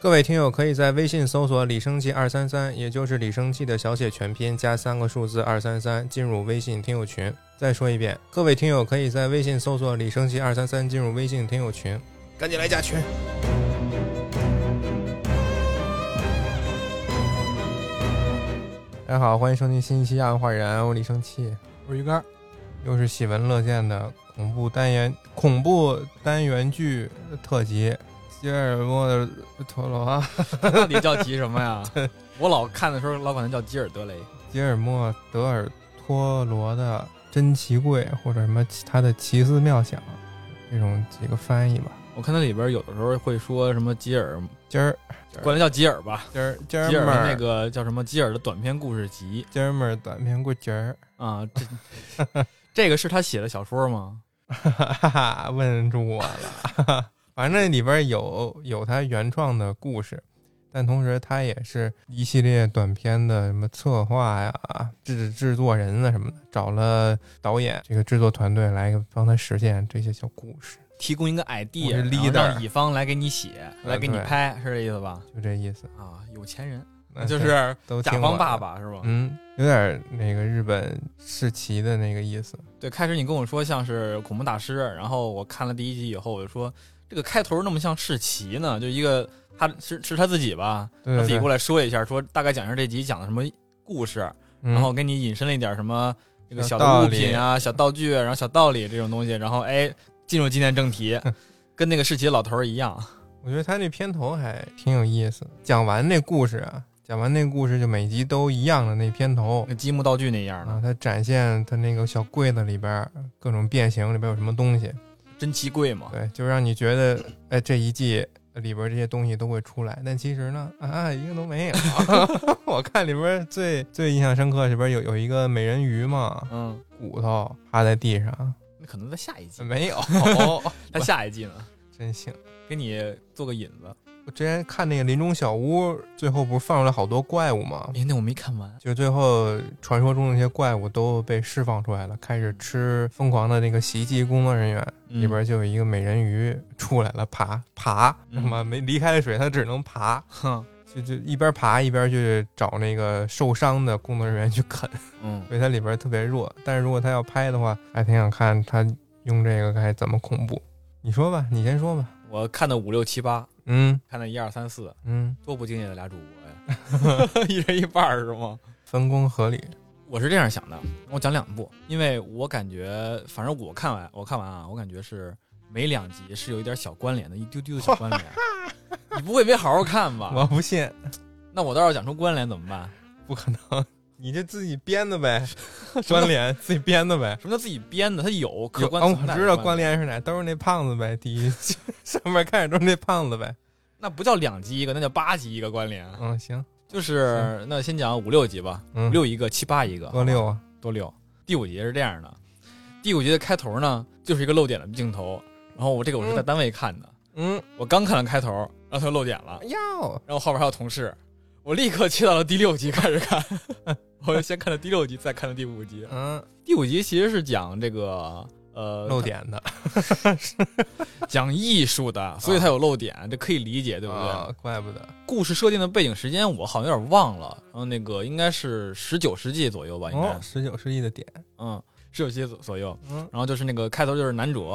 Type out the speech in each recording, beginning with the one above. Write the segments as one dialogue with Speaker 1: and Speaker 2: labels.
Speaker 1: 各位听友可以在微信搜索“李生记二三三”，也就是李生记的小写全拼加三个数字二三三，进入微信听友群。再说一遍，各位听友可以在微信搜索“李生记二三三”，进入微信听友群。赶紧来加群！大家好，欢迎收听新一期《亚文化人》，我是李生气，
Speaker 2: 我是鱼竿，
Speaker 1: 又是喜闻乐见的恐怖单元恐怖单元剧特辑。吉尔莫的陀螺啊，
Speaker 2: 到底叫急什么 呀？我老看的时候，老管它叫吉尔德雷。
Speaker 1: 吉尔莫德尔托罗的《珍奇柜》或者什么其他的奇思妙想，这种几个翻译吧。
Speaker 2: 我看它里边有的时候会说什么吉尔，
Speaker 1: 今儿
Speaker 2: 管它叫吉 尔吧。
Speaker 1: 今儿今
Speaker 2: 吉
Speaker 1: 儿们
Speaker 2: 尔的
Speaker 1: 儿
Speaker 2: 那个叫什么？吉尔的短篇故事集
Speaker 1: 今儿们儿短篇过节儿，
Speaker 2: 啊，这这个是他写的小说吗？
Speaker 1: 哈哈，问住我了。反正里边有有他原创的故事，但同时他也是一系列短片的什么策划呀、制制作人啊什么的，找了导演这个制作团队来帮他实现这些小故事，
Speaker 2: 提供一个
Speaker 1: 我
Speaker 2: idea，
Speaker 1: 是
Speaker 2: 然后
Speaker 1: leader 呃
Speaker 2: 让乙方来给你写，来给你
Speaker 1: 对
Speaker 2: 拍，是这意思吧？
Speaker 1: 就这意思。
Speaker 2: 啊，有钱人
Speaker 1: 那
Speaker 2: 就是
Speaker 1: 都
Speaker 2: 甲
Speaker 1: 听我
Speaker 2: 方
Speaker 1: 的
Speaker 2: 爸，爸是吧？
Speaker 1: 嗯，有点那个日本世奇的那个意思。
Speaker 2: 对，开始你跟我说像是恐怖大师，然后我看了第一集以后，我就说这个开头那么像世奇呢，就一个他是是他自己吧，
Speaker 1: 对
Speaker 2: 他
Speaker 1: 对
Speaker 2: 自
Speaker 1: 对
Speaker 2: 己过来说一下，说大概讲一下这集讲的什么故事，
Speaker 1: 嗯
Speaker 2: 然后给你引申了一点什么这个
Speaker 1: 小
Speaker 2: 小
Speaker 1: 道
Speaker 2: 的物
Speaker 1: 理
Speaker 2: 品啊、小道具啊，然后小道理这种东西，然后哎进入今天 正题，跟那个世奇老头儿一样，
Speaker 1: 我觉得他那片头还挺有意思。讲完那故事啊，讲完那故事就每集都一样的那片头
Speaker 2: 跟积木道具那样
Speaker 1: 啊
Speaker 2: 的，
Speaker 1: 他展现他那个小柜子里边儿各种变形里边有什么东西，
Speaker 2: 珍奇柜嘛，
Speaker 1: 对，就让你觉得哎这一季。里边这些东西都会出来，但其实呢，啊，一个都没 有。 我看里边最最印象深刻，里边有有一个美人鱼嘛，
Speaker 2: 嗯，
Speaker 1: 骨头趴在地上，
Speaker 2: 那可能在下一哦季，
Speaker 1: 没有，
Speaker 2: 他下一季呢，
Speaker 1: 真行。
Speaker 2: 给你做个引子，
Speaker 1: 我之前看那个《林中小屋》，最后不是放出来好多怪物吗？
Speaker 2: 哎，那我没看完，
Speaker 1: 就最后传说中那些怪物都被释放出来了，开始吃疯狂的那个袭击工作人员。
Speaker 2: 嗯
Speaker 1: 里边就有一个美人鱼出来了，爬爬，他
Speaker 2: 嗯
Speaker 1: 妈没离开了水，它只能爬，
Speaker 2: 哼，
Speaker 1: 就就一边爬一边去找那个受伤的工作人员去啃，
Speaker 2: 嗯。
Speaker 1: 所以它里边特别弱。但是如果他要拍的话，还挺想看他用这个该怎么恐怖。你说吧，你先说吧。
Speaker 2: 我看的五六七八，
Speaker 1: 嗯
Speaker 2: 看的一二三四，
Speaker 1: 嗯，
Speaker 2: 多不敬业的俩主 播呀， 一人一半儿是吗？
Speaker 1: 分工合理。
Speaker 2: 我是这样想的，我讲两部，因为我感觉，反正我看完，我看完啊，我感觉是每两集是有一点小关联的，一丢丢的小关联。你不会没好好看吧？
Speaker 1: 我不信，
Speaker 2: 那我到时候讲出关联怎么办？
Speaker 1: 不可能，你就自己编的 呗，关联自己编的呗。
Speaker 2: 什么叫自己编的？它有
Speaker 1: 有
Speaker 2: 客观
Speaker 1: 啊
Speaker 2: 存在
Speaker 1: 我
Speaker 2: 的
Speaker 1: 知道关
Speaker 2: 关联，
Speaker 1: 联是哪，都是那胖子呗。第一 上面看着都是那胖子呗。
Speaker 2: 那不叫两集一个，那叫八集一个关联。
Speaker 1: 嗯，行，
Speaker 2: 就是那先讲五六集吧，
Speaker 1: 嗯，
Speaker 2: 五六一个，七八一个，
Speaker 1: 多六啊，
Speaker 2: 多六。第五集是这样的，第五集的开头呢，就是一个露点的镜头，然后我这个我是在单位看的，
Speaker 1: 嗯，
Speaker 2: 我刚看了开头，然后它就露点了。
Speaker 1: 哟，
Speaker 2: 然后后边还有同事，我立刻切到了第六集开始看， 我先看了第六集，再看了第五集。
Speaker 1: 嗯，
Speaker 2: 第五集其实是讲这个呃
Speaker 1: 露，点的，
Speaker 2: 讲艺术的，所以它有露点，这可以理解，对不对？
Speaker 1: 啊怪不得，
Speaker 2: 故事设定的背景时间我好像有点忘了，然后那个应该是十九世纪左右吧，应该、
Speaker 1: 哦，十九世纪的点，
Speaker 2: 嗯，十九世纪左左右。
Speaker 1: 嗯，
Speaker 2: 然后就是那个开头就是男主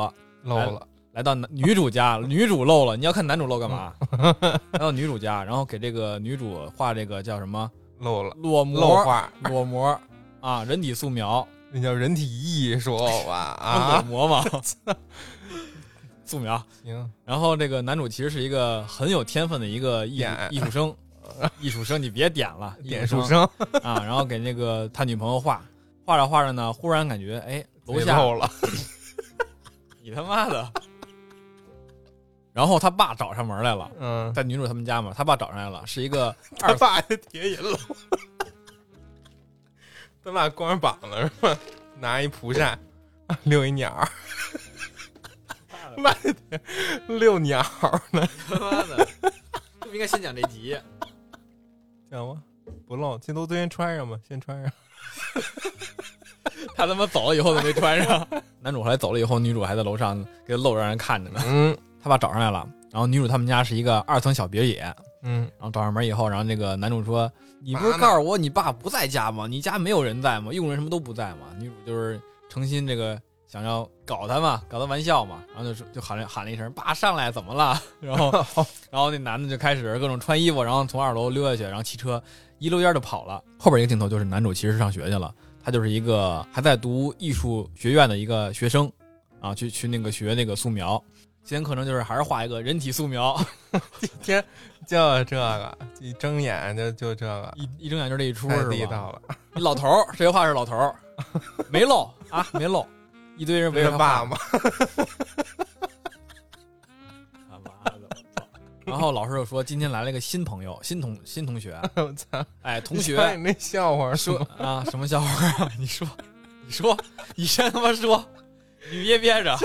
Speaker 1: 漏了，
Speaker 2: 来到男女主家，女主漏了，你要看男主漏 干嘛？来到女主家，然后给这个女主画这个叫什么
Speaker 1: 漏了，
Speaker 2: 裸
Speaker 1: 漏
Speaker 2: 模，
Speaker 1: 画，
Speaker 2: 裸模啊，人体素描，
Speaker 1: 那叫人体艺术吧？
Speaker 2: 裸
Speaker 1: 啊，
Speaker 2: 模嘛，素描。
Speaker 1: 行，
Speaker 2: 然后这个男主其实是一个很有天分的一个艺术
Speaker 1: 点
Speaker 2: 艺术生，艺术生你别啊点了，
Speaker 1: 点
Speaker 2: 艺
Speaker 1: 数
Speaker 2: 生
Speaker 1: 生
Speaker 2: 啊。然后给那个他女朋友画，画着画着呢，忽然感觉哎，楼
Speaker 1: 贼
Speaker 2: 下
Speaker 1: 漏了，
Speaker 2: 你他妈的，然后他爸找上门来了。
Speaker 1: 嗯，
Speaker 2: 在女主他们家嘛，他爸找上来了，是一 个
Speaker 1: 他爸就铁银了， 他爸光着膀子是吧？拿一蒲扇，遛一鸟儿，妈的，遛鸟儿呢？
Speaker 2: 他妈的，就应该先讲这集。
Speaker 1: 讲吗？不漏，这都都先穿上吧，先穿上。
Speaker 2: 他他妈走了以后都没穿上。男主后来走了以后，女主还在楼上给他露着让人看着呢。
Speaker 1: 嗯
Speaker 2: 他爸找上来了，然后女主他们家是一个二层小别野，
Speaker 1: 嗯，
Speaker 2: 然后找上门以后，然后那个男主说：“你不是告诉我你爸不在家吗？你家没有人在吗？佣人什么都不在吗？”女主就是诚心这个想要搞他嘛，搞他玩笑嘛，然后就说就喊了喊了一声：“爸，上来怎么了？” 然后然后那男的就开始各种穿衣服，然后从二楼溜下去，然后骑车一溜烟就跑了。后边一个镜头就是男主其实是上学去了，他就是一个还在读艺术学院的一个学生啊，去去那个学那个素描。今天课程就是还是画一个人体素描，
Speaker 1: 天，就这个，一睁眼就就这个，
Speaker 2: 一一睁眼就这一出，
Speaker 1: 太
Speaker 2: 是
Speaker 1: 地
Speaker 2: 吧？
Speaker 1: 道了。
Speaker 2: 你老头儿，谁画是老头儿？没漏啊，没漏，一堆人围着
Speaker 1: 这
Speaker 2: 他
Speaker 1: 爸
Speaker 2: 画
Speaker 1: 嘛，
Speaker 2: 他妈的。然后老师就说，今天来了一个新朋友，新同新同学，
Speaker 1: 我操！
Speaker 2: 哎，同
Speaker 1: 你
Speaker 2: 学
Speaker 1: 瞧你那笑话
Speaker 2: 说啊，什么笑话啊？你 说，你说，你先他妈说，你别憋着。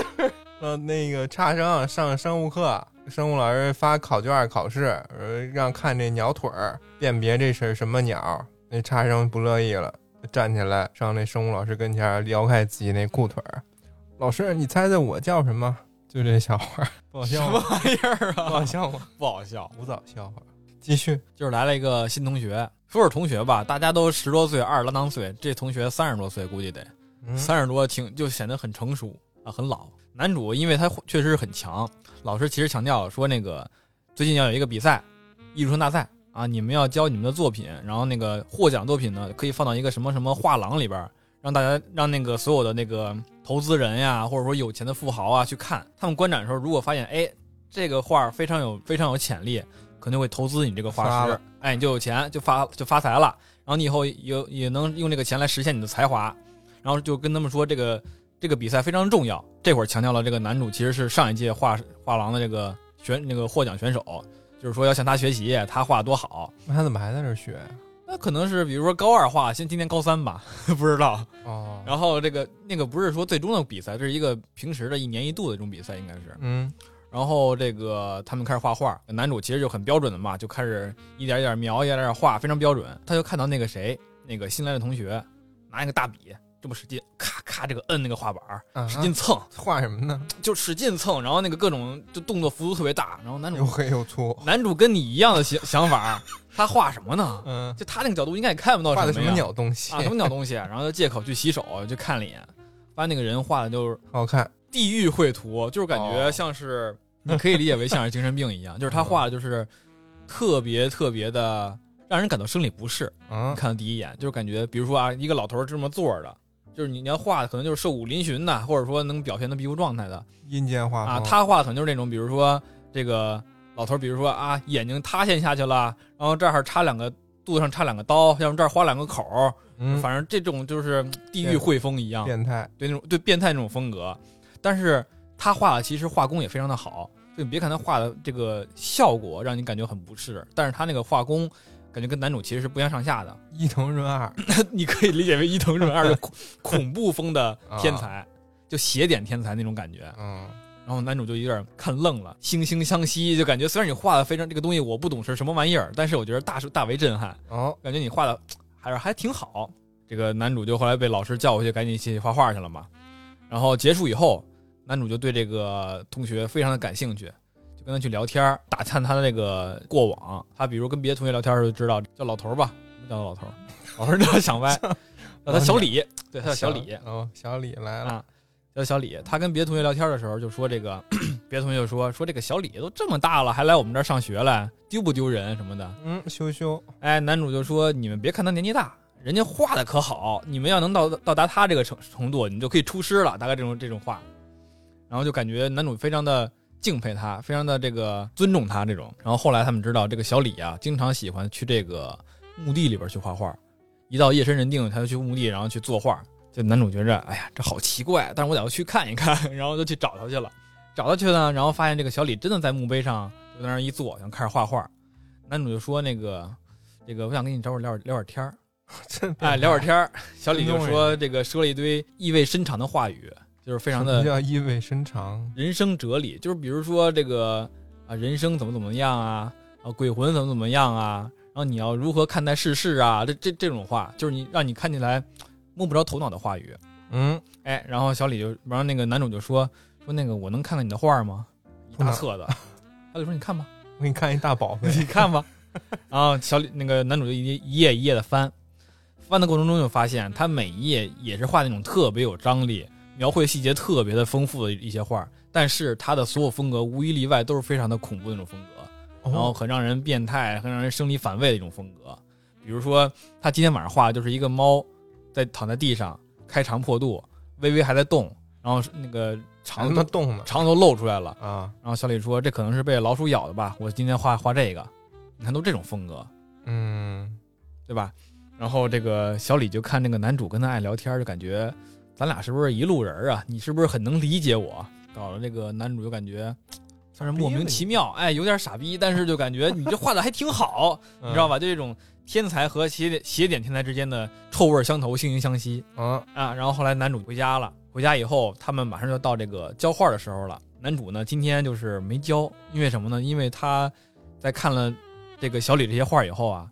Speaker 1: 呃，那个差生上生物课，生物老师发考卷考试，呃，让看这鸟腿儿，辨别这是什么鸟。那差生不乐意了，站起来上那生物老师跟前儿撩开自己那裤腿儿，老师，你猜猜我叫什么？ 就这笑话，不好
Speaker 2: 什
Speaker 1: 笑
Speaker 2: 么
Speaker 1: 吗？
Speaker 2: 玩意儿
Speaker 1: 不好
Speaker 2: 啊？
Speaker 1: 笑吗？
Speaker 2: 不 好笑，
Speaker 1: 古早笑话， 继续。
Speaker 2: 就是来了一个新同学。说是同学吧，大家都十多岁、二十郎当岁，这同学三十多岁，估计得
Speaker 1: 嗯，
Speaker 2: 三十多挺就显得很成熟啊，很老。男主因为他确实是很强，老师其实强调说那个最近要有一个比赛，艺术生大赛啊，你们要交你们的作品，然后那个获奖作品呢可以放到一个什么什么画廊里边儿，让大家让那个所有的那个投资人呀，或者说有钱的富豪啊去看。他们观展的时候，如果发现哎这个画儿非常有非常有潜力，可能会投资你这个画
Speaker 1: 发
Speaker 2: 师
Speaker 1: 了，
Speaker 2: 哎，你就有钱就发就发财了，然后你以后有也能用这个钱来实现你的才华。然后就跟他们说这个这个比赛非常重要。这会儿强调了这个男主其实是上一届画画廊的这个选那个获奖选手，就是说要向他学习，他画多好。
Speaker 1: 那他怎么还在这儿学啊呀？
Speaker 2: 那可能是比如说高二画，先今年高三吧， 不知道。
Speaker 1: 哦，
Speaker 2: 然后这个那个不是说最终的比赛，这是一个平时的一年一度的这种比赛，应该是。
Speaker 1: 嗯，
Speaker 2: 然后这个他们开始画画，男主其实就很标准的嘛，就开始一点一点描，一点一点画，非常标准。他就看到那个谁，那个新来的同学，拿一个大笔这么使劲，咔咔这个摁那个画板儿，
Speaker 1: 啊
Speaker 2: 使劲蹭，
Speaker 1: 画什么 呢？
Speaker 2: 就使劲蹭，然后那个各种就动作幅度特别大。然后男
Speaker 1: 又
Speaker 2: 主
Speaker 1: 黑又粗。
Speaker 2: 男主跟你一样的想想法，他画什么呢？
Speaker 1: 嗯，
Speaker 2: 就他那个角度应该也看不到
Speaker 1: 画的什
Speaker 2: 什么
Speaker 1: 么
Speaker 2: 呀
Speaker 1: 鸟东西
Speaker 2: 啊，？什么鸟东西？然后就借口去洗手，就看了一眼，发现那个人画的就是
Speaker 1: 好看。
Speaker 2: 地狱绘图，就是感觉
Speaker 1: 哦嗯
Speaker 2: 像是、你可以理解为像是精神病一样，就是他画的就是特别特别的让人感到生理不适。
Speaker 1: 嗯，
Speaker 2: 看到第一眼就是感觉，比如说啊，一个老头儿这么坐着，就是你你要画的可能就是瘦骨嶙峋的，或者说能表现的皮肤状态的
Speaker 1: 阴间画
Speaker 2: 啊，
Speaker 1: 风
Speaker 2: 他画的可能就是那种，比如说这个老头儿，比如说啊眼睛塌陷下去了，然后这儿插两个肚子上插两个刀，要么这儿划两个口儿，
Speaker 1: 嗯，
Speaker 2: 反正这种就是地狱
Speaker 1: 变
Speaker 2: 绘风一样，
Speaker 1: 变态。
Speaker 2: 对那种对变态那种风格，但是他画的其实画工也非常的好，就你别看他画的这个效果让你感觉很不适，但是他那个画工感觉跟男主其实是不相上下的，
Speaker 1: 伊藤润二，
Speaker 2: 你可以理解为伊藤润二的恐恐怖 风的
Speaker 1: 啊
Speaker 2: 天才，就邪典天才那种感觉。
Speaker 1: 嗯，
Speaker 2: 然后男主就有点看愣了，惺惺相惜，就感觉虽然你画的非常这个东西我不懂是什么玩意儿，但是我觉得大是大为震撼，
Speaker 1: 哦，
Speaker 2: 感觉你画的还是还挺好。这个男主就后来被老师叫回去，赶紧去画画去了嘛。然后结束以后，男主就对这个同学非常的感兴趣，就跟他去聊天儿，打探他的这个过往。他比如跟别的同学聊天儿，就知道叫老头儿吧，不叫老头儿，老师叫想歪，叫他小李，对，他叫小李。
Speaker 1: 哦，小李来了，
Speaker 2: 啊，叫小李。他跟别的同学聊天的时候就说这个， 别的同学就说说这个小李都这么大了还来我们这儿上学来，丢不丢人什么的。
Speaker 1: 嗯，羞羞，
Speaker 2: 哎，男主就说你们别看他年纪大，人家画的可好，你们要能到到达他这个程程度，你就可以出师了。大概这种这种话，然后就感觉男主非常的。敬佩他，非常的这个尊重他这种。然后后来他们知道，这个小李啊，经常喜欢去这个墓地里边去画画。一到夜深人定，他就去墓地，然后去作画。就男主觉着，哎呀，这好奇怪，但是我得要去看一看， 然后就去找他去了。找他去呢，然后发现这个小李真的在墓碑上就在那儿一坐，然后开始画画。男主就说：“那个，这个，我想跟你找会儿聊聊会儿天儿。”
Speaker 1: 真
Speaker 2: 哎，聊会儿 天儿。小李就
Speaker 1: 真中
Speaker 2: 说：“这个说了一堆意味深长的话语，就是非常
Speaker 1: 什么
Speaker 2: 的
Speaker 1: 叫意味深长，
Speaker 2: 人生哲理，就是比如说这个啊，人生怎么怎么样啊，啊，鬼魂怎么怎么样啊，然后你要如何看待世事啊，这这这种话，就是你让你看起来摸不着头脑的话语。
Speaker 1: 嗯，
Speaker 2: 哎，然后小李就，然后那个男主就说说那个
Speaker 1: 啊
Speaker 2: 我能看看你的画吗？一大册子，他就说你看吧，
Speaker 1: 我给你看一大宝贝，
Speaker 2: 你看吧。然后小李那个男主就一一页一页的翻，翻的过程中就发现他每一页也是画那种特别有张力、描绘细节特别的丰富的一些画，但是他的所有风格无一例外都是非常的恐怖的那种风格。
Speaker 1: 哦
Speaker 2: 然后很让人变态、很让人生理反胃的一种风格。比如说，他今天晚上画的就是一个猫在躺在地上开肠破肚，微微还在动，然后是那个
Speaker 1: 还他
Speaker 2: 肠
Speaker 1: 妈
Speaker 2: 头
Speaker 1: 动呢
Speaker 2: 肠头露出来了。
Speaker 1: 啊，
Speaker 2: 然后小李说：“这可能是被老鼠咬的吧？我今天画画这个，你看都这种风格，
Speaker 1: 嗯，
Speaker 2: 对吧？”然后这个小李就看那个男主跟他爱聊天，就感觉咱俩是不是一路人啊？你是不是很能理解我？搞得这个男主就感觉算是莫名其妙，哎，有点傻逼，但是就感觉你这画的还挺 好，
Speaker 1: 你
Speaker 2: 你知道？吧？就这种天才和邪点邪点天才之间的臭味相投、惺惺相惜
Speaker 1: 啊，
Speaker 2: 啊。然后后来男主回家了，回家以后他们马上就到这个交画的时候了。男主呢今天就是没交，因为什么呢？因为他在看了这个小李这些画以后啊，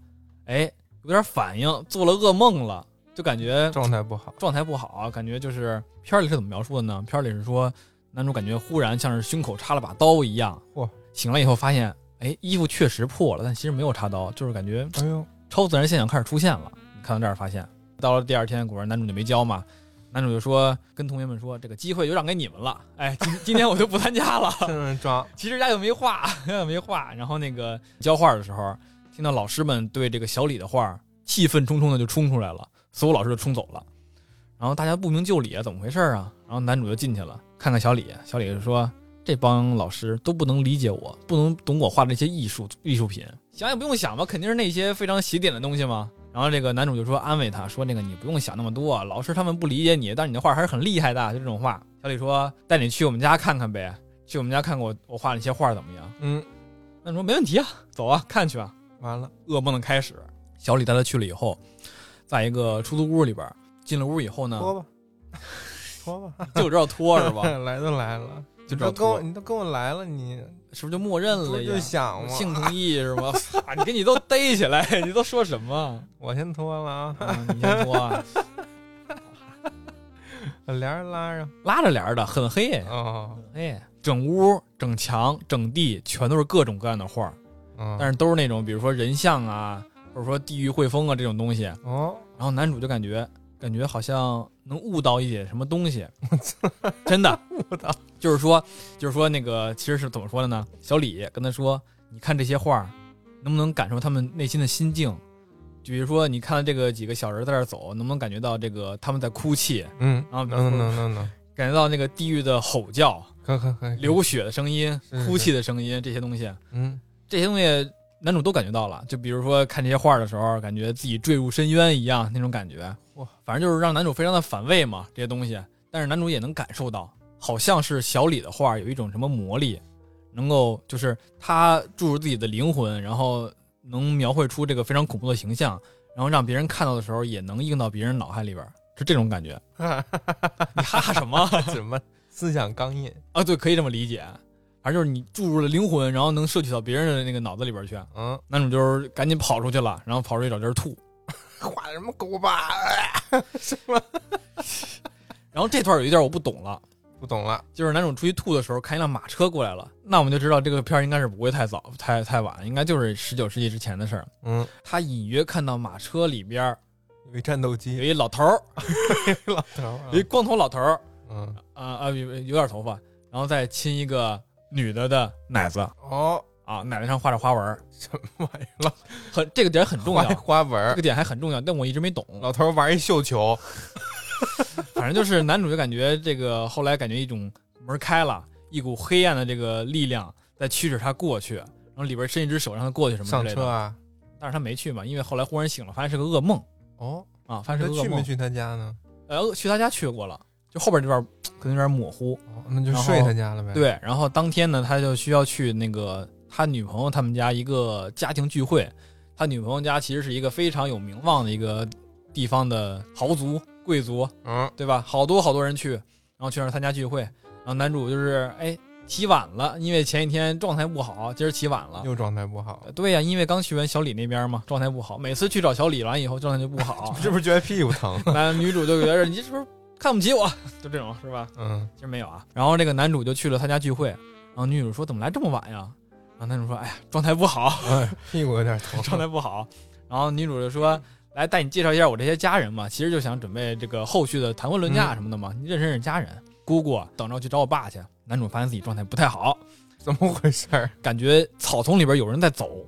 Speaker 2: 哎，有点反应，做了噩梦了，就感觉
Speaker 1: 状态不好，
Speaker 2: 状态不好，啊感觉就是片儿里是怎么描述的呢？片儿里是说男主感觉忽然像是胸口插了把刀一样，
Speaker 1: 嚯
Speaker 2: 醒来以后发现，哎，衣服确实破了，但其实没有插刀，就是感觉
Speaker 1: 哎呦，
Speaker 2: 超自然现象开始出现了。你看到这儿发现，到了第二天，果然男主就没交嘛。男主就说跟同学们说，这个机会就让给你们了，哎，今今天我就不参加了。
Speaker 1: 真能装，
Speaker 2: 其实丫就没 画，丫就没画。然后那个交画的时候，听到老师们对这个小李的画气愤冲冲的就冲出来了，所有老师都冲走了。然后大家不明就里啊，怎么回事儿啊？然后男主就进去了，看看小李，小李就说：“这帮老师都不能理解我，不能懂我画的这些艺术艺术品，想也不用想吧，肯定是那些非常邪典的东西嘛。”然后这个男主就说安慰他说：“那个你不用想那么多，老师他们不理解你，但是你的画还是很厉害的，就这种画。”小李说：“带你去我们家看看呗，去我们家看看我我画那些画怎么样
Speaker 1: 嗯，？”
Speaker 2: 男主说：“没问题啊，走啊，看去啊。”
Speaker 1: 完了，
Speaker 2: 噩梦的开始。小李带他去了以后，在一个出租屋里边儿，进了屋以后呢，
Speaker 1: 脱 吧，脱吧，
Speaker 2: 就知道拖是吧？
Speaker 1: 来都来了，
Speaker 2: 就
Speaker 1: 你
Speaker 2: 知道
Speaker 1: 都跟我，
Speaker 2: 拖，
Speaker 1: 你都跟我来了，你
Speaker 2: 是不是就默认
Speaker 1: 不
Speaker 2: 了
Speaker 1: 是就
Speaker 2: 呀？
Speaker 1: 想吗？
Speaker 2: 性同意是吧？ 操你给你都逮起来，你都说什么？
Speaker 1: 我先脱了啊，
Speaker 2: 啊、你先拖啊，
Speaker 1: 把帘儿拉上，
Speaker 2: 拉着帘儿的，很黑，
Speaker 1: 哦，
Speaker 2: 哎，整屋、整墙、整地全都是各种各样的画儿，但
Speaker 1: 但
Speaker 2: 是都是那种比如说人像啊，或者说地狱汇风啊这种东西。
Speaker 1: 哦，
Speaker 2: 然后男主就感觉感觉好像能悟到一点什么东西，真的悟到，就是说就是说那个其实是怎么说的呢？小李跟他说，你看这些画儿，能不能感受他们内心的心境？就比如说，你看到这个几个小人在这儿走，能不能感觉到这个他们在哭泣，
Speaker 1: 嗯，
Speaker 2: 然后比如说
Speaker 1: 能能能能能，
Speaker 2: 感觉到那个地狱的吼叫、
Speaker 1: 可可可，以，
Speaker 2: 流血的声音、
Speaker 1: 是是
Speaker 2: 哭泣的声音这些东西？
Speaker 1: 嗯，
Speaker 2: 这些东西男主都感觉到了，就比如说看这些画的时候，感觉自己坠入深渊一样那种感觉。
Speaker 1: 哇，
Speaker 2: 反正就是让男主非常的反胃嘛，这些东西。但是男主也能感受到，好像是小李的画有一种什么魔力，能够就是他注入自己的灵魂，然后能描绘出这个非常恐怖的形象，然后让别人看到的时候也能映到别人脑海里边儿，是这种感觉。你哈哈什么？
Speaker 1: 什么思想刚印，
Speaker 2: 啊，对，可以这么理解。反正就是你注入了灵魂，然后能摄取到别人的那个脑子里边儿去。
Speaker 1: 嗯，
Speaker 2: 男主就是赶紧跑出去了，然后跑出去找地儿吐。
Speaker 1: 画什么狗吧，
Speaker 2: 然后这段有一点我不懂了，
Speaker 1: 不懂了，
Speaker 2: 就是男主出去吐的时候，看一辆马车过来了，那我们就知道这个片儿应该是不会太早、太太晚，应该就是十九世纪之前的事儿。
Speaker 1: 嗯，
Speaker 2: 他隐约看到马车里边儿
Speaker 1: 有一战斗
Speaker 2: 有
Speaker 1: 机，
Speaker 2: 一老头儿，
Speaker 1: 老头儿啊
Speaker 2: 有一，光头老头儿，
Speaker 1: 嗯，
Speaker 2: 啊啊，有有点头发，然后再亲一个女的的奶子
Speaker 1: 哦，
Speaker 2: 啊，奶奶上画着花纹儿，
Speaker 1: 什么玩意儿，老
Speaker 2: 很这个点很重
Speaker 1: 画一
Speaker 2: 要，
Speaker 1: 花纹
Speaker 2: 这
Speaker 1: 儿
Speaker 2: 个，点还很重要，但我一直没懂。
Speaker 1: 老头儿玩一绣球，
Speaker 2: 反正就是男主就感觉这个后来感觉一种门开了，一股黑暗的这个力量在驱使他过去，然后里边伸一只手让他过去什么
Speaker 1: 上
Speaker 2: 之类
Speaker 1: 车
Speaker 2: 的。
Speaker 1: 啊，
Speaker 2: 但是他没去嘛，因为后来忽然醒了，发现是个噩梦
Speaker 1: 哦，
Speaker 2: 啊，发
Speaker 1: 他
Speaker 2: 现是个噩
Speaker 1: 去没
Speaker 2: 梦。
Speaker 1: 去他家呢？
Speaker 2: 呃，去他家去过了，就后边这段可能有点模糊。
Speaker 1: 哦，那就
Speaker 2: 然后
Speaker 1: 睡他家了呗，，
Speaker 2: 对，然后当天呢，他就需要去那个他女朋友他们家一个家庭聚会。他女朋友家其实是一个非常有名望的一个地方的豪族贵族，
Speaker 1: 嗯，
Speaker 2: 对吧？好多好多人去，然后去那儿参加聚会，然后男主就是哎起晚了，因为前一天状态不好，今儿起晚了。
Speaker 1: 又状态不 好，
Speaker 2: 对呀、因为刚去完小李那边嘛，状态不好。每次去找小李完以后，状态就不
Speaker 1: 。
Speaker 2: 好
Speaker 1: 是不是觉得屁股疼？
Speaker 2: 男女主就觉着你是不是看不起我？ 就这种是吧？
Speaker 1: 嗯，
Speaker 2: 其实没有啊。然后这个男主就去了他家聚会，然后女主说怎么来这么晚呀？然然后男主说：“哎呀，状态不好，。
Speaker 1: 哎，屁股有点疼
Speaker 2: 状态不好。”然后女主就说：“来，带你介绍一下我这些家人嘛，其实就想准备这个后续的谈婚论嫁什么的嘛，你认识认识家人。”姑姑等着去找我爸去。男主发现自己状态不太好，
Speaker 1: 怎么回事儿
Speaker 2: 感觉草丛里边有人在走，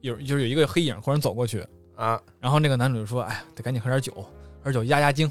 Speaker 2: 有就是有一个黑影忽然走过去，
Speaker 1: 啊？
Speaker 2: 然后那个男主就说：“哎，得赶紧喝点酒，喝点酒压压惊，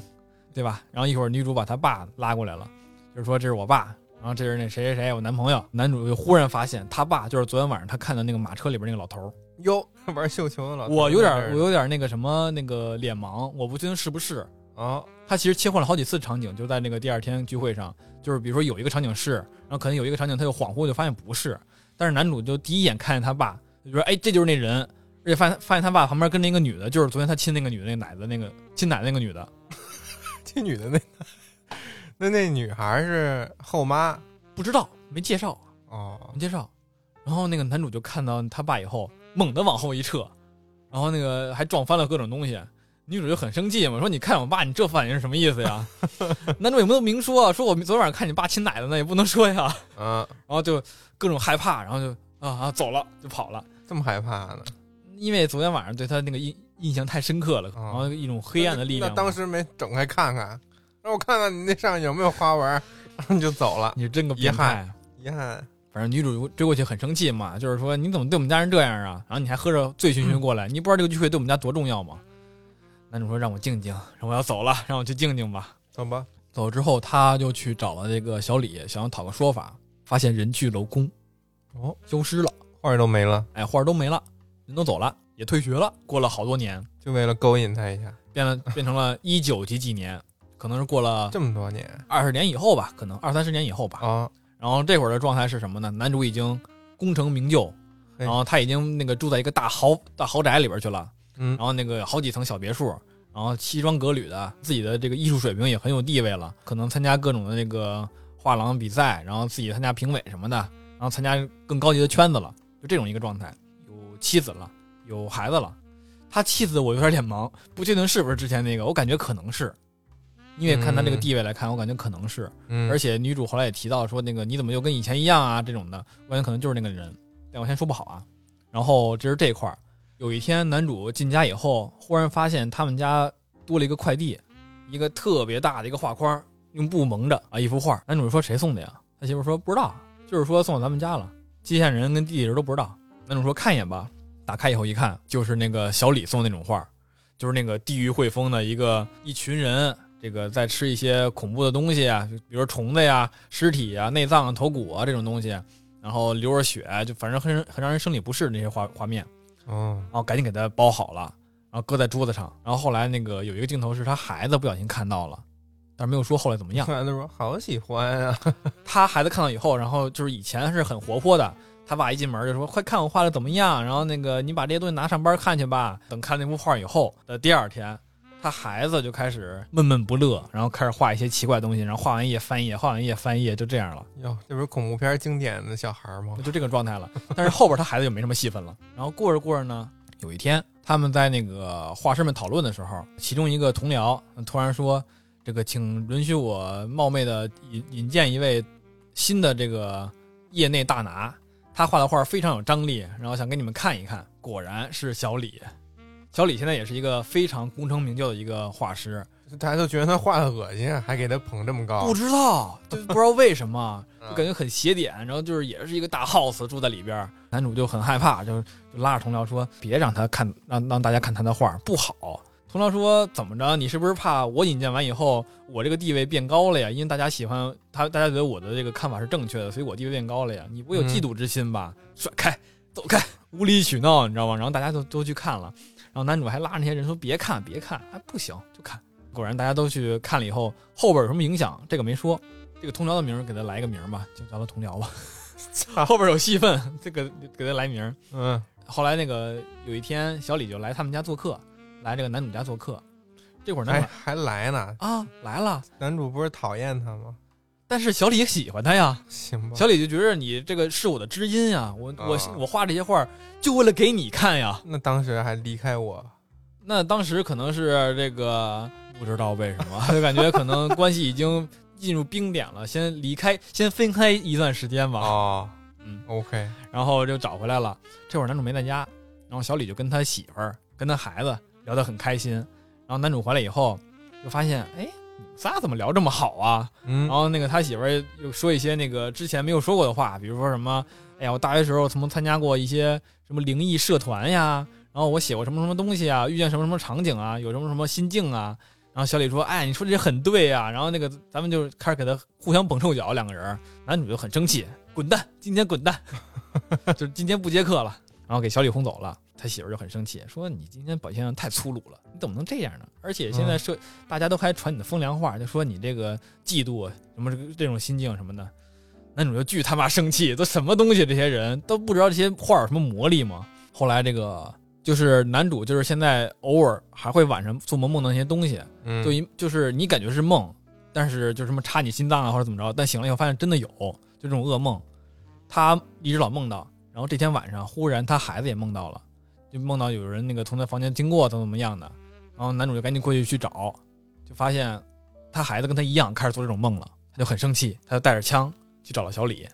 Speaker 2: 对吧？”然后一会儿女主把他爸拉过来了，就是说这是我爸，然后这是那谁谁谁我男朋友。男主就忽然发现他爸就是昨天晚上他看的那个马车里边那个老头儿。
Speaker 1: 哟，玩绣球的老头
Speaker 2: 我有点
Speaker 1: 在这儿
Speaker 2: 我有点那个什么那个脸盲，我不确定是不是。
Speaker 1: 啊，
Speaker 2: 他其实切换了好几次场景，就在那个第二天聚会上，就是比如说有一个场景是，然后可能有一个场景他就恍惚就发现不是，但是男主就第一眼看见他爸，就说哎这就是那人，而且发现发现他爸旁边跟着一个女的，就是昨天他亲那个女的那奶子那个亲奶的那个女的，
Speaker 1: 这女的那那那女孩是后妈
Speaker 2: 不知道没介绍
Speaker 1: 哦
Speaker 2: 没，介绍，然后那个男主就看到他爸以后猛地往后一撤，然后那个还撞翻了各种东西。女主就很生气嘛，说你看我爸，你这反应是什么意思呀？ 男主也没有明说，说我昨晚上看你爸亲奶的呢，也不能说呀。
Speaker 1: 啊，
Speaker 2: 然后就各种害怕，然后就啊啊走了，就跑了，
Speaker 1: 这么害怕呢？
Speaker 2: 因为昨天晚上对他那个印印象太深刻了，
Speaker 1: 啊
Speaker 2: 然后一种黑暗的力
Speaker 1: 那
Speaker 2: 量嘛。
Speaker 1: 那当时没整开看看，让我看看你那上有没有花纹儿， 然后你就走了，
Speaker 2: 你是真个变
Speaker 1: 遗
Speaker 2: 态。啊
Speaker 1: 遗憾。
Speaker 2: 反正女主追过去很生气嘛，就是说你怎么对我们家人这样啊？然后你还喝着醉醺醺过来，你不知道这个聚会对我们家多重要吗？男主说让我静静，让我要走了，让我去静静吧。
Speaker 1: 走吧，
Speaker 2: 走之后，他就去找了这个小李，想要讨个说法，发现人去楼空，
Speaker 1: 哦，
Speaker 2: 消失了，
Speaker 1: 花儿都没了，
Speaker 2: 哎，画都没了，人都走了，也退学了。过了好多年，
Speaker 1: 就为了勾引他一下，
Speaker 2: 变了变成了一九几几年，可能是过了
Speaker 1: 这么多年
Speaker 2: 二十年以后吧，可能二三十年以后吧。
Speaker 1: 啊，
Speaker 2: 然后这会儿的状态是什么呢？男主已经功成名就，
Speaker 1: 嘿
Speaker 2: 然后他已经那个住在一个大豪大豪宅里边去了，
Speaker 1: 嗯
Speaker 2: 然，后那个好几层小别墅，然后西装革履的，自己的这个艺术水平也很有地位了，可能参加各种的那个画廊比赛，然后自己参加评委什么的，然后参加更高级的圈子了，就这种一个状态。有妻子了，有孩子了，他妻子我有点脸盲，不确定是不是之前那个，我感觉可能是，因为看他这个
Speaker 1: 嗯
Speaker 2: 地位来看，我感觉可能是。
Speaker 1: 嗯
Speaker 2: 而且女主后来也提到说，那个你怎么又跟以前一样啊？这种的，我感觉可能就是那个人，但我先说不好啊。然后这是这一块儿，有一天男主进家以后，忽然发现他们家多了一个快递，一个特别大的一个画框，用布蒙着啊一幅画。男主说谁送的呀？他媳妇说不知道，就是说送到咱们家了，接线人跟地址都不知道。男主说看一眼吧，打开以后一看，就是那个小李送的那种画，就是那个地狱汇丰的一个一群人，这个在吃一些恐怖的东西啊，比如虫子呀、尸体啊、内脏啊、头骨啊这种东西，然后流着血，就反正很很让人生理不适的那些画画面，
Speaker 1: 哦，
Speaker 2: 然后赶紧给他包好了，然后搁在桌子上。然后后来那个有一个镜头是他孩子不小心看到了，但是没有说后来怎么样。
Speaker 1: 突然就说好喜欢啊，
Speaker 2: 他孩子看到以后，然后就是以前是很活泼的，他爸一进门就说：“快看我画的怎么样？”然后那个你把这些东西拿上班看去吧。等看那幅画以后的第二天，他孩子就开始闷闷不乐，然后开始画一些奇怪的东西，然后画完一页翻一页，画完一页翻一页，就这样了，
Speaker 1: 哟，这不是恐怖片经典的小孩儿吗？
Speaker 2: 就这个状态了。但是后边他孩子就没什么戏份了。然后过着过着呢，有一天他们在那个画室们讨论的时候，其中一个同僚突然说：“这个，请允许我冒昧的引引荐一位新的这个业内大拿，他画的画非常有张力，然后想给你们看一看。”果然是小李。小李现在也是一个非常功成名就的一个画师，
Speaker 1: 大家都觉得他画的恶心，啊还给他捧这么高
Speaker 2: 不，知道，就不知道为什么，
Speaker 1: 嗯
Speaker 2: 就感觉很邪点。然后就是也是一个大 house 住在里边儿，男主就很害怕，就就拉着同僚说：“别让他看，让让大家看他的画不好。”同僚说：“怎么着？你是不是怕我引荐完以后，我这个地位变高了呀？因为大家喜欢他，大家觉得我的这个看法是正确的，所以我地位变高了呀？你不会有嫉妒之心吧？甩开，走开，无理取闹，你知道吗？”然后大家就都去看了，然后男主还拉着那些人说：“别看，别看，哎，不行，就看。”果然大家都去看了以后，后边有什么影响，这个没说。这个同僚的名儿给他来一个名儿吧，就叫他同僚吧。 后边有戏份，这个给他来名儿。
Speaker 1: 嗯，
Speaker 2: 后来那个有一天，小李就来他们家做客，来这个男主家做客。这会儿呢、
Speaker 1: 还哎还来呢，
Speaker 2: 啊来了，
Speaker 1: 男主不是讨厌他吗？
Speaker 2: 但是小李也喜欢他呀。
Speaker 1: 行吧，
Speaker 2: 小李就觉得你这个是我的知音呀，我、我
Speaker 1: 啊
Speaker 2: 我画这些画儿就为了给你看呀。
Speaker 1: 那当时还离开我，
Speaker 2: 那当时可能是这个不知道为什么， 就感觉可能关系已经进入冰点了，先离开，先分开一段时间吧。
Speaker 1: 哦，
Speaker 2: 嗯，
Speaker 1: OK，
Speaker 2: 然后就找回来了。这会儿男主没在家，然后小李就跟他媳妇儿、跟他孩子聊得很开心。然后男主回来以后，就发现，哎，你们仨怎么聊这么好啊？
Speaker 1: 嗯，
Speaker 2: 然后那个他媳妇儿又说一些那个之前没有说过的话，比如说什么，哎呀，我大学时候曾经参加过一些什么灵异社团呀，然后我写过什么什么东西啊，遇见什么什么场景啊，有什么什么心境啊。然后小李说：“哎，你说这很对呀、然后那个咱们就开始给他互相捧臭脚，两个人，男女就很争气，滚蛋，今天滚蛋， 就是今天不接客了。然后给小李轰走了，他媳妇儿就很生气，说你今天表现太粗鲁了，你怎么能这样呢？而且现在社、大家都还传你的风凉话，就说你这个嫉妒啊什么这个这种心境什么的。男主就巨他妈生气，都什么东西？这些人都不知道这些话有什么魔力吗？后来这个就是男主，就是现在偶尔还会晚上做梦梦到那些东西，
Speaker 1: 嗯
Speaker 2: 就一就是你感觉是梦，但是就什么插你心脏啊或者怎么着，但醒了以后发现真的有，就这种噩梦，他一直老梦到，然后这天晚上忽然他孩子也梦到了，就梦到有人那个从他房间经过怎么怎么样的，然后男主就赶紧过去去找，就发现他孩子跟他一样开始做这种梦了，他就很生气，他就带着枪去找了小李，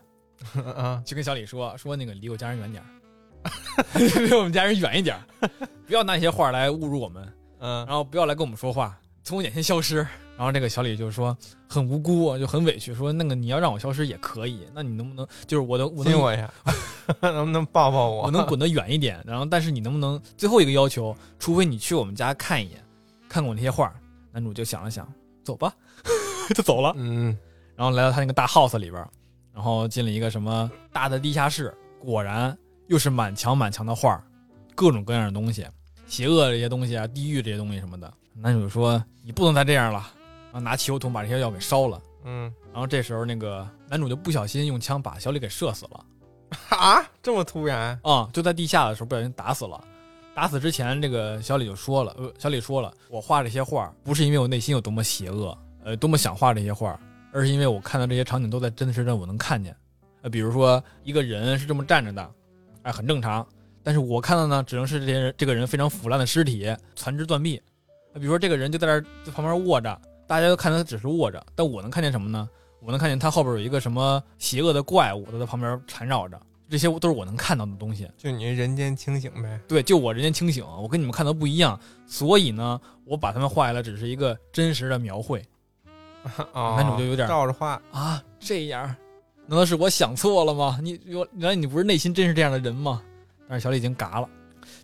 Speaker 1: 啊，
Speaker 2: 就跟小李说说那个离我家人远点儿， 离我们家人远一点儿，不要拿一些话来侮辱我们。
Speaker 1: 嗯
Speaker 2: 然后不要来跟我们说话，从我眼前消失。然后这个小李就说很无辜，啊就很委屈，说那个你要让我消失也可以，那你能不能就是我能我
Speaker 1: 亲
Speaker 2: 能
Speaker 1: 我一下， 能不能抱抱我？
Speaker 2: 我能滚得远一点，然后但是你能不能最后一个要求，除非你去我们家看一眼，看过我那些画。男主就想了想，走吧， 就走了。
Speaker 1: 嗯，
Speaker 2: 然后来到他那个大 house 里边儿，然后进了一个什么大的地下室，果然又是满墙满墙的画儿，各种各样的东西，邪恶这些东西啊，地狱这些东西什么的。男主就说：“你不能再这样了。”然后拿汽油桶把这些药给烧了。
Speaker 1: 嗯
Speaker 2: 然后这时候那个男主就不小心用枪把小李给射死了，
Speaker 1: 啊，这么突然？
Speaker 2: 啊、就在地下的时候不小心打死了。打死之前，这个小李就说了，呃，小李说了，我画这些画儿不是因为我内心有多么邪恶，呃，多么想画这些画儿，而是因为我看到这些场景都在真实的我能看见，呃，比如说一个人是这么站着的，哎，很正常，但是我看到呢，只能是这些人这个人非常腐烂的尸体，残肢断臂，呃比如说这个人就在这儿在旁边卧着，大家都看他只是卧着，但我能看见什么呢？我能看见他后边有一个什么邪恶的怪物在他旁边缠绕着，这些都是我能看到的东西。
Speaker 1: 就你人间清醒 呗？
Speaker 2: 对，就我人间清醒，我跟你们看的不一样，所以呢，我把他们画下来只是一个真实的描绘
Speaker 1: 啊，
Speaker 2: 男主哦就有点
Speaker 1: 照着画，
Speaker 2: 啊。这样，难道是我想错了吗？你我原来你不是内心真是这样的人吗？但是小李已经嘎了。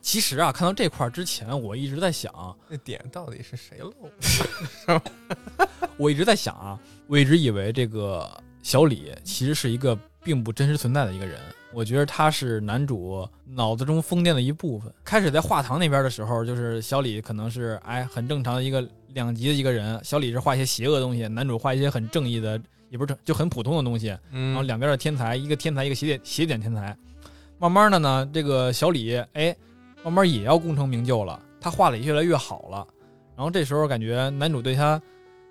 Speaker 2: 其实啊，看到这块儿之前，我一直在想，
Speaker 1: 这点到底是谁漏？
Speaker 2: 我一直在想啊，我一直以为这个小李其实是一个并不真实存在的一个人。我觉得他是男主脑子中疯癫的一部分。开始在画堂那边的时候，就是小李可能是哎很正常的一个两极的一个人，小李是画一些邪恶的东西，男主画一些很正义的，也不是正就很普通的东西。然后
Speaker 1: 嗯，
Speaker 2: 哦两边的天才，一个天才，一个邪点邪点天才。慢慢的呢，这个小李哎，慢慢也要功成名就了，他画的也越来越好了。然后这时候感觉男主对他，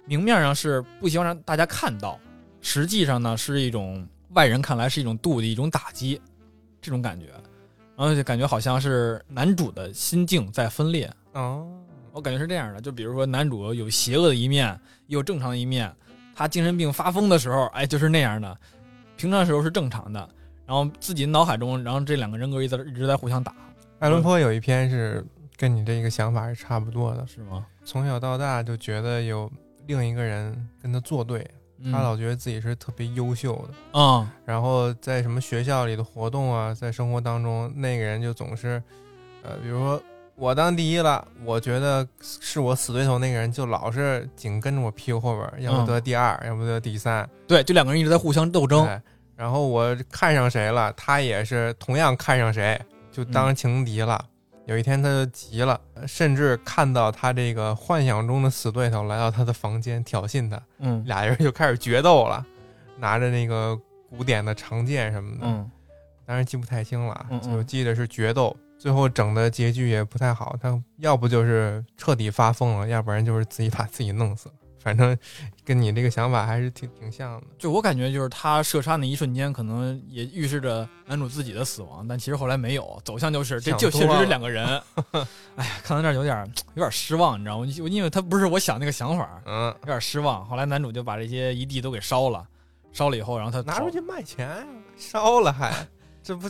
Speaker 2: 明面上是不希望让大家看到，实际上呢是一种外人看来是一种妒忌，一种打击，这种感觉。然后就感觉好像是男主的心境在分裂，
Speaker 1: 哦，
Speaker 2: 我感觉是这样的，就比如说男主有邪恶的一面，也有正常的一面。他精神病发疯的时候，哎，就是那样的；平常时候是正常的。然后自己脑海中，然后这两个人格一直在一直在互相打，
Speaker 1: 爱伦坡有一篇是跟你这个想法是差不多的，
Speaker 2: 是吗？
Speaker 1: 从小到大就觉得有另一个人跟他作对，
Speaker 2: 嗯
Speaker 1: 他老觉得自己是特别优秀的。
Speaker 2: 嗯
Speaker 1: 然后在什么学校里的活动啊，在生活当中，那个人就总是，呃，比如说我当第一了，我觉得是我死对头那个人就老是紧跟着我屁股后边儿，要不得第二，要不得第三，
Speaker 2: 对，就两个人一直在互相斗争。
Speaker 1: 哎，然后我看上谁了，他也是同样看上谁，就当情敌了。有一天他就急了，甚至看到他这个幻想中的死对头来到他的房间挑衅他，
Speaker 2: 嗯
Speaker 1: 俩人就开始决斗了，拿着那个古典的长剑什么的。
Speaker 2: 嗯
Speaker 1: 当然记不太清了啊，
Speaker 2: 嗯嗯
Speaker 1: 就记得是决斗，最后整的结局也不太好。他要不就是彻底发疯了，要不然就是自己把自己弄死了。反正跟你这个想法还是挺挺像的。
Speaker 2: 就我感觉就是他射杀那一瞬间，可能也预示着男主自己的死亡，但其实后来没有，走向就是这
Speaker 1: 想
Speaker 2: 就
Speaker 1: 多
Speaker 2: 确实是
Speaker 1: 了
Speaker 2: 两个 人。哎呀，看到这儿有点有点失望，你知道吗？因为他不是我想那个想法，
Speaker 1: 嗯
Speaker 2: 有点失望。后来男主就把这些一地都给烧了，烧了以后，然后他
Speaker 1: 拿出
Speaker 2: 跑
Speaker 1: 去卖钱呀，烧了 还，这不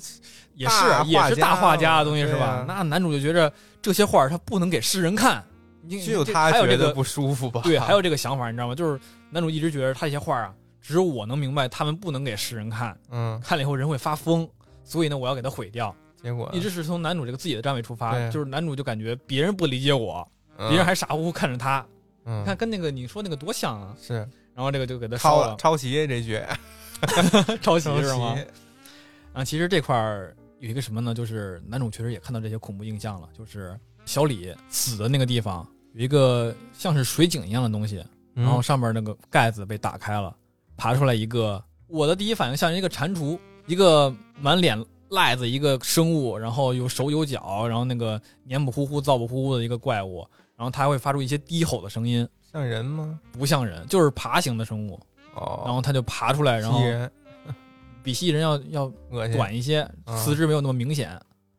Speaker 2: 也是啊
Speaker 1: 大
Speaker 2: 也
Speaker 1: 画
Speaker 2: 是
Speaker 1: 家
Speaker 2: 大画家
Speaker 1: 嘛
Speaker 2: 的东西是
Speaker 1: 对
Speaker 2: 吧
Speaker 1: 啊？
Speaker 2: 那男主就觉着这些画儿他不能给世人看，你
Speaker 1: 只有
Speaker 2: 这
Speaker 1: 他
Speaker 2: 还有
Speaker 1: 觉
Speaker 2: 这
Speaker 1: 得
Speaker 2: 个
Speaker 1: 不舒 服吧？
Speaker 2: 对，还有这个想法，你知道吗？就是男主一直觉得他这些画儿啊，只有我能明白，他们不能给世人看，
Speaker 1: 嗯，
Speaker 2: 看了以后人会发疯，所以呢，我要给他毁掉。
Speaker 1: 结果
Speaker 2: 一直是从男主这个自己的站位出发，
Speaker 1: 嗯对啊
Speaker 2: 就是男主就感觉别人不理解我，
Speaker 1: 嗯
Speaker 2: 别人还傻乎乎看着他，
Speaker 1: 嗯
Speaker 2: 你看跟那个你说那个多像啊！
Speaker 1: 是
Speaker 2: 然后这个就给他烧
Speaker 1: 抄
Speaker 2: 了，
Speaker 1: 抄袭这句，
Speaker 2: 抄袭
Speaker 1: 抄
Speaker 2: 是吗？
Speaker 1: 袭，
Speaker 2: 啊，其实这块儿有一个什么呢？就是男主确实也看到这些恐怖印象了，就是小李死的那个地方有一个像是水井一样的东西，
Speaker 1: 嗯
Speaker 2: 然后上面那个盖子被打开了，爬出来一个。我的第一反应像是一个蟾蜍，一个满脸癞子一个生物，然后有手有脚，然后那个黏不糊糊、燥不糊糊的一个怪物，然后它会发出一些低吼的声音，
Speaker 1: 像人吗？
Speaker 2: 不像人，就是爬行的生物。
Speaker 1: 哦，
Speaker 2: 然后它就爬出来，然后
Speaker 1: 蜥蜴人
Speaker 2: 比蜥蜴人要要
Speaker 1: 恶心
Speaker 2: 短一些，
Speaker 1: 嗯
Speaker 2: 四肢没有那么明显，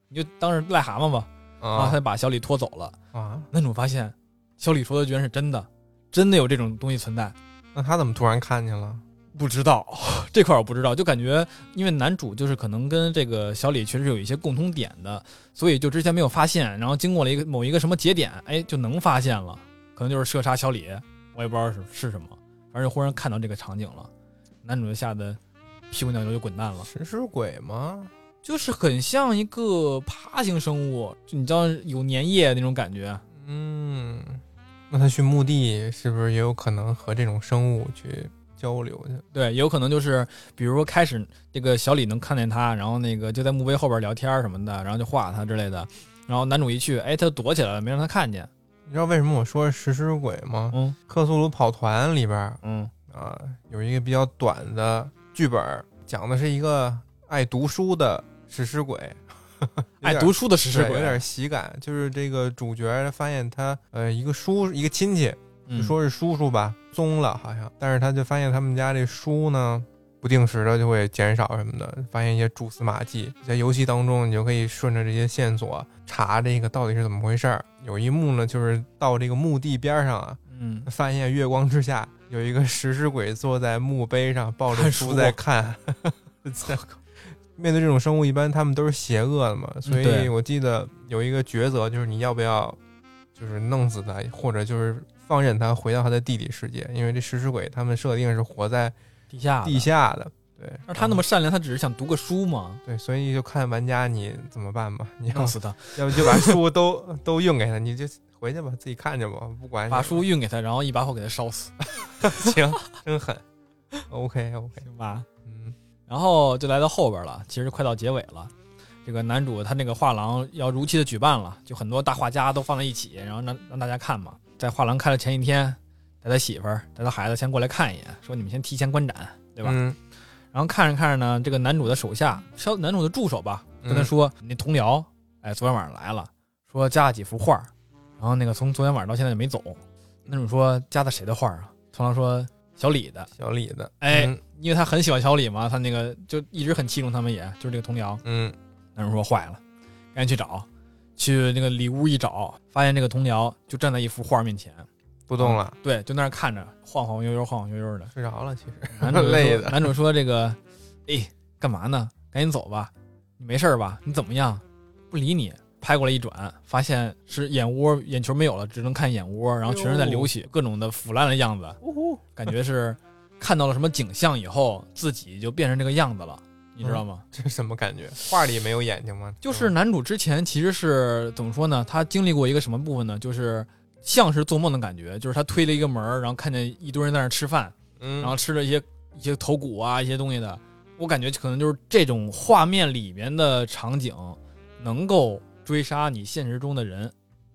Speaker 2: 你就当是癞蛤蟆吧。然后他
Speaker 1: 啊
Speaker 2: 就把小李拖走了。
Speaker 1: 啊！
Speaker 2: 男主发现小李说的居然是真的，真的有这种东西存在。
Speaker 1: 那他怎么突然看见了？
Speaker 2: 不知道 这块儿我不知道，就感觉因为男主就是可能跟这个小李确实有一些共通点的，所以就之前没有发现，然后经过了一个某一个什么节点，哎，就能发现了，可能就是射杀小李，我也不知道是是什么，反正忽然看到这个场景了，男主就吓得屁股尿流就滚蛋了。
Speaker 1: 食尸鬼吗？
Speaker 2: 就是很像一个爬行生物，就你知道有粘液那种感觉。
Speaker 1: 嗯，那他去墓地是不是也有可能和这种生物去交流去？
Speaker 2: 对，也有可能就是，比如说开始这个小李能看见他，然后那个就在墓碑后边聊天什么的，然后就画他之类的。然后男主一去，哎，他就躲起来了，没让他看见。
Speaker 1: 你知道为什么我说是食尸鬼吗？
Speaker 2: 嗯
Speaker 1: 克苏鲁跑团里边儿
Speaker 2: 嗯
Speaker 1: 啊，有一个比较短的剧本儿，讲的是一个爱读书的食尸鬼， 有
Speaker 2: 爱
Speaker 1: 点
Speaker 2: 读书的食尸
Speaker 1: 对有
Speaker 2: 鬼，
Speaker 1: 点喜感。就是这个主角发现他呃一个叔一个亲戚，
Speaker 2: 嗯
Speaker 1: 就说是叔叔吧，宗了好像，但是他就发现他们家这书呢，不定时的就会减少什么的，发现一些蛛丝马迹。在游戏当中，你就可以顺着这些线索查这个到底是怎么回事儿。有一幕呢，就是到这个墓地边上啊，
Speaker 2: 嗯，
Speaker 1: 发现月光之下有一个食尸鬼坐在墓碑上，抱着
Speaker 2: 看
Speaker 1: 书
Speaker 2: 书
Speaker 1: 在看。 在面对这种生物，一般他们都是邪恶的嘛，所以
Speaker 2: 嗯对
Speaker 1: 我记得有一个抉择，就是你要不要就是弄死它，或者就是放任它回到它的地理世界，因为这食尸鬼他们设定是活在
Speaker 2: 地下的
Speaker 1: 地。下的。对，
Speaker 2: 而他那么善良，他只是想读个书嘛，
Speaker 1: 对，所以就看玩家你怎么办吧，你要
Speaker 2: 弄死他，
Speaker 1: 要不就把书都 都运给他，你就回去吧，自己看去吧，不管你
Speaker 2: 把
Speaker 1: 了
Speaker 2: 书运给他，然后一把火给他烧死，
Speaker 1: 行， 真狠。OK OK，
Speaker 2: 行吧？
Speaker 1: 嗯。
Speaker 2: 然后就来到后边了，其实快到结尾了。这个男主他那个画廊要如期的举办了，就很多大画家都放在一起，然后让让大家看嘛。在画廊开的前一天，带他媳妇儿、带他孩子先过来看一眼，说你们先提前观展，对吧？
Speaker 1: 嗯，
Speaker 2: 然后看着看着呢，这个男主的手下，小男主的助手吧，跟他
Speaker 1: 嗯
Speaker 2: 说：“你那同僚，哎，昨天晚上来了，说加了几幅画儿，然后那个从昨天晚上到现在就没走。”男主说：“加的谁的画儿啊？”同僚说：“小李的。”
Speaker 1: 小李的，
Speaker 2: 哎
Speaker 1: 嗯
Speaker 2: 因为他很喜欢小李嘛，他那个就一直很器重他们也，就是这个同僚。
Speaker 1: 嗯，
Speaker 2: 男主说坏了，赶紧去找，去那个里屋一找，发现这个同僚就站在一幅画面前，
Speaker 1: 不动了，
Speaker 2: 对，就那儿看着，晃晃悠悠，晃晃悠悠的。
Speaker 1: 啊睡着了，其实，
Speaker 2: 男主就说
Speaker 1: 累的
Speaker 2: 男主说这个，哎，干嘛呢？赶紧走吧，你没事儿吧？你怎么样？不理你。拍过来一转，发现是眼窝、眼球没有了，只能看眼窝，然后全身在流血，各种的腐烂的样子。感觉是看到了什么景象以后，自己就变成这个样子了，你知道吗？
Speaker 1: 这什么感觉？画里没有眼睛吗？
Speaker 2: 就是男主之前其实是怎么说呢？他经历过一个什么部分呢？就是像是做梦的感觉，就是他推了一个门儿，然后看见一堆人在那儿吃饭，
Speaker 1: 嗯，
Speaker 2: 然后吃了一些一些头骨啊一些东西的。我感觉可能就是这种画面里面的场景，能够追杀你现实中的人，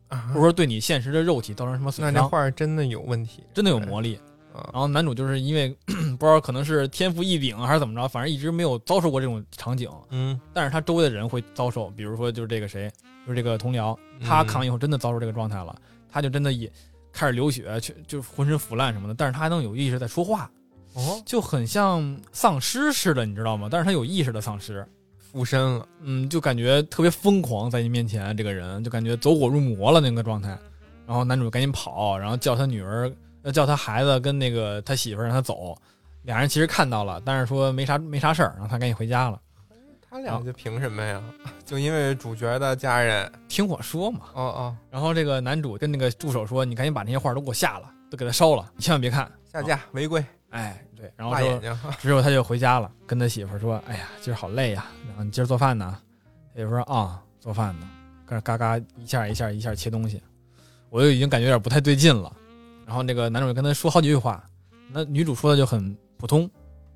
Speaker 1: 啊
Speaker 2: 或者说对你现实的肉体造成什么
Speaker 1: 那
Speaker 2: 损
Speaker 1: 这
Speaker 2: 伤，
Speaker 1: 画真的有问题，
Speaker 2: 真的有魔力。
Speaker 1: 啊，
Speaker 2: 然后男主就是因为 不知道可能是天赋异禀啊还是怎么着，反正一直没有遭受过这种场景，
Speaker 1: 嗯，
Speaker 2: 但是他周围的人会遭受，比如说就是这个谁，就是这个同僚，
Speaker 1: 嗯
Speaker 2: 他扛以后真的遭受这个状态了，他就真的也开始流血，去就浑身腐烂什么的，但是他还能有意识在说话，
Speaker 1: 哦，
Speaker 2: 就很像丧尸似的，你知道吗？但是他有意识的丧尸，
Speaker 1: 附身了，
Speaker 2: 嗯，就感觉特别疯狂，在你面前这个人就感觉走火入魔了那个状态。然后男主赶紧跑，然后叫他女儿，呃，叫他孩子跟那个他媳妇儿让他走。俩人其实看到了，但是说没啥没啥事儿，然后啊他赶紧回家了。
Speaker 1: 他俩就凭什么呀？ 就因为主角的家人？
Speaker 2: 听我说嘛。
Speaker 1: 哦哦，
Speaker 2: 然后这个男主跟那个助手说：“你赶紧把那些画都给我下了，都给他烧了，你千万别看。
Speaker 1: 下架违规，”
Speaker 2: 哎，对，然后
Speaker 1: 辣眼
Speaker 2: 说
Speaker 1: 睛。
Speaker 2: 之后他就回家了，跟他媳妇儿说：“哎呀，今儿好累呀、然后你今儿做饭呢？”他就说：“啊，做饭呢。”跟着嘎嘎一下一下一下切东西，我就已经感觉有点不太对劲了。然后那个男主就跟他说好几句话，那女主说的就很普通，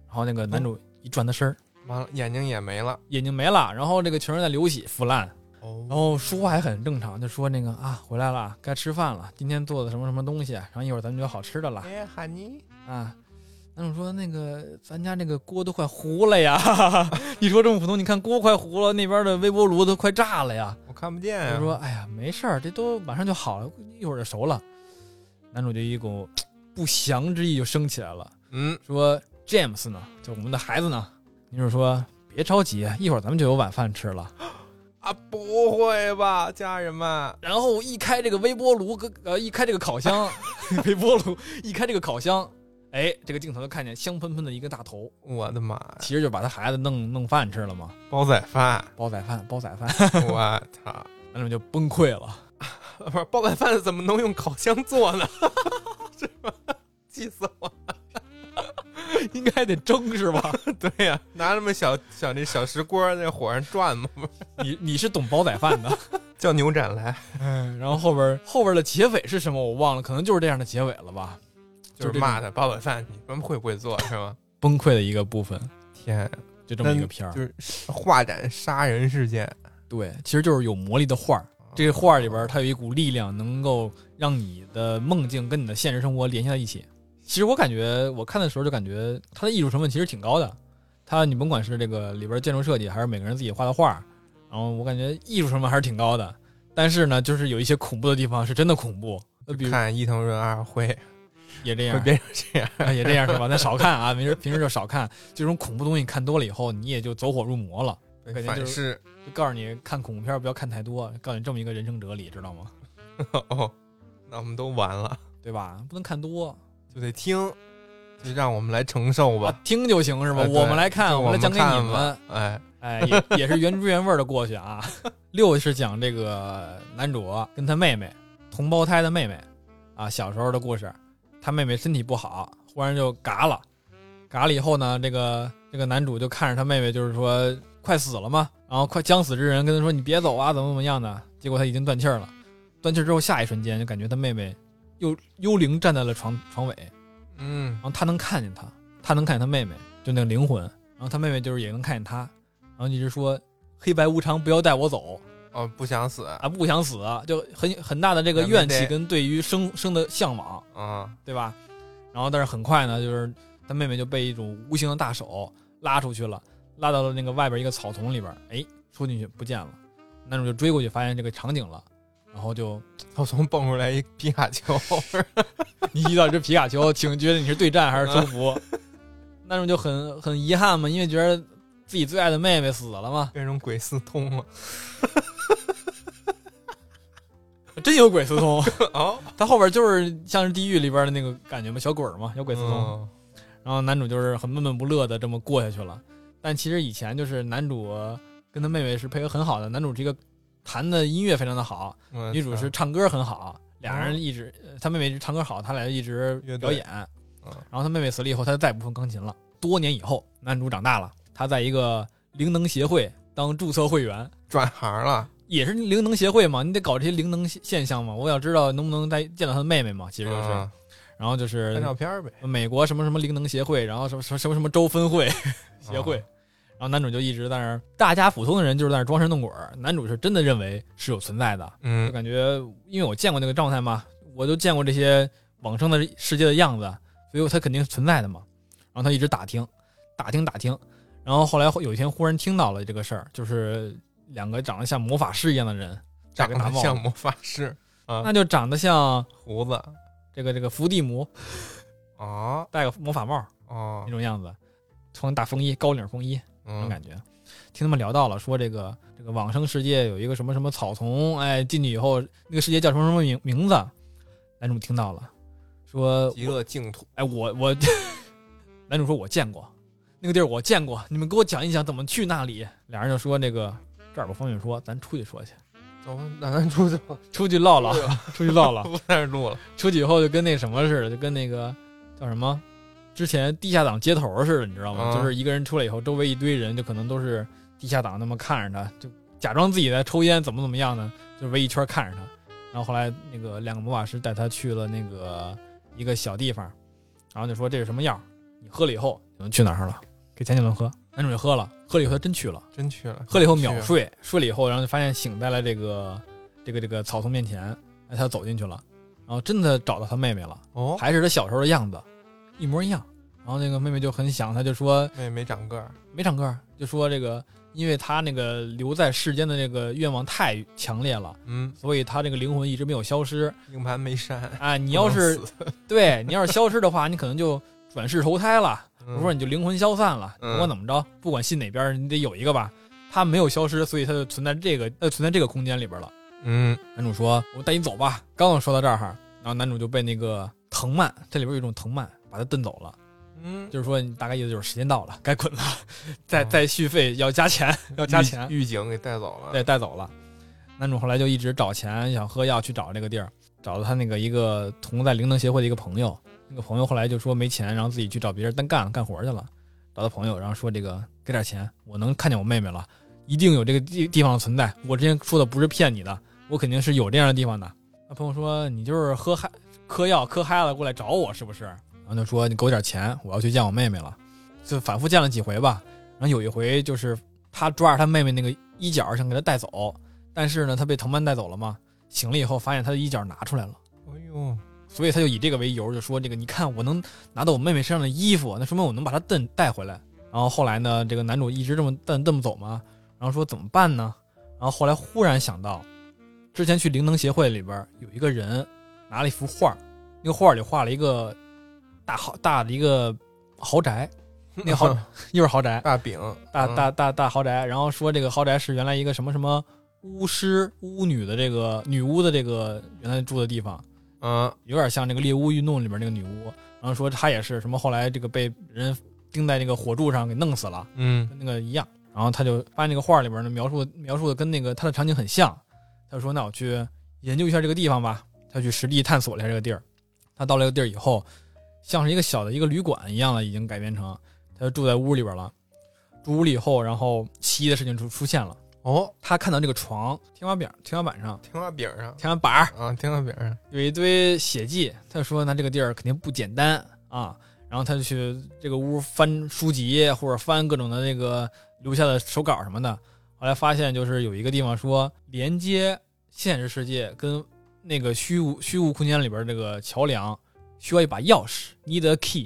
Speaker 2: 然后那个男主一转他身儿，
Speaker 1: 完了，眼睛也没了。
Speaker 2: 眼睛没了，然后这个全身在流血腐烂，然
Speaker 1: 哦，
Speaker 2: 后说话也很正常，就说那个啊，回来了，该吃饭了，今天做的什么什么东西，啊然后一会儿咱们有好吃的了
Speaker 1: 哎，喊你
Speaker 2: 啊。男主说那个咱家那个锅都快糊了呀， 你说这么普通，你看锅快糊了，那边的微波炉都快炸了呀。
Speaker 1: 我看不见啊
Speaker 2: 他
Speaker 1: 呀。
Speaker 2: 说哎呀，没事儿，这都马上就好了，一会儿就熟了。男主就一股不祥之意就升起来了，
Speaker 1: 嗯，
Speaker 2: 说 James 呢，就我们的孩子呢。女主说别着急，一会儿咱们就有晚饭吃了。
Speaker 1: 啊，不会吧，家人们？
Speaker 2: 然后一开这个微波炉，跟呃一开这个烤箱， 微波炉一开这个烤箱，哎，这个镜头就看见香喷喷的一个大头，
Speaker 1: 我的妈呀，
Speaker 2: 其实就把他孩子弄弄饭吃了嘛，
Speaker 1: 煲仔饭，
Speaker 2: 煲仔饭，煲仔饭，
Speaker 1: 我操！
Speaker 2: 男主就崩溃了。
Speaker 1: 不是煲仔饭怎么能用烤箱做呢？ 是吧？气死我！
Speaker 2: 应该得蒸是吧？
Speaker 1: 对呀、拿那么小小那小石锅在火上转嘛，
Speaker 2: 你你是懂煲仔饭的。
Speaker 1: 叫牛展来，
Speaker 2: 嗯，然后后边后边的结尾是什么我忘了，可能就是这样的结尾了吧，
Speaker 1: 就
Speaker 2: 这
Speaker 1: 是骂他煲仔饭，你们会不会做是吗？
Speaker 2: 崩溃的一个部分，
Speaker 1: 天，啊
Speaker 2: 就这么一个片儿。
Speaker 1: 就是画展杀人事件，
Speaker 2: 对，其实就是有魔力的画儿。
Speaker 1: 啊
Speaker 2: 这个画儿里边儿，它有一股力量，能够让你的梦境跟你的现实生活联系在一起。其实我感觉，我看的时候就感觉它的艺术成分其实挺高的。它你甭管是这个里边儿建筑设计，还是每个人自己画的画儿，然后我感觉艺术成分还是挺高的。但是呢，就是有一些恐怖的地方是真的恐怖，那比如
Speaker 1: 看伊藤润二会
Speaker 2: 也这
Speaker 1: 会
Speaker 2: 样，
Speaker 1: 变成这样，
Speaker 2: 啊 也这样是吧？咱少看啊，平时平时就少看这种恐怖东西，看多了以后你也就走火入魔了。
Speaker 1: 被
Speaker 2: 感觉就
Speaker 1: 反
Speaker 2: 是
Speaker 1: 噬。
Speaker 2: 就告诉你看恐怖片儿不要看太多，告诉你这么一个人生哲理，知道吗？
Speaker 1: 哦，那我们都完了，
Speaker 2: 对吧？不能看多，
Speaker 1: 就得听，就让我们来承受
Speaker 2: 我
Speaker 1: 吧。
Speaker 2: 听就行是吧？
Speaker 1: 哎对
Speaker 2: 啊我们来看，
Speaker 1: 就
Speaker 2: 我
Speaker 1: 我
Speaker 2: 们来讲给
Speaker 1: 看
Speaker 2: 你们
Speaker 1: 吧，。哎，
Speaker 2: 哎，也也是原汁原味的过去啊。六是讲这个男主跟他妹妹，同胞胎的妹妹啊，小时候的故事。他妹妹身体不好，忽然就嘎了，嘎了以后呢，这个这个男主就看着他妹妹，就是说快死了嘛，然后快将死之人跟他说你别走啊，怎么怎么样的。结果他已经断气儿了，断气儿之后下一瞬间就感觉他妹妹又幽灵站在了床床尾，
Speaker 1: 嗯
Speaker 2: 然，后他能看见他，他能看见他妹妹，就那个灵魂，然后他妹妹就是也能看见他，然后一直说黑白无常不要带我走
Speaker 1: 哦，不想死
Speaker 2: 啊，不想死，就很很大的这个
Speaker 1: 咱们
Speaker 2: 怨气
Speaker 1: 得
Speaker 2: 跟对于生生的向往，
Speaker 1: 啊，
Speaker 2: 对吧？然后但是很快呢，就是他妹妹就被一种无形的大手拉出去了，拉到了那个外边一个草丛里边，哎，冲进去不见了，男主就追过去，发现这个场景了。然后就
Speaker 1: 草丛蹦出来一皮卡 丘，
Speaker 2: 你遇到这皮卡丘，请觉得你是对战还是收 服？那种就很很遗憾嘛，因为觉得自己最爱的妹妹死了嘛，
Speaker 1: 变成鬼四通了。
Speaker 2: 真有鬼四 通。
Speaker 1: 哦，
Speaker 2: 他后边就是像是地狱里边的那个感觉嘛，小鬼儿嘛，小
Speaker 1: 鬼
Speaker 2: 鬼四通。然后男主就是很闷闷不乐的这么过下去了。但其实以前就是男主跟他妹妹是配合很好的，男主这个弹的音乐非常的好，
Speaker 1: 嗯，
Speaker 2: 女主是唱歌很好，俩人一直呃他妹妹唱歌好，他俩就一直
Speaker 1: 乐
Speaker 2: 表
Speaker 1: 队
Speaker 2: 演。
Speaker 1: 嗯
Speaker 2: 然后他妹妹死了以后，他就再也不碰钢琴了。多年以后，男主长大了，他在一个灵能协会当注册会员，
Speaker 1: 转行了。
Speaker 2: 也是灵能协会嘛，你得搞这些灵能现象嘛。我想知道能不能再见到他的妹妹嘛，其实就是。
Speaker 1: 嗯
Speaker 2: 然后就是
Speaker 1: 拍照片呗。
Speaker 2: 美国什么什么灵能协会，然后什么什么什么什么州分会协会，
Speaker 1: 啊
Speaker 2: 然后男主就一直在那儿，大家普通的人就是在那儿装神弄鬼儿，男主是真的认为是有存在的，就
Speaker 1: 嗯
Speaker 2: 感觉因为我见过那个状态嘛，我就见过这些往生的世界的样子，所以他肯定是存在的嘛。然后他一直打听，打听打听，然后后来有一天忽然听到了这个事儿，就是两个长得像魔法师一样的人，
Speaker 1: 长
Speaker 2: 大
Speaker 1: 得
Speaker 2: 帽子
Speaker 1: 像魔法师，
Speaker 2: 那就长得像
Speaker 1: 胡子
Speaker 2: 这个这个伏地魔，
Speaker 1: 啊
Speaker 2: 戴个魔法帽
Speaker 1: 哦
Speaker 2: 那，种样子，穿大风衣，高领风衣，那种
Speaker 1: 嗯
Speaker 2: 感觉。听他们聊到了，说这个这个往生世界有一个什么什么草丛，哎，进去以后那个世界叫什么什么名名字，男主听到了，说
Speaker 1: 极乐净土
Speaker 2: 哎我我， 男主说：“我见过那个地儿，我见过，你们给我讲一讲怎么去那里。”俩人就说：“那个这儿不方便说，咱出去说去，
Speaker 1: 走，咱咱出去吧，
Speaker 2: 出去唠唠，出去唠唠。
Speaker 1: 不在这录了。
Speaker 2: 出去以后就跟那什么似的，就跟那个叫什么之前地下党街头似的，你知道吗？
Speaker 1: 嗯
Speaker 2: 就是一个人出来以后，周围一堆人就可能都是地下党，那么看着他，就假装自己在抽烟，怎么怎么样呢？就围一圈看着他。然后后来那个两个魔法师带他去了那个一个小地方，然后就说这是什么药？你喝了以后你们去哪儿了？给钱景伦喝，男主就喝了，喝了以后他真去了。
Speaker 1: 真去了，
Speaker 2: 喝了以后
Speaker 1: 去
Speaker 2: 秒睡，睡了以后，然后就发现醒在了这个这个这个草丛面前，哎，他走进去了，然后真的找到他妹妹了，
Speaker 1: 哦，
Speaker 2: 还是他小时候的样子，一模一样。然后那个妹妹就很想他，就说
Speaker 1: 那也没长个儿，
Speaker 2: 没长个儿，就说这个，因为他那个留在世间的这个愿望太强烈了，
Speaker 1: 嗯，
Speaker 2: 所以他这个灵魂一直没有消失。
Speaker 1: 硬盘没删。
Speaker 2: 啊，你
Speaker 1: 你
Speaker 2: 要是对你要是消失的话，你可能就转世投胎了，
Speaker 1: 我
Speaker 2: 我说你就灵魂消散了，
Speaker 1: 嗯
Speaker 2: 不管怎么着，不管信哪边儿，你得有一个吧。他没有消失，所以他就存在这个呃存在这个空间里边了。
Speaker 1: 嗯，
Speaker 2: 男主说：“我带你走吧。”刚刚说到这儿哈，然后男主就被那个藤蔓，这里边有一种藤蔓把他蹬走了，
Speaker 1: 嗯，
Speaker 2: 就是说你大概意思就是时间到了，该滚了， 再
Speaker 1: 哦
Speaker 2: 再续费要加钱，要加钱。
Speaker 1: 狱警给带走了。
Speaker 2: 对，带走了。男主后来就一直找钱，想喝药去找这个地儿，找到他那个一个同在灵能协会的一个朋友，那个朋友后来就说没钱，然后自己去找别人单干干活去了，找到朋友，然后说这个给点钱，我能看见我妹妹了，一定有这个地地方存在，我之前说的不是骗你的，我肯定是有这样的地方的。那朋友说你就是喝嗨嗑药嗑嗨了过来找我是不是？然后就说你给我点钱，我要去见我妹妹了，就反复见了几回吧，然后有一回就是他抓着他妹妹那个衣角想给他带走，但是呢，他被藤蔓带走了嘛。醒了以后发现他的衣角拿出来了，
Speaker 1: 哎呦，
Speaker 2: 所以他就以这个为由，就说这个你看我能拿到我妹妹身上的衣服，那说明我能把她带带回来。然后后来呢，这个男主一直这么带这么走嘛，然后说怎么办呢？然后后来忽然想到，之前去灵能协会里边有一个人拿了一幅画，那个画里画了一个大豪大的一个豪宅，那个 豪又是豪宅，
Speaker 1: 大饼，
Speaker 2: 大
Speaker 1: 嗯
Speaker 2: 大大大豪宅，然后说这个豪宅是原来一个什么什么巫师巫女的这个女巫的这个原来住的地方，
Speaker 1: 嗯，
Speaker 2: 有点像这个猎巫运动里面那个女巫。然后说她也是什么后来这个被人钉在那个火柱上给弄死了，
Speaker 1: 嗯
Speaker 2: 跟那个一样。然后他就发现那个画里边呢描述描述的跟那个他的场景很像，他就说那我去研究一下这个地方吧，他去实地探索了一下这个地儿。他到了这个地儿以后，像是一个小的一个旅馆一样了，已经改编成，他就住在屋里边了。住屋里以后，然后奇异的事情出出现了，
Speaker 1: 哦，
Speaker 2: 他看到这个床天花板天花板上
Speaker 1: 天花饼上
Speaker 2: 天花板儿
Speaker 1: 啊，天花饼上，
Speaker 2: 有一堆血迹，他说那这个地儿肯定不简单啊。然后他就去这个屋翻书籍，或者翻各种的那个留下的手稿什么的。后来发现就是有一个地方说连接现实世界跟那个虚无虚无空间里边这个桥梁需要一把钥匙，need a key，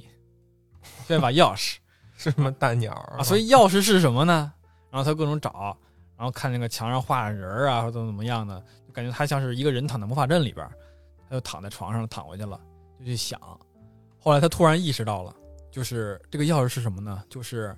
Speaker 2: 需要一把钥匙。
Speaker 1: 是什么大鸟
Speaker 2: 啊，所
Speaker 1: 以
Speaker 2: 以钥匙是什么呢？然后他各种找，然后看那个墙上画着人儿啊，或者怎么怎么样的，就感觉他像是一个人躺在魔法阵里边儿，他就躺在床上躺回去了，就去想。后来他突然意识到了，就是这个钥匙是什么呢？就是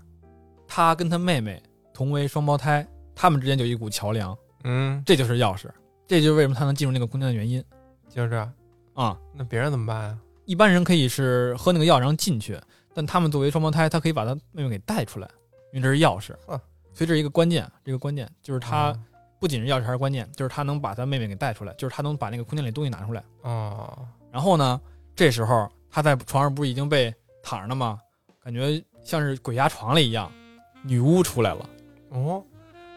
Speaker 2: 他跟他妹妹同为双胞胎，他们之间就有一股桥梁，
Speaker 1: 嗯，
Speaker 2: 这就是钥匙，这就是为什么他能进入那个空间的原因
Speaker 1: 接着，
Speaker 2: 啊、
Speaker 1: 那别人怎么办啊呀？
Speaker 2: 一般人可以是喝那个药然后进去，但他们作为双胞胎，他可以把他妹妹给带出来，因为这是钥匙
Speaker 1: 呵。
Speaker 2: 所以这是一个关键，这个关键就是他
Speaker 1: 嗯
Speaker 2: 不仅是钥匙还是关键，就是他能把他妹妹给带出来，就是他能把那个空间里东西拿出来。
Speaker 1: 哦，
Speaker 2: 然后呢，这时候他在床上不是已经被躺着呢吗？感觉像是鬼压床了一样，女巫出来了，
Speaker 1: 哦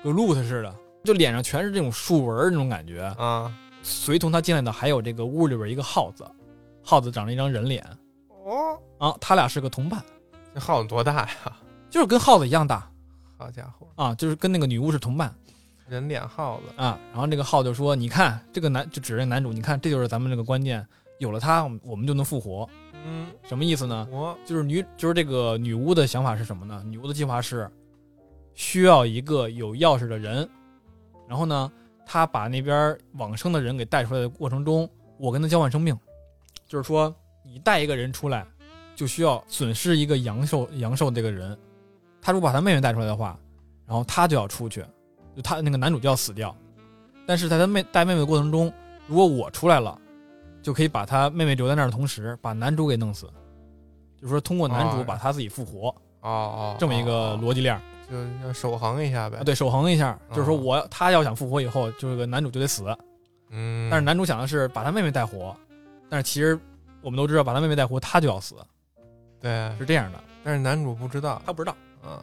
Speaker 2: 跟 loot 似的，就脸上全是这种竖纹儿那种感觉。
Speaker 1: 啊，
Speaker 2: 随同他进来的还有这个屋里边一个耗子，耗子长了一张人脸
Speaker 1: 哦，
Speaker 2: 啊，他俩是个同伴。
Speaker 1: 这耗子多大呀？
Speaker 2: 就是跟耗子一样大
Speaker 1: 好家伙，
Speaker 2: 啊，就是跟那个女巫是同伴
Speaker 1: 人脸耗子，
Speaker 2: 啊。然后这个耗就说：“你看这个男，就指着男主，你看这就是咱们这个关键，有了他，我们我们就能复活。
Speaker 1: 嗯，
Speaker 2: 什么意思呢？
Speaker 1: 我
Speaker 2: 就是女，就是这个女巫的想法是什么呢？女巫的计划是需要一个有钥匙的人，然后呢，她把那边往生的人给带出来的过程中，我跟他交换生命，就是说你带一个人出来，就需要损失一个阳寿阳寿这个人。他如果把他妹妹带出来的话，然后他就要出去，就他那个男主就要死掉。但是在他妹带妹妹的过程中，如果我出来了，就可以把他妹妹留在那儿的同时，把男主给弄死。就是说通过男主
Speaker 1: 哦
Speaker 2: 把他自己复活
Speaker 1: 哦哦，
Speaker 2: 这么一个
Speaker 1: 哦
Speaker 2: 逻辑链儿
Speaker 1: 就要守恒一下呗。
Speaker 2: 啊，，对，守恒一下，就是说
Speaker 1: 嗯
Speaker 2: 我他要想复活以后，就是个男主就得死，
Speaker 1: 嗯，
Speaker 2: 但是男主想的是把他妹妹带活，但是其实我们都知道把他妹妹带活他就要死，
Speaker 1: 对，
Speaker 2: 是这样的，
Speaker 1: 但是男主不知道，
Speaker 2: 他不知道，
Speaker 1: 嗯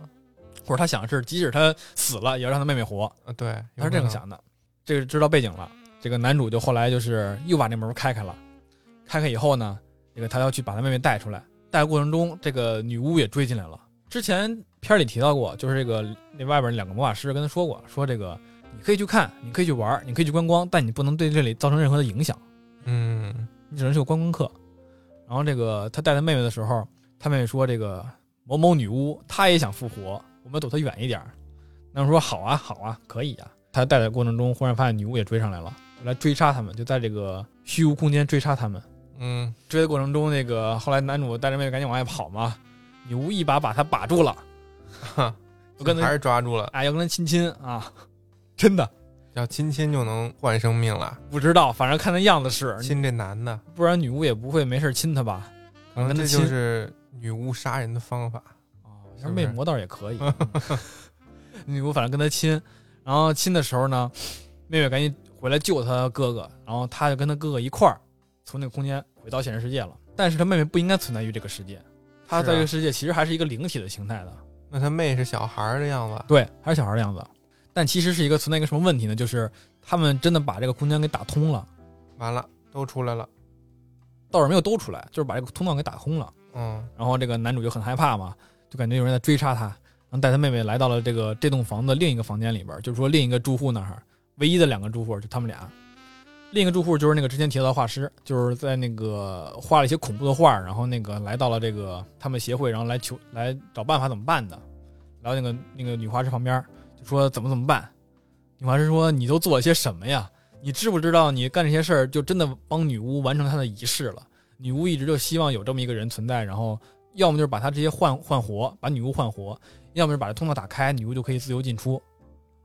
Speaker 2: 或者他想的是即使他死了也要让他妹妹活，
Speaker 1: 啊，对，
Speaker 2: 他是这
Speaker 1: 么
Speaker 2: 么，想的，这个知道背景了，这个男主就后来就是又把那门开开了，开开以后呢，这个他要去把他妹妹带出来，带的过程中这个女巫也追进来了。之前片儿里提到过，就是这个那外边两个魔法师跟他说过，说这个你可以去看，你可以去玩，你可以去观光，但你不能对这里造成任何的影响，
Speaker 1: 嗯
Speaker 2: 你只能是个观光客。然后这个他带他妹妹的时候，他妹妹说这个某某女巫她也想复活，我们躲她远一点儿。男主说好啊好啊，可以啊。他带的过程中，忽然发现女巫也追上来了，就来追杀他们，就在这个虚无空间追杀他们。
Speaker 1: 嗯，
Speaker 2: 追的过程中，那个后来男主带着妹妹赶紧往外跑嘛，女巫一把把他 把住了，
Speaker 1: 哈，
Speaker 2: 我跟他
Speaker 1: 还是抓住了，
Speaker 2: 哎要跟他亲亲啊，真的
Speaker 1: 要亲亲就能换生命了，
Speaker 2: 不知道，反正看那样子是，
Speaker 1: 亲这男的，
Speaker 2: 不然女巫也不会没事亲他吧？
Speaker 1: 可能
Speaker 2: 跟他
Speaker 1: 这
Speaker 2: 亲
Speaker 1: 就是女巫杀人的方法。
Speaker 2: 哦，
Speaker 1: 是
Speaker 2: 要
Speaker 1: 不
Speaker 2: 魅
Speaker 1: 是
Speaker 2: 魔倒是也可以。 嗯女巫反正跟他亲，然后亲的时候呢，妹妹赶紧回来救他哥哥，然后他就跟他哥哥一块儿从那个空间回到现实世界了。但是他妹妹不应该存在于这个世界，她
Speaker 1: 是
Speaker 2: 在这
Speaker 1: 啊
Speaker 2: 个世界其实还是一个灵体的形态的，
Speaker 1: 那他妹是小孩儿的样子，
Speaker 2: 对，还是小孩的样子。但其实是一个存在一个什么问题呢？就是他们真的把这个空间给打通了，
Speaker 1: 完了都出来了，
Speaker 2: 倒是没有兜出来，就是把这个通道给打通了。
Speaker 1: 嗯
Speaker 2: 然后这个男主就很害怕嘛，就感觉有人在追杀他，然后带他妹妹来到了这个这栋房子另一个房间里边儿，就是说另一个住户那儿，唯一的两个住户就他们俩，另一个住户就是那个之前提到的画师，就是在那个画了一些恐怖的画儿，然后那个来到了这个他们协会，然后来求来找办法怎么办的，然后那个那个女画师旁边儿就说怎么怎么办，女画师说你都做了些什么呀？你知不知道你干这些事儿就真的帮女巫完成她的仪式了？女巫一直就希望有这么一个人存在，然后要么就是把他直接换换活，把女巫换活，要么就是把这通道打开，女巫就可以自由进出。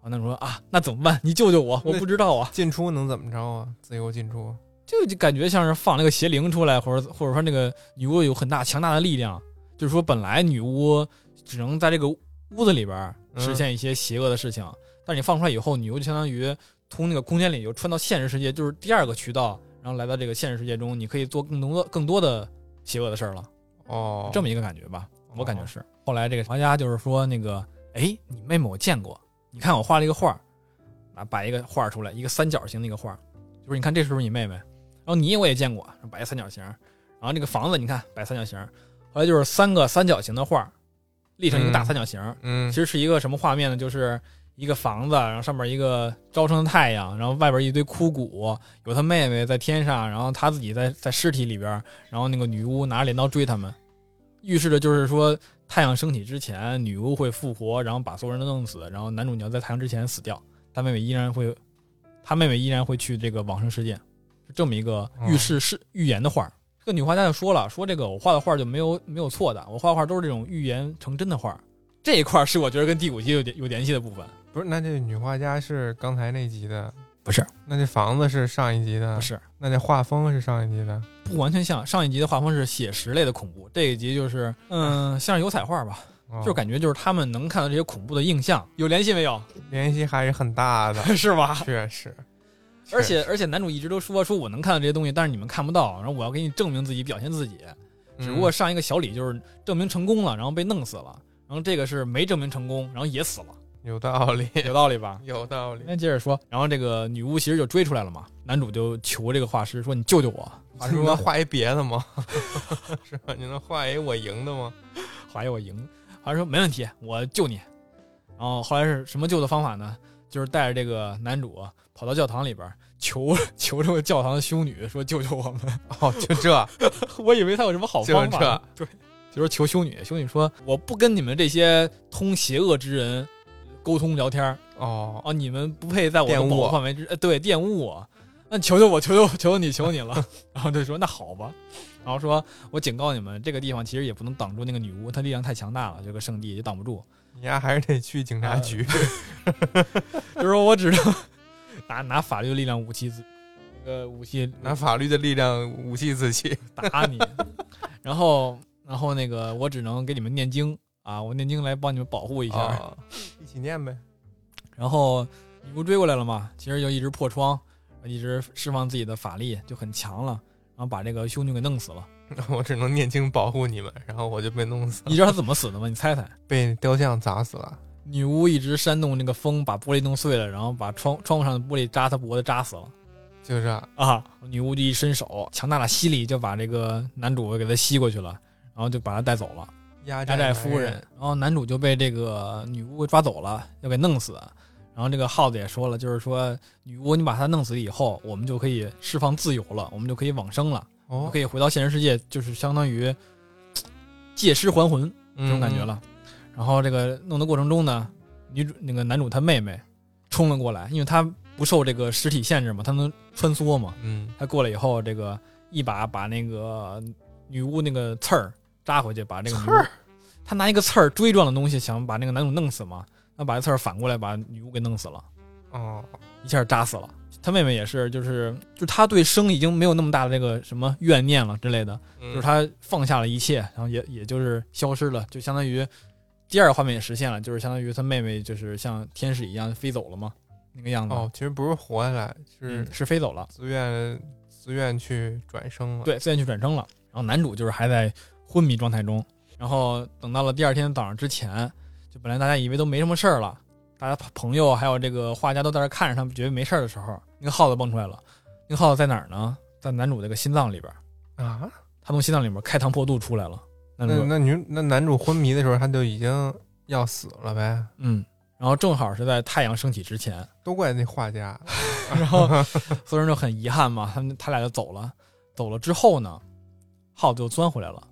Speaker 2: 啊，那主说啊，那怎么办？你救救我，我
Speaker 1: 那
Speaker 2: 不知道啊。
Speaker 1: 进出能怎么着啊？自由进出，
Speaker 2: 就就感觉像是放了个邪灵出来，或者或者说那个女巫有很大强大的力量，就是说本来女巫只能在这个屋子里边儿
Speaker 1: 嗯
Speaker 2: 实现一些邪恶的事情，但是你放出来以后，女巫就相当于从那个空间里又穿到现实世界，就是第二个渠道，然后来到这个现实世界中，你可以做更多更多的邪恶的事儿了，
Speaker 1: 哦，
Speaker 2: 这
Speaker 1: 么
Speaker 2: 么一个感觉吧，我
Speaker 1: 哦
Speaker 2: 感觉是。后来这个画家就是说那个，哎，你妹妹我见过，你看我画了一个画儿，啊，摆一个画儿出来，一个三角形的一个画儿，就是你看这是不是你妹妹？然后你我也见过，摆一三角形，然后这个房子你看摆三角形，后来就是三个三角形的画儿立成一个大
Speaker 1: 嗯
Speaker 2: 三角形，
Speaker 1: 嗯
Speaker 2: 其实是一个什么画面呢？就是一个房子，然后上面一个朝升的太阳，然后外边一堆枯骨，有他妹妹在天上，然后他自己在在尸体里边，然后那个女巫拿着镰刀追他们，预示着就是说太阳升起之前，女巫会复活，然后把所有人都弄死，然后男主角在太阳之前死掉，他妹妹依然会，他妹妹依然会去这个往生世界，是这么一个预示是预言的画儿。这个女画家就说了，说这个我画的画就没有没有错的，我画的画都是这种预言成真的画儿。这一块儿是我觉得跟第五集有点有联系的部分，
Speaker 1: 不是，那这女画家是刚才那集的，
Speaker 2: 不是？
Speaker 1: 那这房子是上一集的，
Speaker 2: 不是
Speaker 1: 那这画风是上一集的，
Speaker 2: 不完全像上一集的画风是写实类的恐怖，这一集就是嗯像是油彩画吧，
Speaker 1: 哦
Speaker 2: 就是感觉就是他们能看到这些恐怖的印象，有联系没有？
Speaker 1: 联系还是很大的，
Speaker 2: 是吧？
Speaker 1: 确实。
Speaker 2: 而且而且男主一直都说说我能看到这些东西，但是你们看不到，然后我要给你证明自己，表现自己。
Speaker 1: 嗯
Speaker 2: 只不过上一个小李就是证明成功了，然后被弄死了，然后这个是没证明成功，然后也死了，
Speaker 1: 有道理，
Speaker 2: 有道理吧？
Speaker 1: 有道理。
Speaker 2: 那接着说，然后这个女巫其实就追出来了嘛，男主就求这个画师说：“你救救我。”画师
Speaker 1: 你能
Speaker 2: 说
Speaker 1: 画一别的吗？ 是吧？你能画一我赢的吗？：“
Speaker 2: 怀疑我赢。”画师说：“没问题，我救你。”然后后来是什么救的方法呢？就是带着这个男主跑到教堂里边求 求这个教堂的修女说：“救救我们
Speaker 1: 哦，就这，！”
Speaker 2: 我以为他有什么好
Speaker 1: 就
Speaker 2: 方法，
Speaker 1: 这，
Speaker 2: 就说求修女。修女说：“我不跟你们这些通邪恶之人沟通聊天儿，
Speaker 1: 哦，
Speaker 2: 哦，你们不配在我的
Speaker 1: 玷污
Speaker 2: 保护
Speaker 1: 我
Speaker 2: 范围之，呃，对，玷污我，那求求我，求求我，求求你，求求你了。然后就说那好吧，然后说我警告你们，这个地方其实也不能挡住那个女巫，她力量太强大了，这个圣地也挡不住。
Speaker 1: 你丫还是得去警察局。
Speaker 2: 哎就是说我只能 拿拿法律力量武器自，呃，武器
Speaker 1: 拿法律的力量武器自己。
Speaker 2: 打你。然后然后那个我只能给你们念经啊，我念经来帮你们保护一下。
Speaker 1: 啊，一起念呗。
Speaker 2: 然后你不追过来了吗？其实就一直破窗，一直释放自己的法力，就很强了，然后把这个凶军给弄死了。
Speaker 1: 我只能念经保护你们，然后我就被弄死了，
Speaker 2: 你知道他怎么死的吗？你猜猜。
Speaker 1: 被雕像砸死了。
Speaker 2: 女巫一直煽动那个风，把玻璃弄碎了，然后把窗窗户上的玻璃扎他脖子扎死了
Speaker 1: 就是啊
Speaker 2: 啊！女巫就一伸手，强大的吸力就把这个男主给他吸过去了，然后就把他带走了。
Speaker 1: 压
Speaker 2: 压
Speaker 1: 寨
Speaker 2: 寨
Speaker 1: 男
Speaker 2: 夫人，哎然后男主就被这个女巫抓走了，要给弄死。然后这个耗子也说了，就是说女巫你把她弄死以后，我们就可以释放自由了，我们就可以往生了，我
Speaker 1: 哦
Speaker 2: 们，可以回到现实世界，就是相当于嘖借尸还魂这
Speaker 1: 这
Speaker 2: 种感觉。了。然后这个弄的过程中呢，女主那个男主他妹妹冲了过来，因为他不受这个实体限制嘛，他能穿梭嘛。
Speaker 1: 嗯，
Speaker 2: 他过来以后，这个一把把那个女巫那个刺儿扎回去，把那个女
Speaker 1: 刺儿
Speaker 2: 巫，他拿一个刺儿锥状的东西想把那个男主弄死嘛，那把刺儿反过来把女巫给弄死了，
Speaker 1: 哦，
Speaker 2: 一下扎死了。他妹妹也是，就是就是他对生已经没有那么大的这个什么怨念了之类的，
Speaker 1: 就
Speaker 2: 就是，他放下了一切，然后也也就是消失了，就相当于第二个画面也实现了，就是相当于他妹妹就是像天使一样飞走了嘛，那个样子，
Speaker 1: 哦，其实不是活下来，是
Speaker 2: 嗯，是飞走了。
Speaker 1: 自愿自愿去转生了。，
Speaker 2: 对，自愿去转生了。然后男主就是还在昏迷状态中，然后等到了第二天早上之前，就本来大家以为都没什么事儿了，大家朋友还有这个画家都在这儿看着他们，觉得没事儿的时候，那个耗子蹦出来了。那个耗子在哪儿呢？在男主这个心脏里边儿，
Speaker 1: 啊，
Speaker 2: 他从心脏里边儿开膛破肚出来了。
Speaker 1: 嗯
Speaker 2: 男
Speaker 1: 那
Speaker 2: 主，
Speaker 1: 那女那男主昏迷的时候，他就已经要死了呗。
Speaker 2: 嗯，然后正好是在太阳升起之前，
Speaker 1: 都怪那画家，
Speaker 2: 然后所有人就很遗憾嘛，他们他俩就走了。走了之后呢，耗子就钻回来了。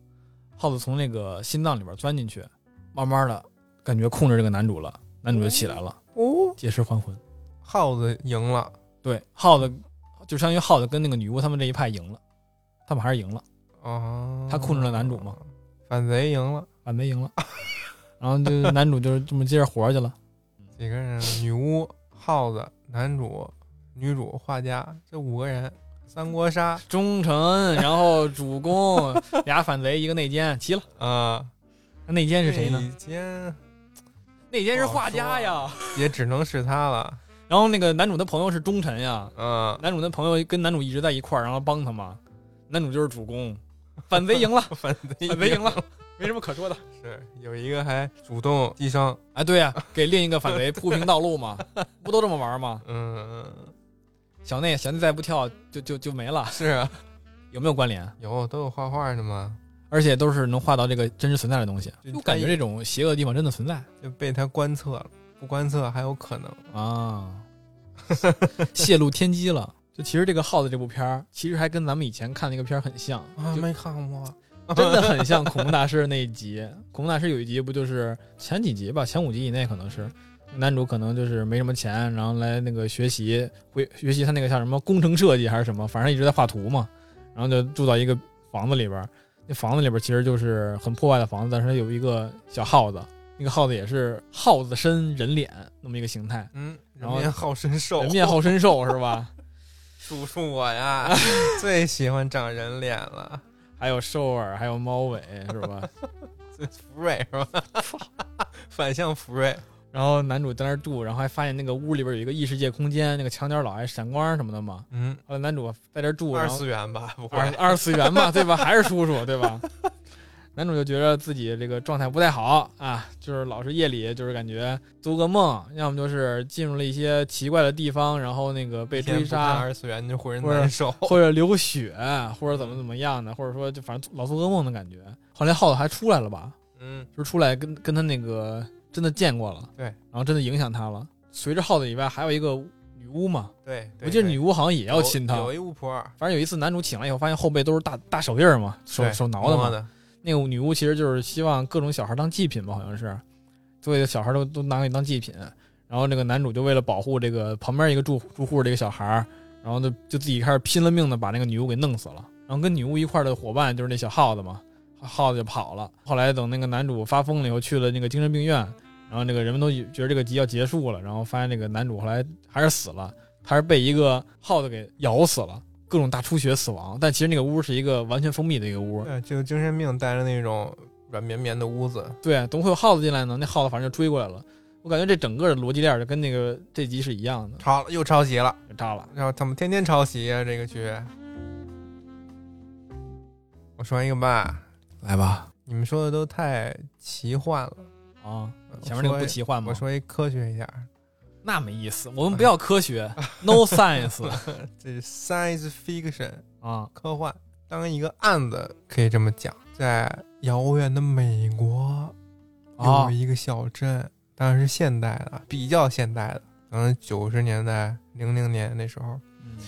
Speaker 2: 耗子从那个心脏里边钻进去，慢慢的感觉控制这个男主了，男主就起来了，
Speaker 1: 哦，
Speaker 2: 借尸还魂。
Speaker 1: 耗子赢了，
Speaker 2: 对，耗子就相当于耗子跟那个女巫他们这一派赢了，他们还是赢了，
Speaker 1: 哦，
Speaker 2: 他控制了男主嘛，
Speaker 1: 反贼赢了，
Speaker 2: 反贼赢了。然 后就男主就是这么接着活去了。
Speaker 1: 几个人？女巫、耗子、男主、女主、画家，这五个人，三国杀
Speaker 2: 忠臣，然后主公俩反贼，一个内奸，齐了。
Speaker 1: 啊。
Speaker 2: 那内奸是谁呢？
Speaker 1: 内奸
Speaker 2: 内奸是
Speaker 1: 不好
Speaker 2: 画家
Speaker 1: 说
Speaker 2: 呀。
Speaker 1: 也只能是他了。
Speaker 2: 然后那个男主的朋友是忠臣呀，
Speaker 1: 嗯，
Speaker 2: 男主的朋友跟男主一直在一块儿，然后帮他嘛。男主就是主公，反贼赢了，
Speaker 1: 反贼
Speaker 2: 反贼赢了， 没什么可说的。
Speaker 1: 是有一个还主动牺牲，
Speaker 2: 哎，对呀、给另一个反贼铺平道路嘛，不都这么玩吗？
Speaker 1: 嗯，
Speaker 2: 小内，小内再不跳就就就没了，
Speaker 1: 是啊，
Speaker 2: 有没有关联？
Speaker 1: 有都有画画的嘛，
Speaker 2: 而且都是能画到这个真实存在的东西，
Speaker 1: 就
Speaker 2: 就感觉这种邪恶的地方真的存在
Speaker 1: 就被他观测了，不观测还有可能。
Speaker 2: 啊， 泄露天机了。就其实这个耗子这部片儿，其实还跟咱们以前看那个片儿很像，
Speaker 1: 啊，
Speaker 2: 就
Speaker 1: 没看过，
Speaker 2: 真的很像恐龙大师那一集。 恐龙大师有一集不就是前几集吧，前五集以内可能是男主可能就是没什么钱，然后来那个学习，会学习他那个叫什么工程设计还是什么，反正一直在画图嘛。然后就住到一个房子里边儿，那房子里边儿其实就是很破败的房子，但是它有一个小耗子，那个耗子也是耗子身人脸那么一个形态，
Speaker 1: 嗯，人
Speaker 2: 然后
Speaker 1: 面好身兽，
Speaker 2: 人面好身兽是吧？
Speaker 1: 叔叔我呀，最喜欢长人脸了，
Speaker 2: 还有兽耳，还有猫尾是吧？
Speaker 1: 最福瑞是吧？ 反向福瑞，
Speaker 2: 然后男主在那儿住，然后还发现那个屋里边有一个异世界空间，那个墙角老爱闪光什么的嘛。
Speaker 1: 嗯，
Speaker 2: 后来男主在这儿住，
Speaker 1: 二
Speaker 2: 然后
Speaker 1: 次元吧，不
Speaker 2: 二
Speaker 1: 会，
Speaker 2: 二次元嘛，对吧？还是叔叔，对吧？ 男主就觉得自己这个状态不太好啊，就是老是夜里就是感觉做噩梦，要么就是进入了一些奇怪的地方，然后那个被
Speaker 1: 一天
Speaker 2: 追
Speaker 1: 不看
Speaker 2: 杀，
Speaker 1: 二次元就浑身
Speaker 2: 或者
Speaker 1: 难受。
Speaker 2: 或者流血，或者怎么怎么样的，或者说就反正老做噩梦的感觉。后来耗子还出来了吧？
Speaker 1: 嗯，
Speaker 2: 就是出来跟跟他那个真的见过了，
Speaker 1: 对
Speaker 2: 然后真的影响他了。随着耗子以外，还有一个女巫嘛，
Speaker 1: 对，对
Speaker 2: 我记得
Speaker 1: 对
Speaker 2: 女巫好像也要
Speaker 1: 有
Speaker 2: 亲他。
Speaker 1: 有一巫婆
Speaker 2: 反正有一次男主请来以后，发现后背都是大大手印儿嘛，手
Speaker 1: 对
Speaker 2: 手挠的
Speaker 1: 摸
Speaker 2: 嘛。
Speaker 1: 的，
Speaker 2: 那个女巫其实就是希望各种小孩当祭品吧，好像是，所有的小孩都都拿给当祭品。然后这个男主就为了保护这个旁边一个住住户这个小孩儿，然后就就自己开始拼了命的把那个女巫给弄死了。然后跟女巫一块儿的伙伴就是那小耗子嘛，耗子就跑了。后来等那个男主发疯了以后，去了那个精神病院，然后那个人们都以觉得这个集要结束了，然后发现这个男主后来还是死了，他是被一个耗子给咬死了。各种大出血死亡，但其实那个屋是一个完全封闭的一个屋。
Speaker 1: 对，就精神病带着那种软绵绵的屋子，
Speaker 2: 对，啊怎么会有耗子进来呢？那耗子反正就追过来了。我感觉这整个的逻辑链儿就跟那个这集是一样的，
Speaker 1: 抄又抄袭了，
Speaker 2: 就炸了。
Speaker 1: 然后他们天天抄袭啊，这个剧。我说一个吧，
Speaker 2: 来吧，
Speaker 1: 你们说的都太奇幻了，
Speaker 2: 啊，
Speaker 1: 我
Speaker 2: 前面那个
Speaker 1: 说
Speaker 2: 不
Speaker 1: 一
Speaker 2: 奇幻吗
Speaker 1: 我？说一科学一点儿，
Speaker 2: 那没意思，我们不要科学，no science
Speaker 1: 这是 science fiction
Speaker 2: 啊，
Speaker 1: 科幻。当一个案子可以这么讲，在遥远的美国 有
Speaker 2: 啊
Speaker 1: 一个小镇，当然是现代的，比较现代的，当然九十年代、零零年那时候，
Speaker 2: 嗯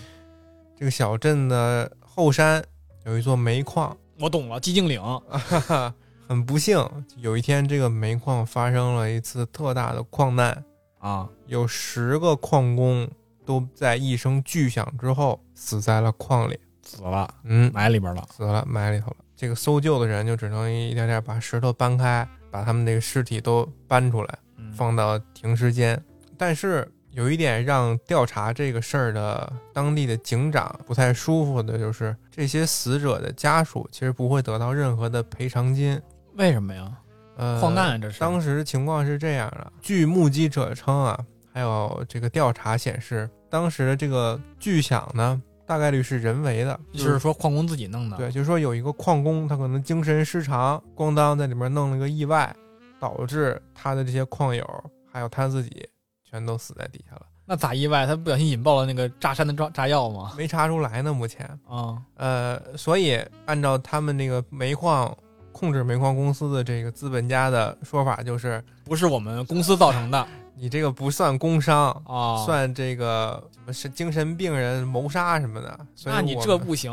Speaker 1: 这个小镇的后山有一座煤矿，
Speaker 2: 我懂了，寂静 岭
Speaker 1: 哈哈，很不幸，有一天这个煤矿发生了一次特大的矿难，
Speaker 2: 啊，
Speaker 1: 有十个矿工都在一声巨响之后死在了矿里，
Speaker 2: 死了，
Speaker 1: 嗯，
Speaker 2: 埋里边了，
Speaker 1: 死了，埋里头了。这个搜救的人就只能一点点把石头搬开，把他们这个尸体都搬出来，
Speaker 2: 嗯
Speaker 1: 放到停尸间。但是有一点让调查这个事儿的当地的警长不太舒服的就是，这些死者的家属其实不会得到任何的赔偿金。
Speaker 2: 为什么呀？
Speaker 1: 呃，
Speaker 2: 矿难啊这是
Speaker 1: 当时情况是这样的，据目击者称啊，还有这个调查显示，当时的这个巨响呢，大概率是人为的，
Speaker 2: 就是说矿工自己弄的，
Speaker 1: 对，就是说有一个矿工，他可能精神失常，咣当在里面弄了个意外，导致他的这些矿友还有他自己全都死在底 下了，
Speaker 2: 那咋意外？他不小心引爆了那个炸山的炸炸药吗？
Speaker 1: 没查出来呢。目前，
Speaker 2: 啊，
Speaker 1: 呃，所以按照他们那个煤矿控制煤矿公司的这个资本家的说法，就是
Speaker 2: 不是我们公司造 成的
Speaker 1: 你这个不算工伤。
Speaker 2: 啊，
Speaker 1: 算这个什么是精神病人谋杀什么的，所以
Speaker 2: 那你
Speaker 1: 我
Speaker 2: 这
Speaker 1: 们
Speaker 2: 不行，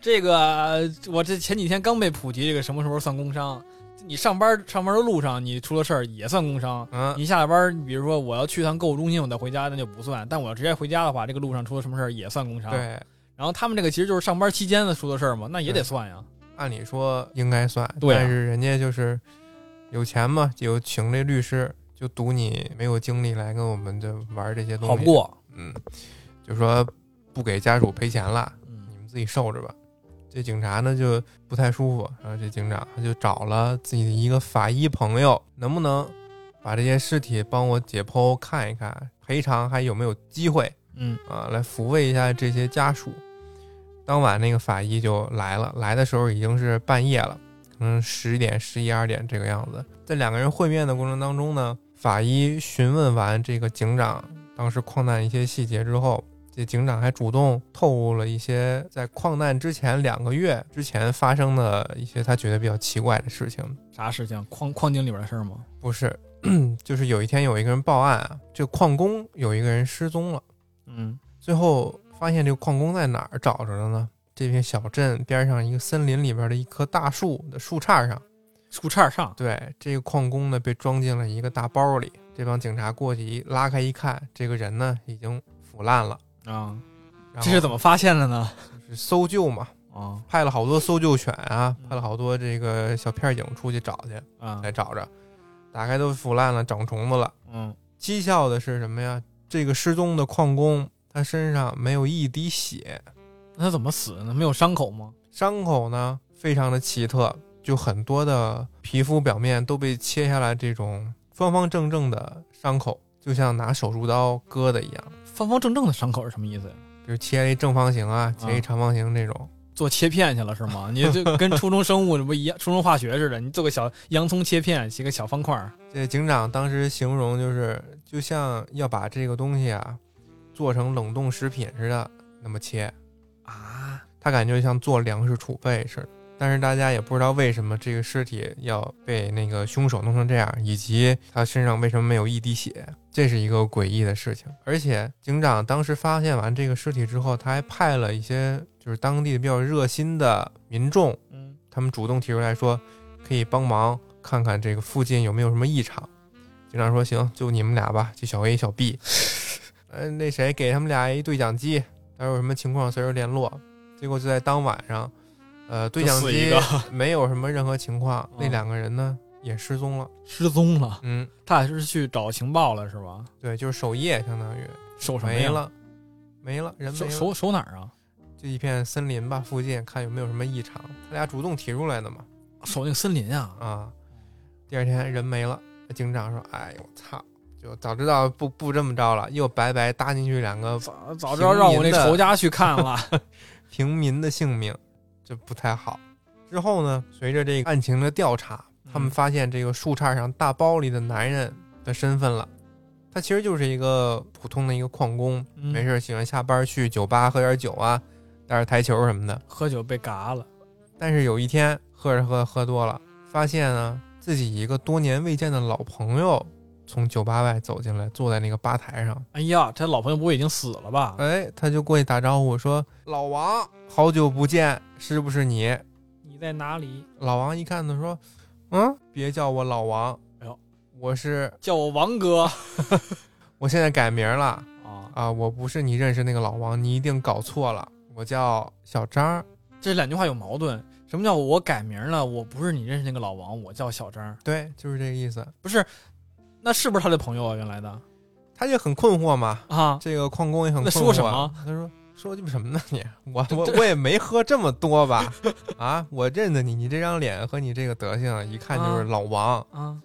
Speaker 2: 这个我这前几天刚被普及这个什么时候算工伤。你上班上班的路上你出了事儿也算工伤，
Speaker 1: 嗯
Speaker 2: 你下了班儿，比如说我要去趟购物中心，我再回家那就不算。但我要直接回家的话，这个路上出了什么事儿也算工伤。。
Speaker 1: 对，
Speaker 2: 然后他们这个其实就是上班期间的出的事儿嘛，那也
Speaker 1: 对
Speaker 2: 得算呀。
Speaker 1: 按理说应该算，
Speaker 2: 对啊
Speaker 1: 但是人家就是有钱嘛，有请这律师，就赌你没有精力来跟我们这玩这些东西，
Speaker 2: 好不，过，
Speaker 1: 嗯，就说不给家属赔钱了，
Speaker 2: 嗯
Speaker 1: 你们自己受着吧。这警察呢就不太舒服，然后这警长他就找了自己的一个法医朋友，能不能把这些尸体帮我解剖看一看，赔偿还有没有机会？
Speaker 2: 嗯
Speaker 1: 啊，来抚慰一下这些家属。当晚那个法医就来了，来的时候已经是半夜了，可能十点、十一二点这个样子。在两个人会面的过程当中呢，法医询问完这个警长当时矿难一些细节之后，这警长还主动透露了一些在矿难之前两个月之前发生的一些他觉得比较奇怪的事情。
Speaker 2: 啥事情？矿矿井里边的事儿吗？
Speaker 1: 不是， 就是有一天有一个人报案啊，这矿工有一个人失踪了。
Speaker 2: 嗯
Speaker 1: 最后发现这个矿工在哪儿找着的呢？这片小镇边上一个森林里边的一棵大树的树杈上。
Speaker 2: 树杈上
Speaker 1: 对，这个矿工呢被装进了一个大包里。这帮警察过去一拉开一看，这个人呢已经腐烂了。
Speaker 2: 啊，
Speaker 1: 然后哦
Speaker 2: 这是怎么发现的呢？
Speaker 1: 就是搜救嘛？
Speaker 2: 啊
Speaker 1: 派了好多搜救犬啊
Speaker 2: 嗯，
Speaker 1: 派了好多这个小片警出去找去，
Speaker 2: 啊
Speaker 1: 来找着，打开都腐烂了，长虫子了。
Speaker 2: 嗯，
Speaker 1: 蹊跷的是什么呀？这个失踪的矿工他身上没有一滴血，
Speaker 2: 那他怎么死的呢？没有伤口吗？
Speaker 1: 伤口呢非常的奇特，就很多的皮肤表面都被切下来这种方方正正的伤口，就像拿手术刀割的一样，
Speaker 2: 方方正正的伤口是什么意思呀？
Speaker 1: 比如切一正方形啊，
Speaker 2: 嗯
Speaker 1: 切一长方形这种。
Speaker 2: 做切片去了是吗？你这跟初中生物这不一样，初 中化学似的，你做个小洋葱切片，写个小方块儿，
Speaker 1: 这警长当时形容就是，就像要把这个东西啊做成冷冻食品似的那么切啊，他感觉像做粮食储备似的。但是大家也不知道为什么这个尸体要被那个凶手弄成这样，以及他身上为什么没有一滴血，这是一个诡异的事情。而且警长当时发现完这个尸体之后，他还派了一些就是当地比较热心的民众
Speaker 2: 嗯
Speaker 1: 他们主动提出来说，可以帮忙看看这个附近有没有什么异常。警长说：“行，就你们俩吧，就小 A、小 B。呃，那谁给他们俩一对讲机，他说有什么情况随时联络。”结果就在当晚上，呃，对讲
Speaker 2: 就死
Speaker 1: 机
Speaker 2: 一个
Speaker 1: 没有什么任何情况，那
Speaker 2: 嗯
Speaker 1: 两个人呢也失踪了。
Speaker 2: 失踪了。
Speaker 1: 嗯，
Speaker 2: 他俩是去找情报了是吧？
Speaker 1: 对，就是守夜，相当于
Speaker 2: 手什么
Speaker 1: 没
Speaker 2: 呀？
Speaker 1: 了，没了，人没
Speaker 2: 手
Speaker 1: 了。
Speaker 2: 手手哪儿啊？
Speaker 1: 就一片森林吧附近看有没有什么异常。他俩主动提出来的嘛，
Speaker 2: 守那个森林啊，
Speaker 1: 啊，第二天人没了，警长说：“哎呦，操！就早知道不不这么着了，又白白搭进去两个
Speaker 2: 早早知道让我那仇家去看了，
Speaker 1: 平民的性命，这不太好。”之后呢，随着这个案情的调查，他
Speaker 2: 嗯
Speaker 1: 们发现这个树杈上大包里的男人的身份了。他其实就是一个普通的一个矿工，
Speaker 2: 嗯
Speaker 1: 没事儿喜欢下班去酒吧喝点酒啊，打打台球什么的。
Speaker 2: 喝酒被嘎了，
Speaker 1: 但是有一天喝着喝喝多了，发现呢自己一个多年未见的老朋友从酒吧外走进来，坐在那个吧台上。
Speaker 2: 哎呀，这老朋友不会已经死了吧？
Speaker 1: 哎，他就过去打招呼说：“老王，好久不见，是不是你
Speaker 2: 你在哪里？？”
Speaker 1: 老王一看他说：“嗯，别叫我老王，
Speaker 2: 哎呦
Speaker 1: 我是
Speaker 2: 叫我王哥
Speaker 1: 我现在改名了
Speaker 2: 啊！
Speaker 1: 啊，我不是你认识那个老王，你一定搞错了，我叫小张。
Speaker 2: 这两句话有矛盾。什么叫我改名了？我不是你认识那个老王，我叫小张。
Speaker 1: 对，就是这个意思。
Speaker 2: 不是，那是不是他的朋友啊？原来的
Speaker 1: 他就很困惑嘛，
Speaker 2: 啊，
Speaker 1: 这个矿工也很
Speaker 2: 那
Speaker 1: 困惑。
Speaker 2: 说什么？
Speaker 1: 他说：“说鸡巴什么呢你？ 我我
Speaker 2: 这
Speaker 1: 我也没喝这么多吧？啊，我认得你，你这张脸和你这个德行，一看就是
Speaker 2: 啊
Speaker 1: 老王。
Speaker 2: 啊，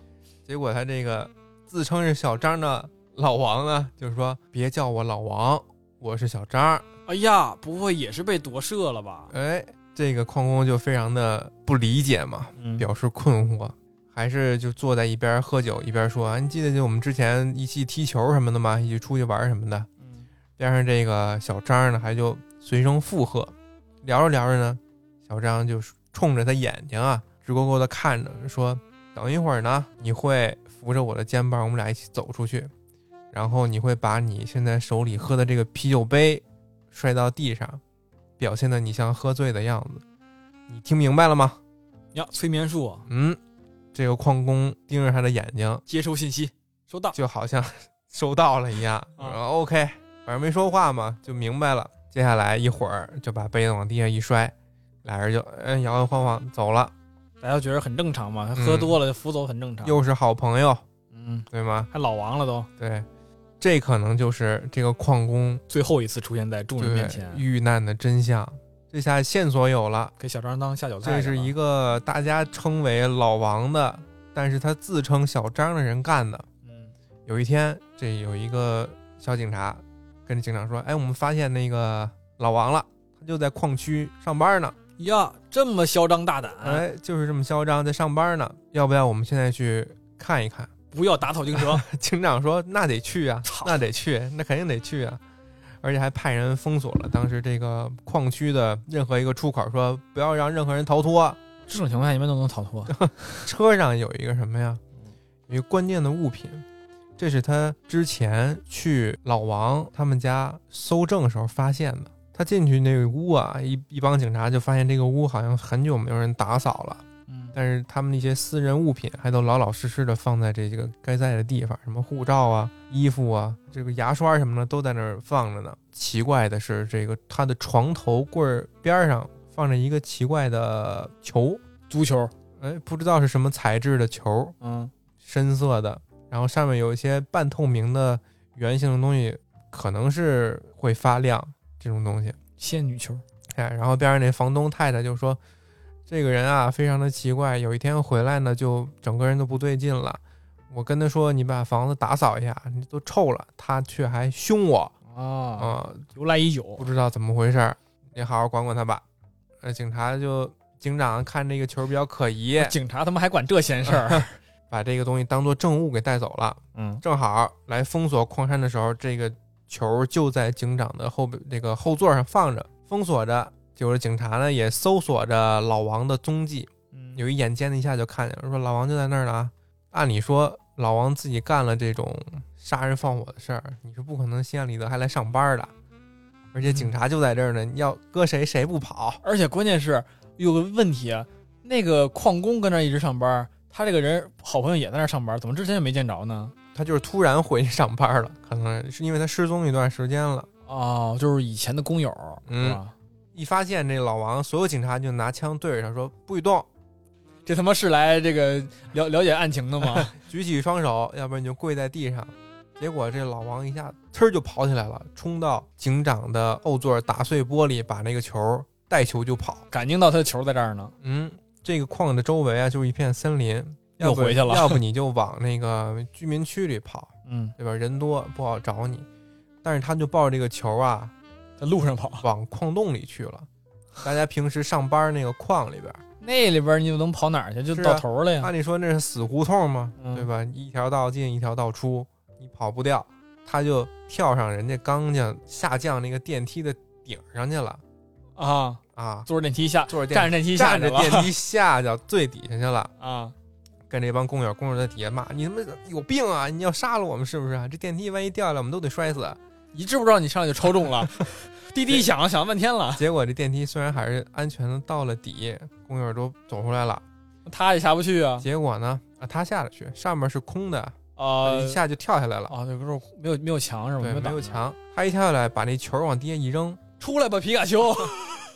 Speaker 1: 结果他这个自称是小张的老王呢，就是说别叫我老王，我是小张。
Speaker 2: 哎呀，不会也是被夺舍了吧？
Speaker 1: 哎，这个矿工就非常的不理解嘛，
Speaker 2: 嗯
Speaker 1: 表示困惑，还是就坐在一边喝酒一边说：“啊，你记得就我们之前一起踢球什么的吗？一起出去玩什么的。”
Speaker 2: 嗯
Speaker 1: 边上这个小张呢，还就随声附和。聊着聊着呢，小张就冲着他眼睛啊，直勾勾的看着，说：“等一会儿呢，你会扶着我的肩膀，我们俩一起走出去，然后你会把你现在手里喝的这个啤酒杯摔到地上，表现的你像喝醉的样子。你听明白了吗
Speaker 2: 呀，催眠术啊，？”
Speaker 1: 嗯，这个矿工盯着他的眼睛，
Speaker 2: 接收信息，收到。
Speaker 1: 就好像 收到了一样。
Speaker 2: 啊
Speaker 1: 然后 OK，反正没说话嘛，就明白了。接下来一会儿就把杯子往地下一摔，俩人就嗯摇摇晃晃走了，
Speaker 2: 大家觉得很正常嘛，他
Speaker 1: 嗯
Speaker 2: 喝多了就扶走很正常。
Speaker 1: 又是好朋友，
Speaker 2: 嗯，
Speaker 1: 对吗？
Speaker 2: 还老王了都，
Speaker 1: 对，这可能就是这个矿工
Speaker 2: 最后一次出现在众人
Speaker 1: 对
Speaker 2: 面前，
Speaker 1: 遇难的真相。这下线索有了，
Speaker 2: 给小张当下酒菜。
Speaker 1: 这是一个大家称为老王的，但是他自称小张的人干的。
Speaker 2: 嗯
Speaker 1: 有一天，这有一个小警察跟这警长说：“哎，我们发现那个老王了，他就在矿区上班呢。
Speaker 2: 呀，这么嚣张大胆，
Speaker 1: 哎，就是这么嚣张，在上班呢。要不要我们现在去看一看
Speaker 2: 不要打草惊蛇。？”
Speaker 1: 警长说：“那得去啊
Speaker 2: 操，
Speaker 1: 那得去，那肯定得去啊。”而且还派人封锁了当时这个矿区的任何一个出口，说不要让任何人逃脱。
Speaker 2: 这种情况下，一般都能逃 脱。嗯
Speaker 1: 车上有一个什么呀？有一个关键的物品，这是他之前去老王他们家搜证时候发现的。他进去那个屋啊，一一帮警察就发现这个屋好像很久没有人打扫了，
Speaker 2: 嗯，
Speaker 1: 但是他们那些私人物品还都老老实实的放在这个该在的地方，什么护照啊、衣服啊、这个牙刷什么的都在那儿放着呢。奇怪的是，这个他的床头柜儿边儿上放着一个奇怪的球，
Speaker 2: 足球，
Speaker 1: 哎，不知道是什么材质的球，
Speaker 2: 嗯，
Speaker 1: 深色的，然后上面有一些半透明的圆形的东西，可能是会发亮这种东西。
Speaker 2: 仙女球，
Speaker 1: 哎，然后边上那房东太太就说，这个人啊非常的奇怪，有一天回来呢就整个人都不对劲了。我跟他说，你把房子打扫一下，你都臭了，他却还凶我
Speaker 2: 啊，
Speaker 1: 啊、
Speaker 2: 由来已久
Speaker 1: 不。知道怎么回事儿，你好好管管他吧。呃，警察就警长看这个球比较可疑，
Speaker 2: 警察他妈还管这闲事 儿？
Speaker 1: 把这个东西当做证物给带走了。
Speaker 2: 嗯，
Speaker 1: 正好来封锁矿山的时候，这个球就在警长的后那个后座上放着，封锁着。就是警察呢也搜索着呃老王的踪迹，有一眼尖的一下就看见了，说老王就在那儿呢啊。按理说呃老王自己干了这种杀人放火的事儿，你是不可能心安理得还来上班的。而且警察就在这儿呢，你要搁谁谁不跑。
Speaker 2: 而且关键是有个问题啊，那个矿工跟那儿一直上班，他这个人好朋友也在那儿上班，怎么之前也没见着呢？
Speaker 1: 他就是突然回去上班了，可能是因为他失踪一段时间了。
Speaker 2: 哦，就是以前的工友，
Speaker 1: 嗯
Speaker 2: 是吧？
Speaker 1: 一发现这老王，所有警察就拿枪对着他说：“不许动，
Speaker 2: 这他妈是来这个了了解案情的吗？
Speaker 1: 举起双手，要不然你就跪在地上。结果这老王一下呲儿就跑起来了，冲到警长的后座，打碎玻璃，把那个球带球就跑。
Speaker 2: 感应到他的球在这儿呢，
Speaker 1: 嗯，这个矿的周围啊，就是一片森林，要不
Speaker 2: 又回去了
Speaker 1: 要不你就往那个居民区里跑，
Speaker 2: 嗯，
Speaker 1: 对吧？人多不好找你。但是他就抱着这个球啊，
Speaker 2: 在路上跑，
Speaker 1: 往矿洞里去了。大家平时上班那个矿里边，
Speaker 2: 那里边你能跑哪儿去？就是
Speaker 1: 啊
Speaker 2: 到头了呀。
Speaker 1: 按理说那是死胡同嘛，
Speaker 2: 嗯
Speaker 1: 对吧？一条道进，一条道出，你跑不掉，他就跳上人家刚家下降那个电梯的顶上去了
Speaker 2: 啊，
Speaker 1: 啊，
Speaker 2: 坐着电梯下，
Speaker 1: 坐着电
Speaker 2: 站着电梯下
Speaker 1: 站
Speaker 2: 去
Speaker 1: 着
Speaker 2: 了
Speaker 1: 电梯下到最底下去了，
Speaker 2: 啊，
Speaker 1: 跟这帮工友，工友在底下骂：“你他妈有病啊！你要杀了我们是不是？这电梯万一掉下来，我们都得摔 死。”啊
Speaker 2: 你知不知道你上来就抽 中了？滴滴响响半天了，
Speaker 1: 结果这电梯虽然还是安全的到了底，工友都走出来了，
Speaker 2: 他也下不去啊。
Speaker 1: 结果呢，啊，他下得去，上面是空的，
Speaker 2: 啊
Speaker 1: 一下就跳下来了，
Speaker 2: 啊，对，不是没有没有墙是吧？
Speaker 1: 对，
Speaker 2: 有
Speaker 1: 没
Speaker 2: 挡
Speaker 1: 有墙，他一跳下来，把那球往地下一扔，
Speaker 2: 出来吧，皮卡丘！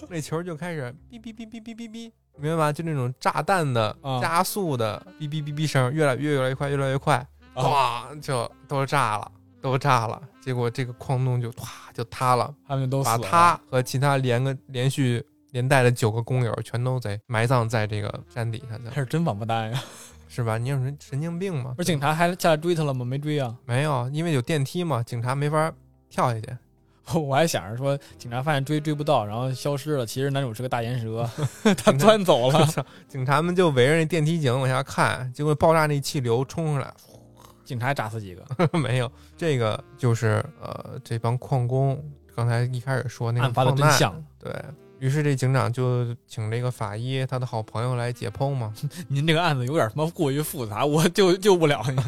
Speaker 1: 那球就开始哔哔哔哔哔哔哔，明白吗？就那种炸弹的
Speaker 2: 啊
Speaker 1: 加速的哔哔哔哔声，越来越越来越快，越来越快，
Speaker 2: 啊，
Speaker 1: 咣就都炸了，都炸了。结果这个矿洞就唰就塌了，
Speaker 2: 他们都死
Speaker 1: 把
Speaker 2: 了。
Speaker 1: 他和其他连个连续连带的九个工友全都得埋葬在这个山底下去了
Speaker 2: 他，是真王八蛋啊呀！
Speaker 1: 是吧？你有神神经病吗
Speaker 2: 不？是警察还下来追他了吗？没追啊！
Speaker 1: 没有，因为有电梯嘛，警察没法跳下去。
Speaker 2: 我还想着说，警察发现追追不到，然后消失了。其实男主是个大岩 蛇，他钻走 了。
Speaker 1: 警察们就围着那电梯井往下看，结果爆炸那气流冲上来，
Speaker 2: 警察还炸死几个？
Speaker 1: 没有，这个就是呃，这帮矿工刚才一开始说那个
Speaker 2: 案发的
Speaker 1: 矿
Speaker 2: 真
Speaker 1: 难，
Speaker 2: 相。
Speaker 1: 对于是这警长就请这个法医他的好朋友来解剖 嘛，
Speaker 2: 您这个案子有点他妈过于复杂，我救救不了你。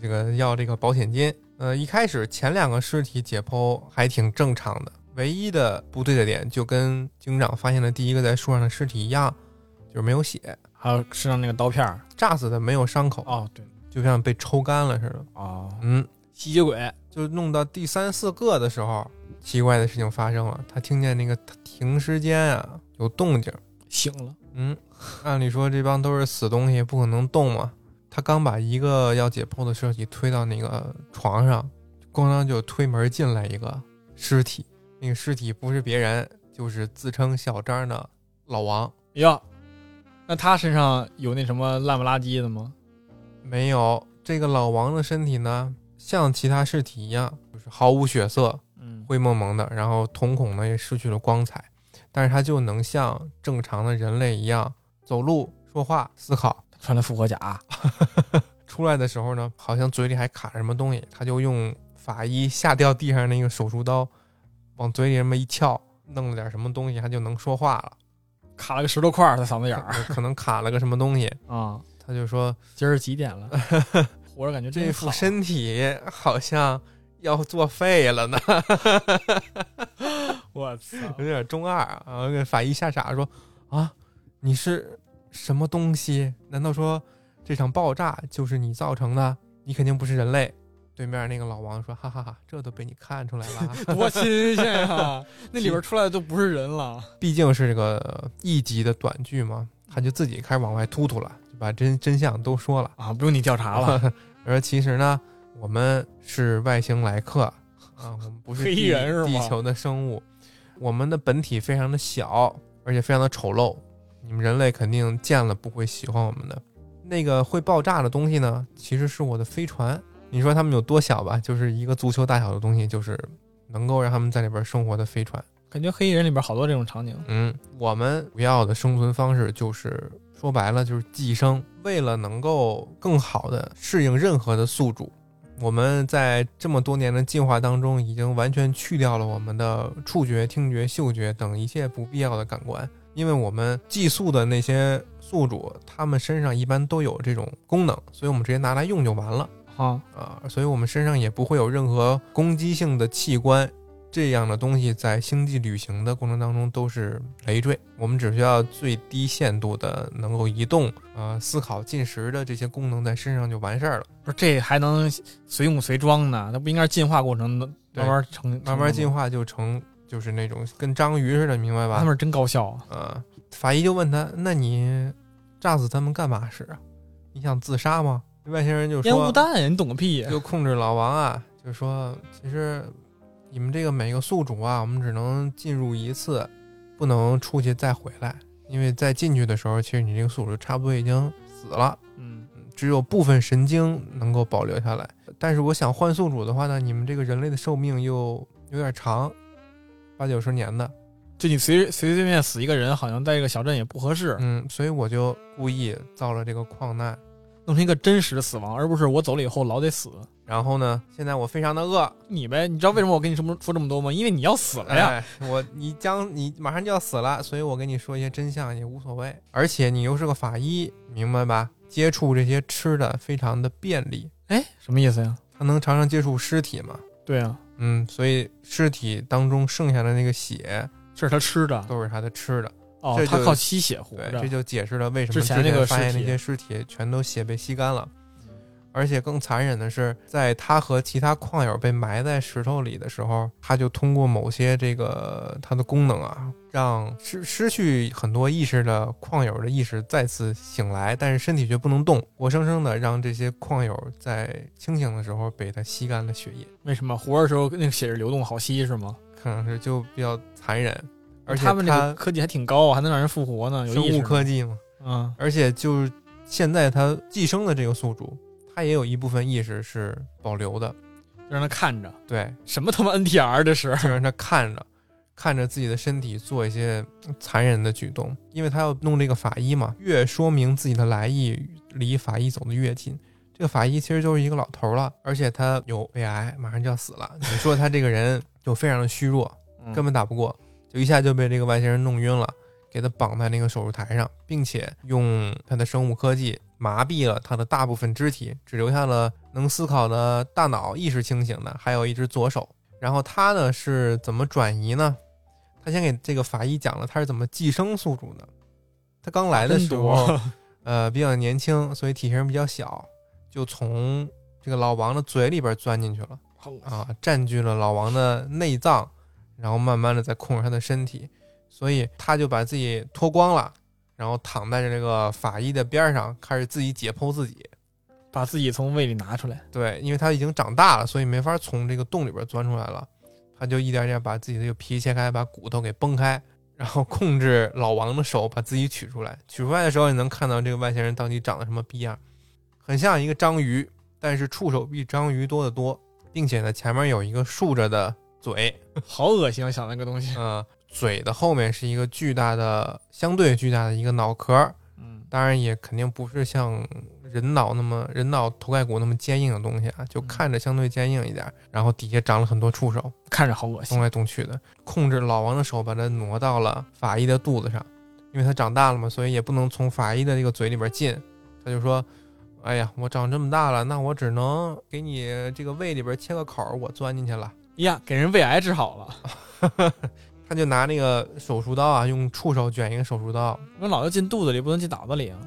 Speaker 1: 这个要这个保险金。呃，一开始前两个尸体解剖还挺正常的，唯一的不对的点就跟警长发现的第一个在树上的尸体一样，就是没有血，
Speaker 2: 还有身上那个刀片儿。
Speaker 1: 炸死的没有伤口，
Speaker 2: 哦，对，
Speaker 1: 就像被抽干了似的。
Speaker 2: 哦，
Speaker 1: 嗯，
Speaker 2: 吸血鬼
Speaker 1: 就弄到第三四个的时候，奇怪的事情发生了，他听见那个停尸间啊有动静。
Speaker 2: 醒了，
Speaker 1: 嗯，按理说这帮都是死东西，不可能动嘛。他刚把一个要解剖的尸体推到那个床上，咣当就推门进来一个尸体。那个尸体不是别人，就是自称小张的老王。
Speaker 2: 哟，那他身上有那什么烂不拉几的吗？
Speaker 1: 没有这个老王的身体呢，像其他尸体一样，就是毫无血色，
Speaker 2: 嗯，
Speaker 1: 灰蒙蒙的，然后瞳孔呢也失去了光彩，但是他就能像正常的人类一样走路、说话、思考。
Speaker 2: 穿的复活甲，
Speaker 1: 出来的时候呢，好像嘴里还卡着什么东西，他就用法医下掉地上那个手术刀，往嘴里那么一撬，弄了点什么东西，他就能说话了。
Speaker 2: 卡了个石头块儿在嗓子眼儿
Speaker 1: 可可能卡了个什么东西，
Speaker 2: 啊。
Speaker 1: 他就说
Speaker 2: 今儿几点 了？活着感觉真
Speaker 1: 这
Speaker 2: 好
Speaker 1: 副身体好像要作废了呢，
Speaker 2: 我操！
Speaker 1: 有点中二啊。然后给法医吓傻说：“啊，你是什么东西？难道说这场爆炸就是你造成的？你肯定不是人类。”对面那个老王说：“哈哈哈，这都被你看出来了，啊
Speaker 2: 多新鲜呀、 那里边出来的都不是人了。
Speaker 1: 毕竟是这个一集的短剧嘛。”他就自己开始往外突突了，就把真真相都说了。
Speaker 2: 啊，不用你调查了，
Speaker 1: 而其实呢，我们是外星来客啊，我们不是
Speaker 2: 黑
Speaker 1: 地
Speaker 2: 人是吗
Speaker 1: 地球的生物，我们的本体非常的小，而且非常的丑陋，你们人类肯定见了不会喜欢我们的。那个会爆炸的东西呢，其实是我的飞船。你说他们有多小吧？就是一个足球大小的东西，就是能够让他们在里边生活的飞船。
Speaker 2: 感觉黑衣人里边好多这种场景。
Speaker 1: 嗯，我们主要的生存方式就是说白了就是寄生。为了能够更好的适应任何的宿主，我们在这么多年的进化当中，已经完全去掉了我们的触觉、听觉、嗅觉等一切不必要的感官，因为我们寄宿的那些宿主，他们身上一般都有这种功能，所以我们直接拿来用就完了
Speaker 2: 啊，
Speaker 1: 啊。所以我们身上也不会有任何攻击性的器官。这样的东西在星际旅行的过程当中都是累赘，我们只需要最低限度的能够移动、呃思考、进食的这些功能在身上就完事儿了。
Speaker 2: 不是这还能随用随装呢？那不应该是进化过程的
Speaker 1: 对
Speaker 2: 慢慢成
Speaker 1: 慢慢进
Speaker 2: 化？
Speaker 1: 化就成就是那种跟章鱼似的，明白吧？
Speaker 2: 他们是真高效啊！
Speaker 1: 呃，法医就问他：“那你炸死他们干嘛使啊？你想自杀吗？外星人就
Speaker 2: 烟雾
Speaker 1: 说，
Speaker 2: 弹，你懂个屁！
Speaker 1: 就控制老王啊，就说其实你们这个每个宿主啊，我们只能进入一次，不能出去再回来，因为再进去的时候，其实你这个宿主差不多已经死了。
Speaker 2: 嗯，
Speaker 1: 只有部分神经能够保留下来。但是我想换宿主的话呢，你们这个人类的寿命又有点长，八九十年的，
Speaker 2: 就你随随随便便死一个人，好像在这个小镇也不合适，
Speaker 1: 嗯，所以我就故意造了这个矿难。
Speaker 2: 弄成一个真实的死亡，而不是我走了以后老得死。
Speaker 1: 然后呢，现在我非常的饿，
Speaker 2: 你呗，你知道为什么我跟你这么说这么多吗？因为你要死了呀。
Speaker 1: 哎，我你将你马上就要死了，所以我跟你说一些真相也无所谓。而且你又是个法医，明白吧？接触这些吃的非常的便利，
Speaker 2: 哎，什么意思呀？
Speaker 1: 他能常常接触尸体嘛？
Speaker 2: 对啊，
Speaker 1: 嗯，所以尸体当中剩下的那个血
Speaker 2: 这是他吃的
Speaker 1: 都是他的吃的。
Speaker 2: 哦
Speaker 1: 这，
Speaker 2: 他
Speaker 1: 就
Speaker 2: 靠吸血活
Speaker 1: 对，
Speaker 2: 着
Speaker 1: 这。就解释了为什么
Speaker 2: 之前那个
Speaker 1: 发现
Speaker 2: 尸体
Speaker 1: 那些尸体全都血被吸干了
Speaker 2: 嗯。
Speaker 1: 而且更残忍的是，在他和其他矿友被埋在石头里的时候，他就通过某些这个它的功能啊，让失失去很多意识的矿友的意识再次醒来，但是身体却不能动，活生生的让这些矿友在清醒的时候被他吸干了血液，
Speaker 2: 为什么活着的时候那个血是流动好吸是吗？
Speaker 1: 可能是就比较残忍。而且
Speaker 2: 他们那
Speaker 1: 它
Speaker 2: 个科技还挺高啊，还能让人复活呢，有
Speaker 1: 生
Speaker 2: 意思
Speaker 1: 物。科技嘛，
Speaker 2: 嗯，
Speaker 1: 而且就是现在他寄生的这个宿主，他也有一部分意识是保留的，
Speaker 2: 就让他看着，
Speaker 1: 对，
Speaker 2: 什么他妈 NTR 这是？
Speaker 1: 就让他看着，看着自己的身体做一些残忍的举动，因为他要弄这个法医嘛，越说明自己的来意，离法医走得越近。这个法医其实就是一个老头了，而且他有胃癌，马上就要死了。你说他这个人就非常的虚弱，
Speaker 2: 嗯
Speaker 1: 根本打不过，就一下就被这个外星人弄晕了，给他绑在那个手术台上，并且用他的生物科技麻痹了他的大部分肢体，只留下了能思考的大脑、意识清醒的，还有一只左手。然后他呢是怎么转移呢？他先给这个法医讲了他是怎么寄生宿主的。他刚来的
Speaker 2: 真
Speaker 1: 时
Speaker 2: 多
Speaker 1: 候，。 呃，比较年轻，所以体型比较小，就从这个老王的嘴里边钻进去了。啊，占据了老王的内脏，然后慢慢的在控制他的身体，所以他就把自己脱光了，然后躺在这个法医的边上，开始自己解剖自己。
Speaker 2: 把自己从胃里拿出来，
Speaker 1: 对，因为他已经长大了，所以没法从这个洞里边钻出来了，他就一点点把自己的这个皮切开，把骨头给崩开，然后控制老王的手把自己取出来。取出来的时候，你能看到这个外星人到底长得什么逼样，很像一个章鱼，但是触手比章鱼多得多，并且呢，前面有一个竖着的嘴，
Speaker 2: 好恶心！我想那个东西，
Speaker 1: 嗯，嘴的后面是一个巨大的、相对巨大的一个脑壳，
Speaker 2: 嗯，
Speaker 1: 当然也肯定不是像人脑那么人脑头盖骨那么坚硬的东西啊，就
Speaker 2: 嗯
Speaker 1: 看着相对坚硬一点。然后底下长了很多触手，
Speaker 2: 看着好恶
Speaker 1: 动
Speaker 2: 心。
Speaker 1: 来动去的。控制老王的手把它挪到了法医的肚子上，因为他长大了嘛，所以也不能从法医的这个嘴里边进。他就说：“哎呀，我长这么大了，那我只能给你这个胃里边切个口，我钻进去了。”
Speaker 2: 哎呀，给人胃癌治好了，
Speaker 1: 他就拿那个手术刀啊，用触手卷一个手术刀，
Speaker 2: 我老要进肚子里，不能进脑子里啊。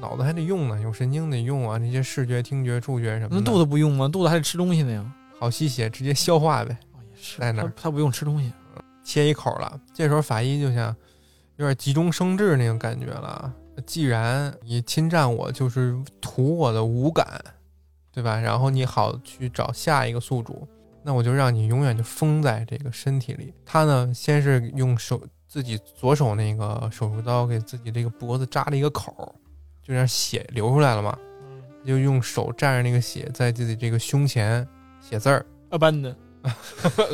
Speaker 1: 脑子还得用呢，有神经得用啊，那些视觉、听觉、触觉什么
Speaker 2: 那
Speaker 1: 的。
Speaker 2: 肚子不用吗？肚子还得吃东西呢呀。
Speaker 1: 好吸血，直接消化呗，
Speaker 2: 哦，也是，
Speaker 1: 在哪儿
Speaker 2: 他他不用吃东西，
Speaker 1: 切一口了。这时候法医就想，有点急中生智那种感觉了。既然你侵占我，就是图我的五感，对吧？然后你好去找下一个宿主，那我就让你永远就封在这个身体里。他呢，先是用手自己左手那个手术刀给自己这个脖子扎了一个口儿，就让血流出来了嘛。就用手蘸着那个血，在自己这个胸前写字儿，
Speaker 2: 一般的。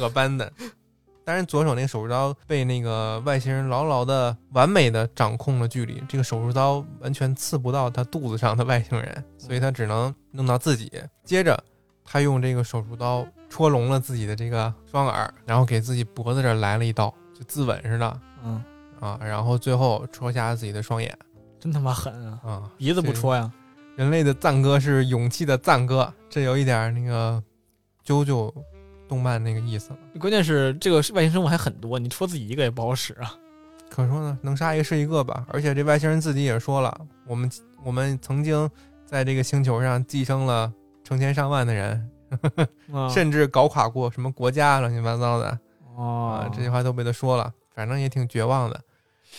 Speaker 1: 恶班的。当然，左手那个手术刀被那个外星人牢牢的、完美的掌控了距离，这个手术刀完全刺不到他肚子上的外星
Speaker 2: 嗯
Speaker 1: 人，所以他只能弄到自己。接着，他用这个手术刀戳聋了自己的这个双耳，然后给自己脖子这儿来了一刀，就自刎似的
Speaker 2: 嗯，
Speaker 1: 啊，然后最后戳瞎了自己的双眼
Speaker 2: 真他妈狠啊！
Speaker 1: 啊，
Speaker 2: 鼻子
Speaker 1: 这
Speaker 2: 不戳呀？
Speaker 1: 人类的赞歌是勇气的赞歌，这有一点儿那个啾啾动漫那个意思了。
Speaker 2: 关键是这个外星生物还很多，你戳自己一个也不好使啊。
Speaker 1: 可说呢，能杀一个是一个吧。而且这外星人自己也说了，我们我们曾经在这个星球上寄生了成千上万的人，
Speaker 2: 啊
Speaker 1: 甚至搞垮过什么国家乱七八糟的
Speaker 2: 哦
Speaker 1: 啊，，这些话都被他说了，反正也挺绝望的。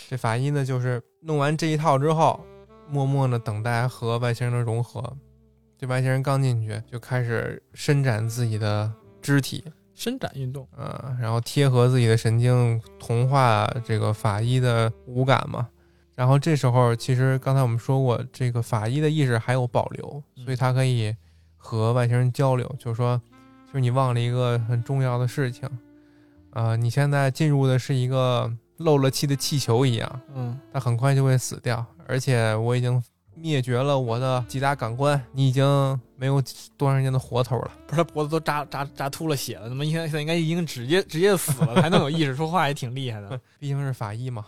Speaker 1: 这法医呢，就是弄完这一套之后，默默的等待和外星人的融合，这外星人刚进去就开始伸展自己的肢体，
Speaker 2: 伸展运动，
Speaker 1: 嗯，然后贴合自己的神经，同化这个法医的五感嘛。然后这时候，其实刚才我们说过，这个法医的意识还有保留，
Speaker 2: 嗯
Speaker 1: 所以他可以和外星人交流，就是说，就是你忘了一个很重要的事情，啊、你现在进入的是一个漏了气的气球一样，
Speaker 2: 嗯，
Speaker 1: 它很快就会死掉，而且我已经灭绝了我的几大感官，你已经没有多长时间的活头了。
Speaker 2: 不是他脖子都扎扎扎秃了血了，他妈应该现在应该已经直接直接死了，还能有意识说话也挺厉 害的。
Speaker 1: 毕竟是法医嘛，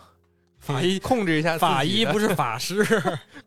Speaker 2: 法医
Speaker 1: 控制一下自己的
Speaker 2: 法医不是 法师，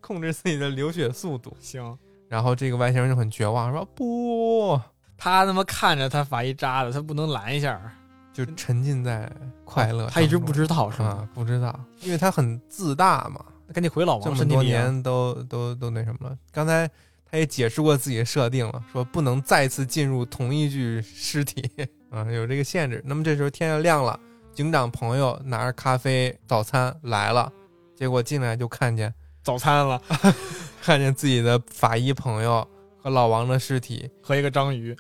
Speaker 1: 控制自己的流血速度。
Speaker 2: 行，
Speaker 1: 然后这个外星人就很绝望，说不，
Speaker 2: 他他妈看着他法医扎的，他不能拦一下儿，
Speaker 1: 就沉浸在快乐当中。
Speaker 2: 他一直不知道是吗？
Speaker 1: 啊，不知道，因为他很自大嘛，
Speaker 2: 赶紧回老
Speaker 1: 这
Speaker 2: 王
Speaker 1: 么
Speaker 2: 身体
Speaker 1: 多
Speaker 2: 里啊。
Speaker 1: 年都都都那什么了。刚才他也解释过自己的设定了，说不能再次进入同一具尸体 啊，有这个限制。那么这时候天要亮了，警长朋友拿着咖啡早餐来了，结果进来就看见
Speaker 2: 早餐了，
Speaker 1: 看见自己的法医朋友和老王的尸体
Speaker 2: 和一个章鱼，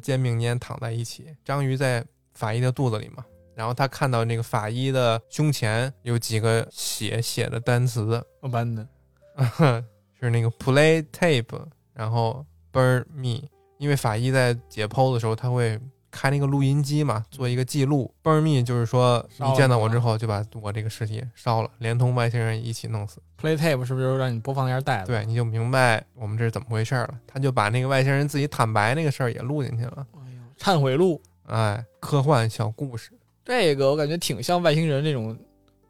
Speaker 1: 肩并肩躺在一起，章鱼在法医的肚子里嘛。然后他看到那个法医的胸前有几个写写的单词，
Speaker 2: 我班的
Speaker 1: 是那个 play tape，然后 burn me，因为法医在解剖的时候他会开那个录音机嘛，做一个记录。burn me 就是说
Speaker 2: 烧
Speaker 1: 你
Speaker 2: 了
Speaker 1: 见到
Speaker 2: 是吧
Speaker 1: 我之后就把我这个尸体烧了，连同外星人一起弄死。
Speaker 2: play tape 是不是就让你播放一下带子？
Speaker 1: 对，你就明白我们这是怎么回事儿了。他就把那个外星人自己坦白那个事儿也录进去了，
Speaker 2: 忏悔录
Speaker 1: 哎，科幻小故事。
Speaker 2: 这个我感觉挺像外星人那种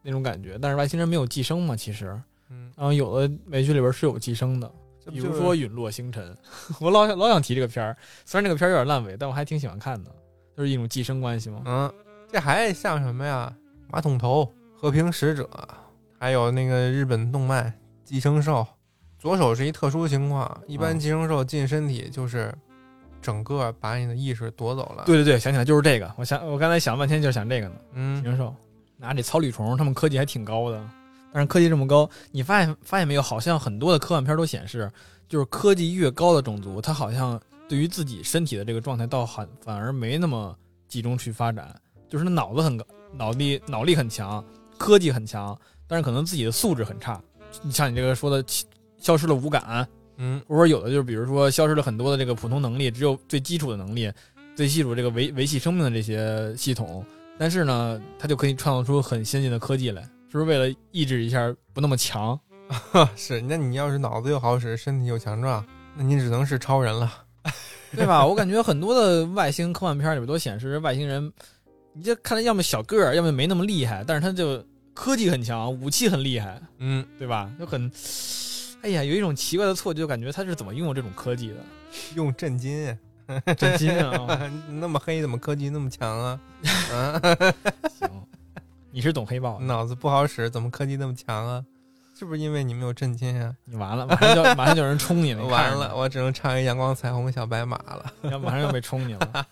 Speaker 2: 那种感觉，但是外星人没有寄生嘛，其实，
Speaker 1: 嗯，
Speaker 2: 然后有的美剧里边是有寄生的，比如说《陨落星辰》， 我老想老想提这个片儿，虽然这个片儿有点烂尾，但我还挺喜欢看的，就是一种寄生关系嘛。
Speaker 1: 嗯，这还像什么呀？马桶头、和平使者，还有那个日本动漫《寄生兽》。左手是一特殊情况，一般
Speaker 2: 嗯
Speaker 1: 寄生兽进身体就是整个把你的意识夺走了。，
Speaker 2: 对对对，想起来就是这个，我想我刚才想半天就是想这个呢。寄
Speaker 1: 嗯，
Speaker 2: 生兽拿这草履虫，他们科技还挺高的，但是科技这么高，你发现发现没有？好像很多的科幻片都显示，就是科技越高的种族，它好像对于自己身体的这个状态倒反反而没那么集中去发展，就是那脑子很高，脑力脑力很强，科技很强，但是可能自己的素质很差。你像你这个说的，其消失了五感，
Speaker 1: 嗯，
Speaker 2: 或者有的就是比如说消失了很多的这个普通能力，只有最基础的能力，最基础这个维维系生命的这些系统，但是呢，它就可以创造出很先进的科技来，是不是为了抑制一下不那么强？
Speaker 1: 是。那你要是脑子又好使，身体又强壮，那你只能是超人了。
Speaker 2: 对吧？我感觉很多的外星科幻片里边都显示外星人，你这看他要么小个儿，要么没那么厉害，但是他就科技很强，武器很厉害，
Speaker 1: 嗯，
Speaker 2: 对吧？就很，哎呀，有一种奇怪的错觉，就感觉他是怎么拥有这种科技的？
Speaker 1: 用震惊，啊
Speaker 2: 真心啊！
Speaker 1: 那么黑，怎么科技那么强啊？嗯、
Speaker 2: 行，你是懂黑豹啊的，
Speaker 1: 脑子不好使，怎么科技那么强啊？是不是因为你没有震惊啊？
Speaker 2: 你完了，马上就 马上就有人冲你了，你看
Speaker 1: 完
Speaker 2: 着呢
Speaker 1: 了，我只能唱一《阳光彩虹小白马》了。
Speaker 2: 要马上要被冲你了。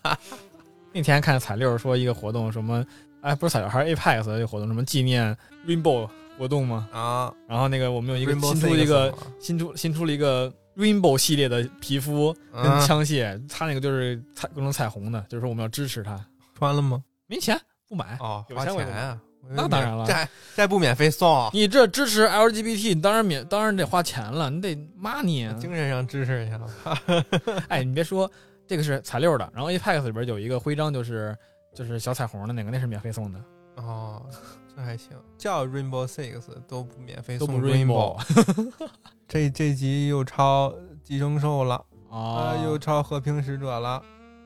Speaker 2: 那天看彩六说一个活动，什么哎不是彩六，还是 Apex 的这个活动，什么纪念 Rainbow 活动吗？
Speaker 1: 啊，
Speaker 2: 然后那个我们有一个
Speaker 1: Rainbow
Speaker 2: 新出了一
Speaker 1: Six
Speaker 2: 个
Speaker 1: 嘛
Speaker 2: 新出新出了一个 Rainbow 系列的皮肤跟
Speaker 1: 嗯
Speaker 2: 枪械，它那个就是彩各种彩虹的，就是说我们要支持它，
Speaker 1: 穿了吗？
Speaker 2: 没钱不买。
Speaker 1: 哦，
Speaker 2: 哎有
Speaker 1: 花
Speaker 2: 钱我
Speaker 1: 钱
Speaker 2: 就
Speaker 1: 啊！我以为
Speaker 2: 那当然了
Speaker 1: 这还这还不免费送，
Speaker 2: 你这支持 LGBT，你当然免，当然得花钱了，你得 money 啊。
Speaker 1: 精神上支持一下吧。
Speaker 2: 哎，你别说，这个是彩六的，然后 Apex 里边有一个徽章，就是就是小彩虹的那个，那是免费送的。
Speaker 1: 哦，这还行，叫 Rainbow Six 都不免费
Speaker 2: 都
Speaker 1: 送
Speaker 2: 不
Speaker 1: Rainbow。这这集又抄寄生兽了，
Speaker 2: 啊
Speaker 1: 啊，又抄和平使者了，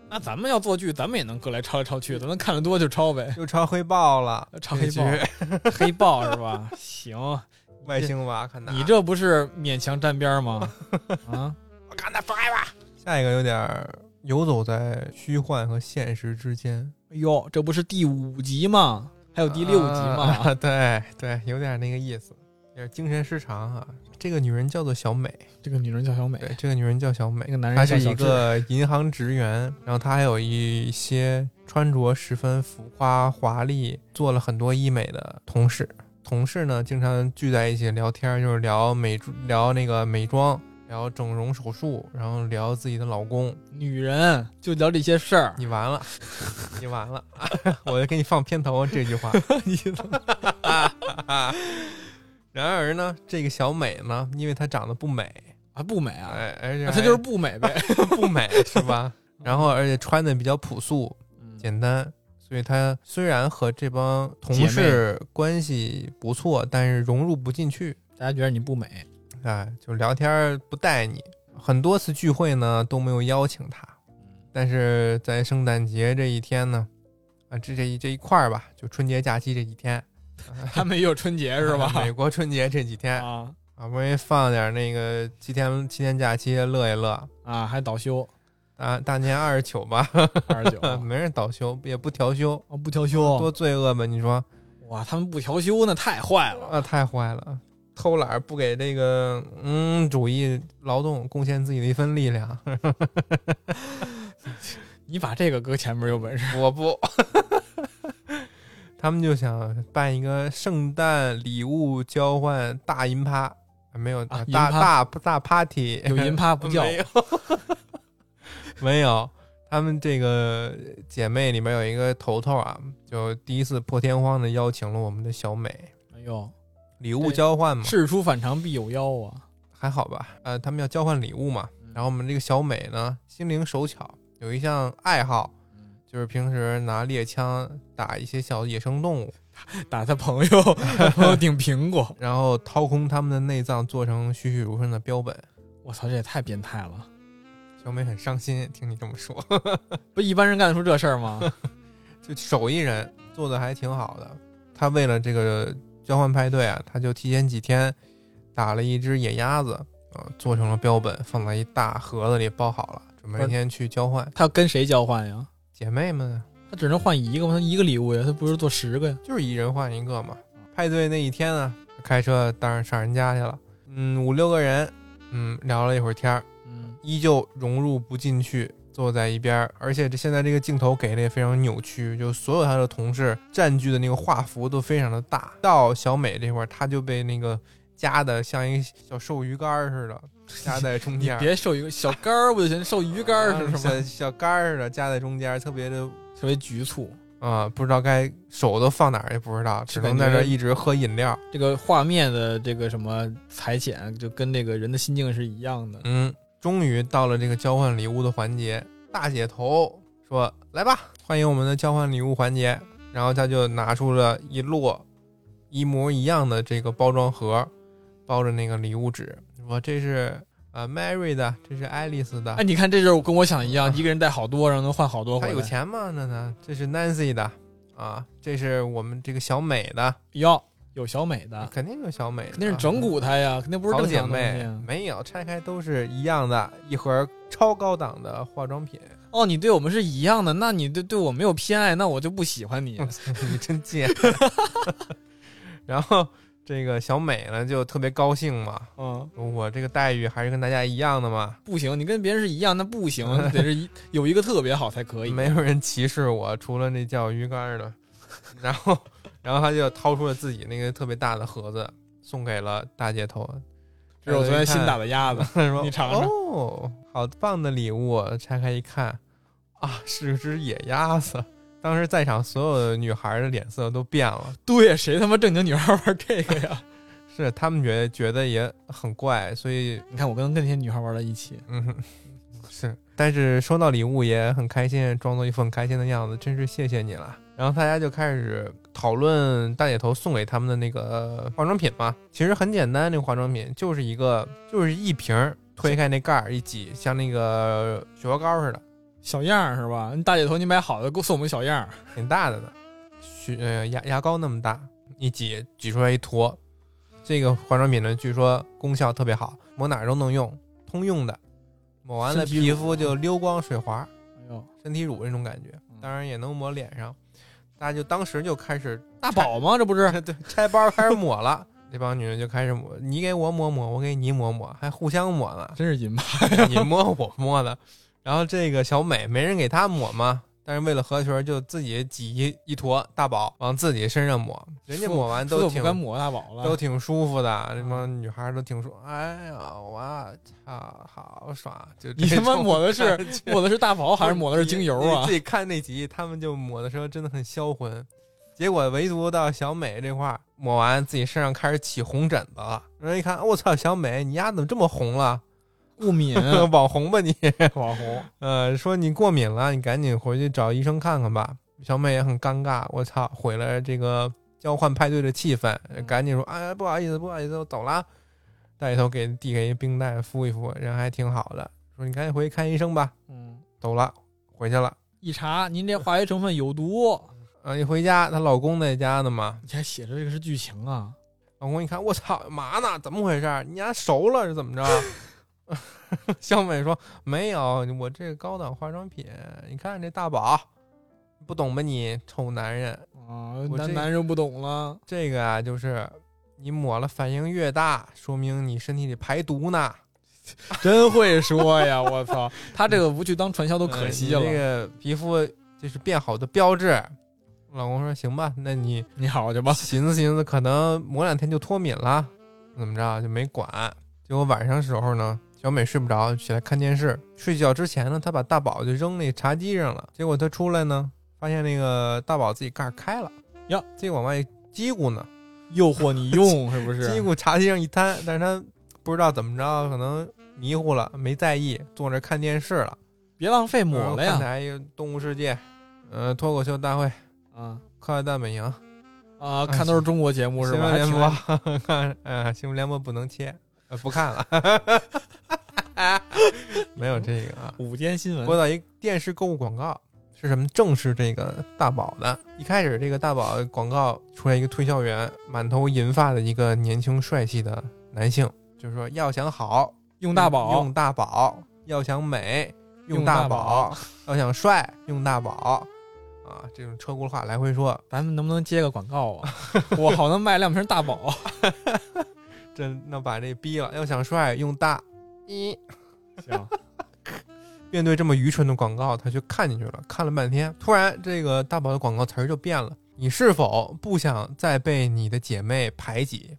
Speaker 2: 那咱们要做剧，咱们也能过来抄来抄去，咱们看得多就抄呗，
Speaker 1: 又抄黑豹了，
Speaker 2: 抄黑
Speaker 1: 这
Speaker 2: 豹，
Speaker 1: 局
Speaker 2: 黑豹是吧？行，
Speaker 1: 外星娃看哪？
Speaker 2: 你这不是勉强沾边吗？啊，
Speaker 1: 我看他 forever。下一个有点儿游走在虚幻和现实之间。
Speaker 2: 哎呦，这不是第五集吗？还有第六集吗？
Speaker 1: 啊、对对，有点那个意思，有点精神失常啊。这个女人叫做小美，
Speaker 2: 这个女人叫小美，
Speaker 1: 对，这个女人叫小
Speaker 2: 那
Speaker 1: 美，
Speaker 2: 哎个男
Speaker 1: 她
Speaker 2: 人叫
Speaker 1: 是
Speaker 2: 小
Speaker 1: 一
Speaker 2: 智。
Speaker 1: 个银行职员，然后她还有一些穿着十分浮夸华丽、做了很多医美的同事。同事呢，经常聚在一起聊天，就是聊美妆聊那个美妆，聊整容手术，然后聊自己的老公，
Speaker 2: 女人就聊这些事儿，
Speaker 1: 你完了， 你完了， 我就给你放片头这句话。
Speaker 2: 你怎么
Speaker 1: 然而呢，这个小美呢，因为她长得不美，
Speaker 2: 还不美啊？
Speaker 1: 哎，而且
Speaker 2: 那
Speaker 1: 还
Speaker 2: 她就是不美呗。
Speaker 1: 不 美，是吧？然后而且穿的比较朴素
Speaker 2: 嗯
Speaker 1: 简单，所以她虽然和这帮
Speaker 2: 姐
Speaker 1: 同
Speaker 2: 妹
Speaker 1: 事关系不错，但是融入不进去，
Speaker 2: 大家觉得你不美，
Speaker 1: 哎，就聊天儿不带你。很多次聚会呢都没有邀请她，
Speaker 2: 嗯
Speaker 1: 但是在圣诞节这一天呢，啊，这这一这一块儿吧，就春节假期这几天，
Speaker 2: 他们也有春 节是吧？
Speaker 1: 美国春节这几天
Speaker 2: 啊
Speaker 1: 好不容易放点那个七天七天假期，乐一乐。
Speaker 2: 啊，还倒 休
Speaker 1: 啊，大年二十九吧，
Speaker 2: 二十九
Speaker 1: 没人倒休，也不调休，
Speaker 2: 哦，不调休
Speaker 1: 多罪恶吧？你说
Speaker 2: 哇，他们不调休那太坏了。
Speaker 1: 啊，太坏了，偷懒儿不给这个嗯主义劳动贡献自己的一份力量，
Speaker 2: 你把这个搁前面有本 事，
Speaker 1: 我不。 他们就想办一个圣诞礼物交换大银趴，啊没有、
Speaker 2: 啊银
Speaker 1: 大
Speaker 2: 趴
Speaker 1: 大大 party，
Speaker 2: 有银趴不叫
Speaker 1: 没有，没有。他们这个姐妹里面有一个头头啊，就第一次破天荒的邀请了我们的小美，
Speaker 2: 哎呦，
Speaker 1: 礼物
Speaker 2: 对
Speaker 1: 交换嘛，
Speaker 2: 事出反常必有妖啊！
Speaker 1: 还好吧？呃，他们要交换礼物嘛。
Speaker 2: 嗯
Speaker 1: 然后我们这个小美呢，心灵手巧，有一项爱好，
Speaker 2: 嗯
Speaker 1: 就是平时拿猎枪打一些小野生动物，
Speaker 2: 打他朋友， 他朋友顶苹果，
Speaker 1: 然后掏空他们的内脏，做成栩栩如生的标本。
Speaker 2: 我操，这也太变态了！
Speaker 1: 小美很伤心，听你这么说，
Speaker 2: 不一般人干得出这事儿 吗？
Speaker 1: 就手艺人做的还挺好的。她为了这个交换派对啊，她就提前几天打了一只野鸭子，啊，做成了标本，放在一大盒子里包好了，准备
Speaker 2: 不是
Speaker 1: 明天去交换。
Speaker 2: 他要跟谁交换呀？
Speaker 1: 姐妹们啊
Speaker 2: 他只能换一个吗？他一个礼物呀，他不是做十个呀？
Speaker 1: 就是一人换一个嘛。派对那一天呢，开车当然上人家去了，嗯，五六个人，嗯，聊了一会儿天儿，
Speaker 2: 嗯，
Speaker 1: 依旧融入不进去，坐在一边儿。而且这现在这个镜头给的也非常扭曲，就所有他的同事占据的那个画幅都非常的大。到小美这块儿，她就被那个夹的像一小瘦鱼干儿似的，夹在中
Speaker 2: 你
Speaker 1: 间儿。 嗯
Speaker 2: 别受一个小杆儿不就行？受鱼杆儿是什
Speaker 1: 小
Speaker 2: 么？
Speaker 1: 小杆儿似的夹在中间儿，特别的
Speaker 2: 特别局促，
Speaker 1: 啊、不知道该手都放哪儿也不知道，只
Speaker 2: 就感
Speaker 1: 能在
Speaker 2: 觉
Speaker 1: 这儿一直喝饮料。
Speaker 2: 这个画面的这个什么裁剪，就跟这个人的心境是一样的。
Speaker 1: 嗯，终于到了这个交换礼物的环节，大姐头说：“来吧，欢迎我们的交换礼物环节。”然后她就拿出了一摞一模一样的这个包装盒，包着那个礼物纸，说：“这是呃 Mary 的，这是爱丽丝的
Speaker 2: 哎，。你看，这就是跟我想的一样，一个人带好多，然后能换好多
Speaker 1: 她
Speaker 2: 回来。
Speaker 1: 啊有钱吗？那呢？这是 Nancy 的啊，这是我们这个小美的，
Speaker 2: 哟，有小美的，
Speaker 1: 肯定有小美的，
Speaker 2: 啊肯定是整蛊他呀，肯定不是
Speaker 1: 嗯好
Speaker 2: 正
Speaker 1: 姐
Speaker 2: 常的
Speaker 1: 妹
Speaker 2: 东西。啊
Speaker 1: 没有拆开都是一样的，一盒超高档的化妆品。”
Speaker 2: 哦，你对我们是一样的，那你对对我没有偏爱，那我就不喜欢
Speaker 1: 嗯
Speaker 2: 你。
Speaker 1: 你 真贱。然后这个小美呢就特别高兴嘛，
Speaker 2: 嗯，
Speaker 1: 我这个待遇还是跟大家一样的嘛，
Speaker 2: 不行，你跟别人是一样，那 不行，得是一有一个特别好才可以。
Speaker 1: 没有人歧视我，除了那叫鱼竿的。 然后，然后他就掏出了自己那个特别大的盒子，送给了大姐头。
Speaker 2: 这是我昨天新打
Speaker 1: 的，
Speaker 2: 的鸭子，
Speaker 1: 他说
Speaker 2: 你尝尝
Speaker 1: 哦，好棒的礼物！拆开一看，啊，是只野鸭子。当时在场所有的女孩的脸色都变了，
Speaker 2: 对，谁他妈正经女孩玩这个呀？
Speaker 1: 嗯是他们觉得觉得也很怪，所以
Speaker 2: 你看我跟那些女孩玩到一起，
Speaker 1: 嗯，哼，是，但是收到礼物也很开心，装作一副很开心的样子，真是谢谢你了。然后大家就开始讨论大姐头送给他们的那个呃化妆品嘛，其实很简单，那个化妆品就是一个就是一瓶儿，推开那盖儿一挤，像那个雪糕膏似的，
Speaker 2: 小样儿是吧？你大姐头，你买好的，给我送我们小样儿。
Speaker 1: 挺大的呢，雪呃牙牙膏那么大，一挤挤出来一坨。这个化妆品呢，据说功效特别好，抹哪儿都能用，通用的，抹完了
Speaker 2: 身体
Speaker 1: 皮
Speaker 2: 乳
Speaker 1: 肤就溜光水滑。
Speaker 2: 哎呦，
Speaker 1: 身体乳那种感觉，
Speaker 2: 嗯
Speaker 1: 当然也能抹脸上。大家就当时就开始
Speaker 2: 大宝吗？这不是？，
Speaker 1: 对拆包开始抹了，这帮女人就开始抹，你给我抹抹，我给你抹抹，还互相抹呢
Speaker 2: 真是银吧？
Speaker 1: 你摸我摸的。然后这个小美没人给她抹嘛，但是为了合群儿，就自己挤一一坨大宝往自己身上抹，人家抹完都
Speaker 2: 不
Speaker 1: 挺
Speaker 2: 敢抹大宝了，嗯
Speaker 1: 都挺舒服的，这帮女孩儿都挺舒服。哎呀，我操，好爽！就
Speaker 2: 你他妈抹 的是
Speaker 1: 我
Speaker 2: 抹的是大宝 还是抹的是精油 啊
Speaker 1: 自？己看那集，他们就抹的时候真的很销魂。结果唯独到小美这块儿抹完，自己身上开始起红疹子了。人一看，我操，小美，你丫怎么这么红了？
Speaker 2: 过敏
Speaker 1: 网红吧你？
Speaker 2: 网红，
Speaker 1: 呃，说你过敏了，你赶紧回去找医生看看吧。小美也很尴尬，我操，毁了这个交换派对的气氛，
Speaker 2: 嗯
Speaker 1: 赶紧说，哎，不好意思，不好意思，我走了。带头给递给一冰袋敷一敷，人还挺好的。说你赶紧回去看医生吧，
Speaker 2: 嗯，
Speaker 1: 走了，回去了。
Speaker 2: 一查您这化学成分有毒，
Speaker 1: 啊，一回家，她老公在家呢嘛。
Speaker 2: 你还写着这个是剧情啊？
Speaker 1: 老公一看，我操，嘛呢？怎么回事儿？你俩熟了是怎么着？ 小美说没有，我这个高档化妆品，你看这大宝，不懂吧你臭男人。
Speaker 2: 啊，
Speaker 1: 我这
Speaker 2: 男男人不 懂了，
Speaker 1: 这个啊，就是你抹了反应越大，说明你身体里排毒呢。
Speaker 2: 真会说呀！我操，他这个不去当传销都可惜了
Speaker 1: 呃。你这个皮肤就是变好的标志。老公说：“行吧，那你
Speaker 2: 你好去吧，
Speaker 1: 寻思寻思，可能抹两天就脱敏了，怎么着就没管。结果晚上时候呢，小美睡不着，起来看电视。睡觉之前呢，她把大宝就扔那茶几上了。结果她出来呢，发现那个大宝自己盖儿开了，
Speaker 2: 呀，
Speaker 1: 自己往外叽咕呢。
Speaker 2: 诱惑你用是不
Speaker 1: 叽
Speaker 2: 是？
Speaker 1: 咕茶几上一摊，但是他不知道怎么着，可能迷糊了，没在意，坐那儿看电视了，嗯
Speaker 2: 别浪费抹了
Speaker 1: 然后看
Speaker 2: 呀！
Speaker 1: 台有《动物世界》，呃，脱口秀大会、
Speaker 2: 啊
Speaker 1: 快乐大本营、哎
Speaker 2: 啊，看都是中国节目是
Speaker 1: 新
Speaker 2: 吧？
Speaker 1: 闻
Speaker 2: 还
Speaker 1: 联
Speaker 2: 挺
Speaker 1: 播， 看，呃，新闻联播不能切，呃，不看了， 没有这个啊。
Speaker 2: 午间新闻
Speaker 1: 播到一电视购物广告，是什么？正是这个大宝的。一开始这个大宝广告出来一个推销员，满头银发的一个年轻帅气的男性，就是说要想好
Speaker 2: 用大宝，
Speaker 1: 用大宝；要想美
Speaker 2: 用
Speaker 1: 大
Speaker 2: 大宝
Speaker 1: 要想帅用大宝。啊，这种车轱辘话来回说，
Speaker 2: 咱们能不能接个广 告啊？我好能卖两瓶大宝，
Speaker 1: 这那把这逼了。要想帅用大，一
Speaker 2: 行，
Speaker 1: 面对这么愚蠢的广告，他就看进去了，看了半天，突然这个大宝的广告词儿就变了：你是否不想再被你的姐妹排挤？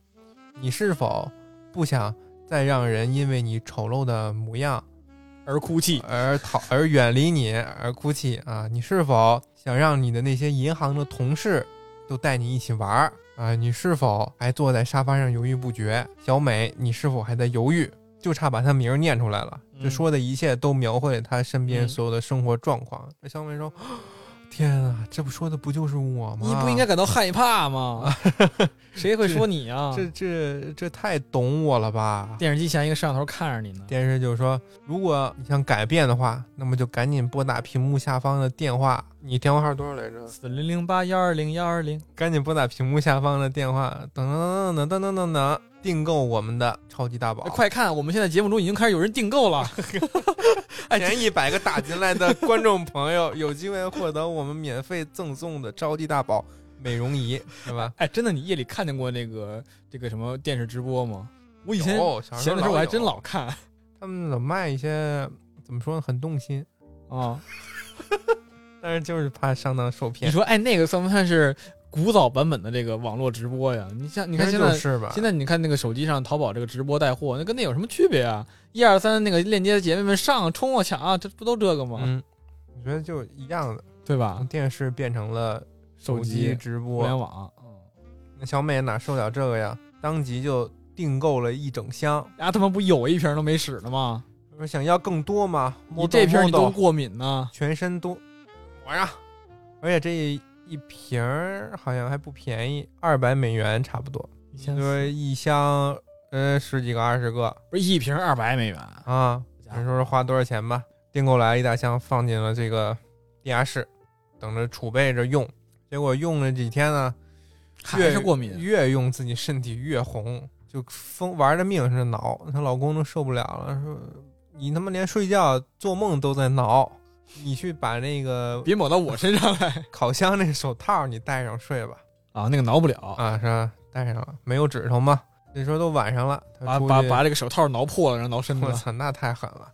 Speaker 1: 你是否不想再让人因为你丑陋的模样
Speaker 2: 而哭泣，
Speaker 1: 而逃而远离你而哭泣啊？你是否想让你的那些银行的同事都带你一起玩儿啊？你是否还坐在沙发上犹豫不决？小美，你是否还在犹豫？就差把她名儿念出来了。
Speaker 2: 嗯
Speaker 1: 这说的一切都描绘了她身边
Speaker 2: 嗯
Speaker 1: 所有的生活状况。这小美说：“天啊，这不说的不就是我吗？
Speaker 2: 你不应该感到害怕吗？谁会说你啊？
Speaker 1: 这这这太懂我了吧？”
Speaker 2: 电视机前一个摄像头看着你呢，
Speaker 1: 电视就说，如果你想改变的话，那么就赶紧拨打屏幕下方的电话。你电话号多少来着？
Speaker 2: 四零零八幺二零幺二零，
Speaker 1: 赶紧拨打屏幕下方的电话，等等等等等等等，订购我们的超级大宝，
Speaker 2: 哎快看，我们现在节目中已经开始有人订购了，哎
Speaker 1: 前一百个打进来的观众朋友有机会获得我们免费赠送的超级大宝美容仪，是吧？
Speaker 2: 哎，真的，你夜里看见过那个这个什么电视直播吗？我以前
Speaker 1: 有小时
Speaker 2: 闲
Speaker 1: 候
Speaker 2: 的时候我还
Speaker 1: 有
Speaker 2: 真老看
Speaker 1: 他们老卖一些怎么说呢，很动心，
Speaker 2: 啊。
Speaker 1: 但是就是怕上当受骗
Speaker 2: 你。说，哎，那个算不算是古早版本的这个网络直播呀？你像你看
Speaker 1: 其
Speaker 2: 现
Speaker 1: 实就
Speaker 2: 在
Speaker 1: 是吧，
Speaker 2: 现在你看那个手机上淘宝这个直播带货，那跟那有什么区别啊？一二三，那个链接姐妹们上啊冲啊抢啊，这不都这个吗？
Speaker 1: 嗯，我觉得就一样的，
Speaker 2: 对吧？
Speaker 1: 啊电视变成了手机
Speaker 2: 机、
Speaker 1: 直
Speaker 2: 互联
Speaker 1: 播，
Speaker 2: 网，嗯，
Speaker 1: 那小美哪受了这个呀？当即就订购了一整箱。
Speaker 2: 啊他妈不有一瓶都没使呢吗？
Speaker 1: 我说想要更多吗？
Speaker 2: 你这瓶你都
Speaker 1: 都
Speaker 2: 过敏呢，
Speaker 1: 全身都抹上，而且这一瓶儿好像还不便宜，二百美元差不多，
Speaker 2: 一
Speaker 1: 就
Speaker 2: 千四
Speaker 1: 是一箱，呃，十几个、二十个
Speaker 2: 不是一瓶二百美元，
Speaker 1: 啊，你说说花多少钱吧？订购来一大箱，放进了这个地下室，等着储备着用。结果用了几天呢，
Speaker 2: 还
Speaker 1: 越
Speaker 2: 是过敏，
Speaker 1: 越用自己身体越红，就疯玩着命似的挠。她老公都受不了了，说：“你他妈连睡觉做梦都在挠，你去把那个
Speaker 2: 别抹到我身上来
Speaker 1: 烤箱那手套你戴上睡吧。
Speaker 2: 啊！那个挠不了，
Speaker 1: 啊，是吧？戴上了，没有指头吗？那时候都晚上了，他
Speaker 2: 把
Speaker 1: 出
Speaker 2: 把
Speaker 1: 去
Speaker 2: 把这个手套挠破了，然后挠身子
Speaker 1: 我，操，那太狠了！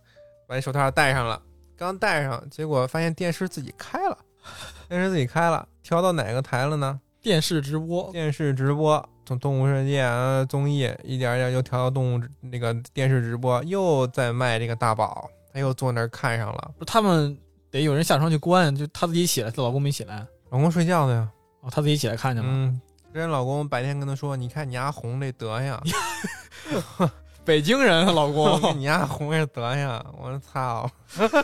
Speaker 1: 把这手套戴上了，刚戴上，结果发现电视自己开了，电视自己开了，调到哪个台了呢？
Speaker 2: 电视直播，
Speaker 1: 电视直播，从动物世界啊综艺一点儿一点儿又调到动物直那个电视直播，又在卖这个大宝，他又坐那儿看上了。
Speaker 2: 不是他们得有人下床去关，就她自己起来，她老公没起来，
Speaker 1: 老公睡觉呢呀，
Speaker 2: 哦，她自己起来看去了，
Speaker 1: 嗯，人老公白天跟她说：“你看你丫红这德行，
Speaker 2: 北京人啊，老
Speaker 1: 我
Speaker 2: 公，
Speaker 1: 你丫红这德行。”我说：“操！”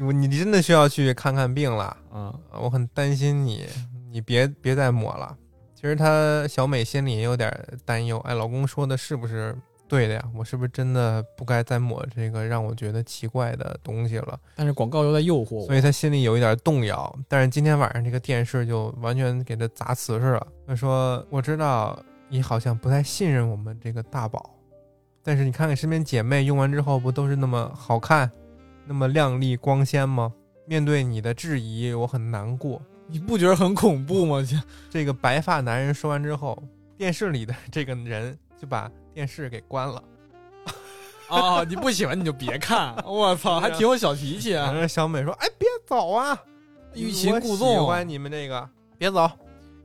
Speaker 1: 我你真的需要去看看病了，
Speaker 2: 嗯，
Speaker 1: 我很担心你，你别别再抹了。其实她小美心里也有点担忧，哎，老公说的是不是对的呀？我是不是真的不该再抹这个让我觉得奇怪的东西了？
Speaker 2: 但是广告又在诱惑我
Speaker 1: 所，以她心里有一点动摇。但是今天晚上这个电视就完全给她砸瓷实了。她说：“我知道你好像不太信任我们这个大宝，但是你看看身边姐妹用完之后不都是那么好看，那么亮丽光鲜吗？面对你的质疑，我很难过。”
Speaker 2: 你不觉得很恐怖吗？ 这
Speaker 1: 这个白发男人说完之后，电视里的 这个人就把电视给关了。
Speaker 2: 哦，你不喜欢你就别 看，我操，还挺有小脾气
Speaker 1: 然
Speaker 2: 啊，
Speaker 1: 后小美说：“哎，别走啊，
Speaker 2: 欲擒故纵
Speaker 1: 我喜欢你们这个，别走，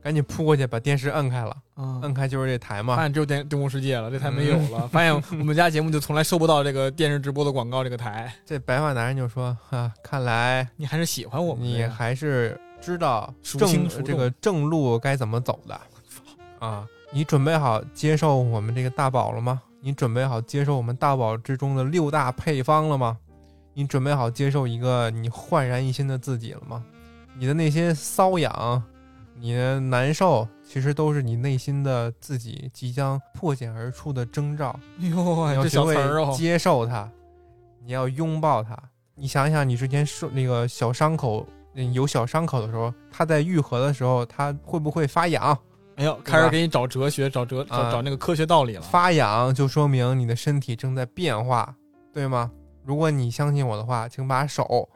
Speaker 1: 赶紧扑过去把电视摁开了，
Speaker 2: 嗯
Speaker 1: 摁开就是这台
Speaker 2: 发
Speaker 1: 嘛。
Speaker 2: 现只有电动物世界了，这台没
Speaker 1: 嗯
Speaker 2: 有了。发现我们家节目就从来收不到这个电视直播的广告，这个台，
Speaker 1: 这白发男人就说：“啊，看来
Speaker 2: 你还是喜欢我们的
Speaker 1: 你
Speaker 2: 呀。
Speaker 1: 还是知道
Speaker 2: 孰
Speaker 1: 正
Speaker 2: 轻孰重
Speaker 1: 这个正路该怎么走的啊。你准备好接受我们这个大宝了吗？你准备好接受我们大宝之中的六大配方了吗？你准备好接受一个你焕然一新的自己了吗？你的那些瘙痒，你的难受，其实都是你内心的自己即将破茧而出的征兆。
Speaker 2: 哎呦
Speaker 1: 你
Speaker 2: 喂，
Speaker 1: 要
Speaker 2: 这
Speaker 1: 学
Speaker 2: 小
Speaker 1: 会
Speaker 2: 词儿哦，
Speaker 1: 接受它，你要拥抱它。你想想，你之前受那个小伤口，嗯有小伤口的时候，它在愈合的时候，它会不会发痒？
Speaker 2: 哎呦，开始给你找哲学，找哲
Speaker 1: 啊
Speaker 2: 找找那个科学道理了。
Speaker 1: 发痒就说明你的身体正在变化，对吗？如果你相信我的话，请把手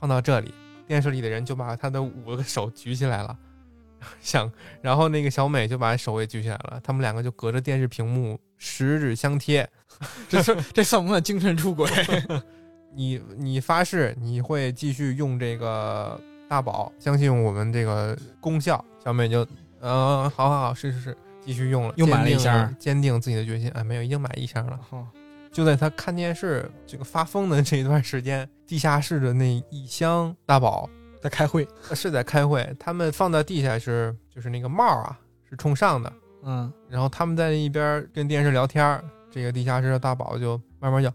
Speaker 1: 放到这里。电视里的人就把他的五个手举起来了， 想，然后那个小美就把手也举起来了，他们两个就隔着电视屏幕十指相贴，
Speaker 2: 这是这算不算精 神出轨？
Speaker 1: 你你发誓你会继续用这个大宝，相信我们这个功效。小美就，嗯、好好好，是是是，继续用了，
Speaker 2: 又买了一箱
Speaker 1: 坚定，坚定自己的决心。哎，没有，已经买一箱了。
Speaker 2: 哦
Speaker 1: 就在他看电视这个发疯的这一段时间，地下室的那一箱大宝
Speaker 2: 在开会，
Speaker 1: 呃是在开会，他们放到地下是就是那个帽啊是冲上的，
Speaker 2: 嗯，
Speaker 1: 然后他们在一边跟电视聊天儿，这个地下室的大宝就慢慢就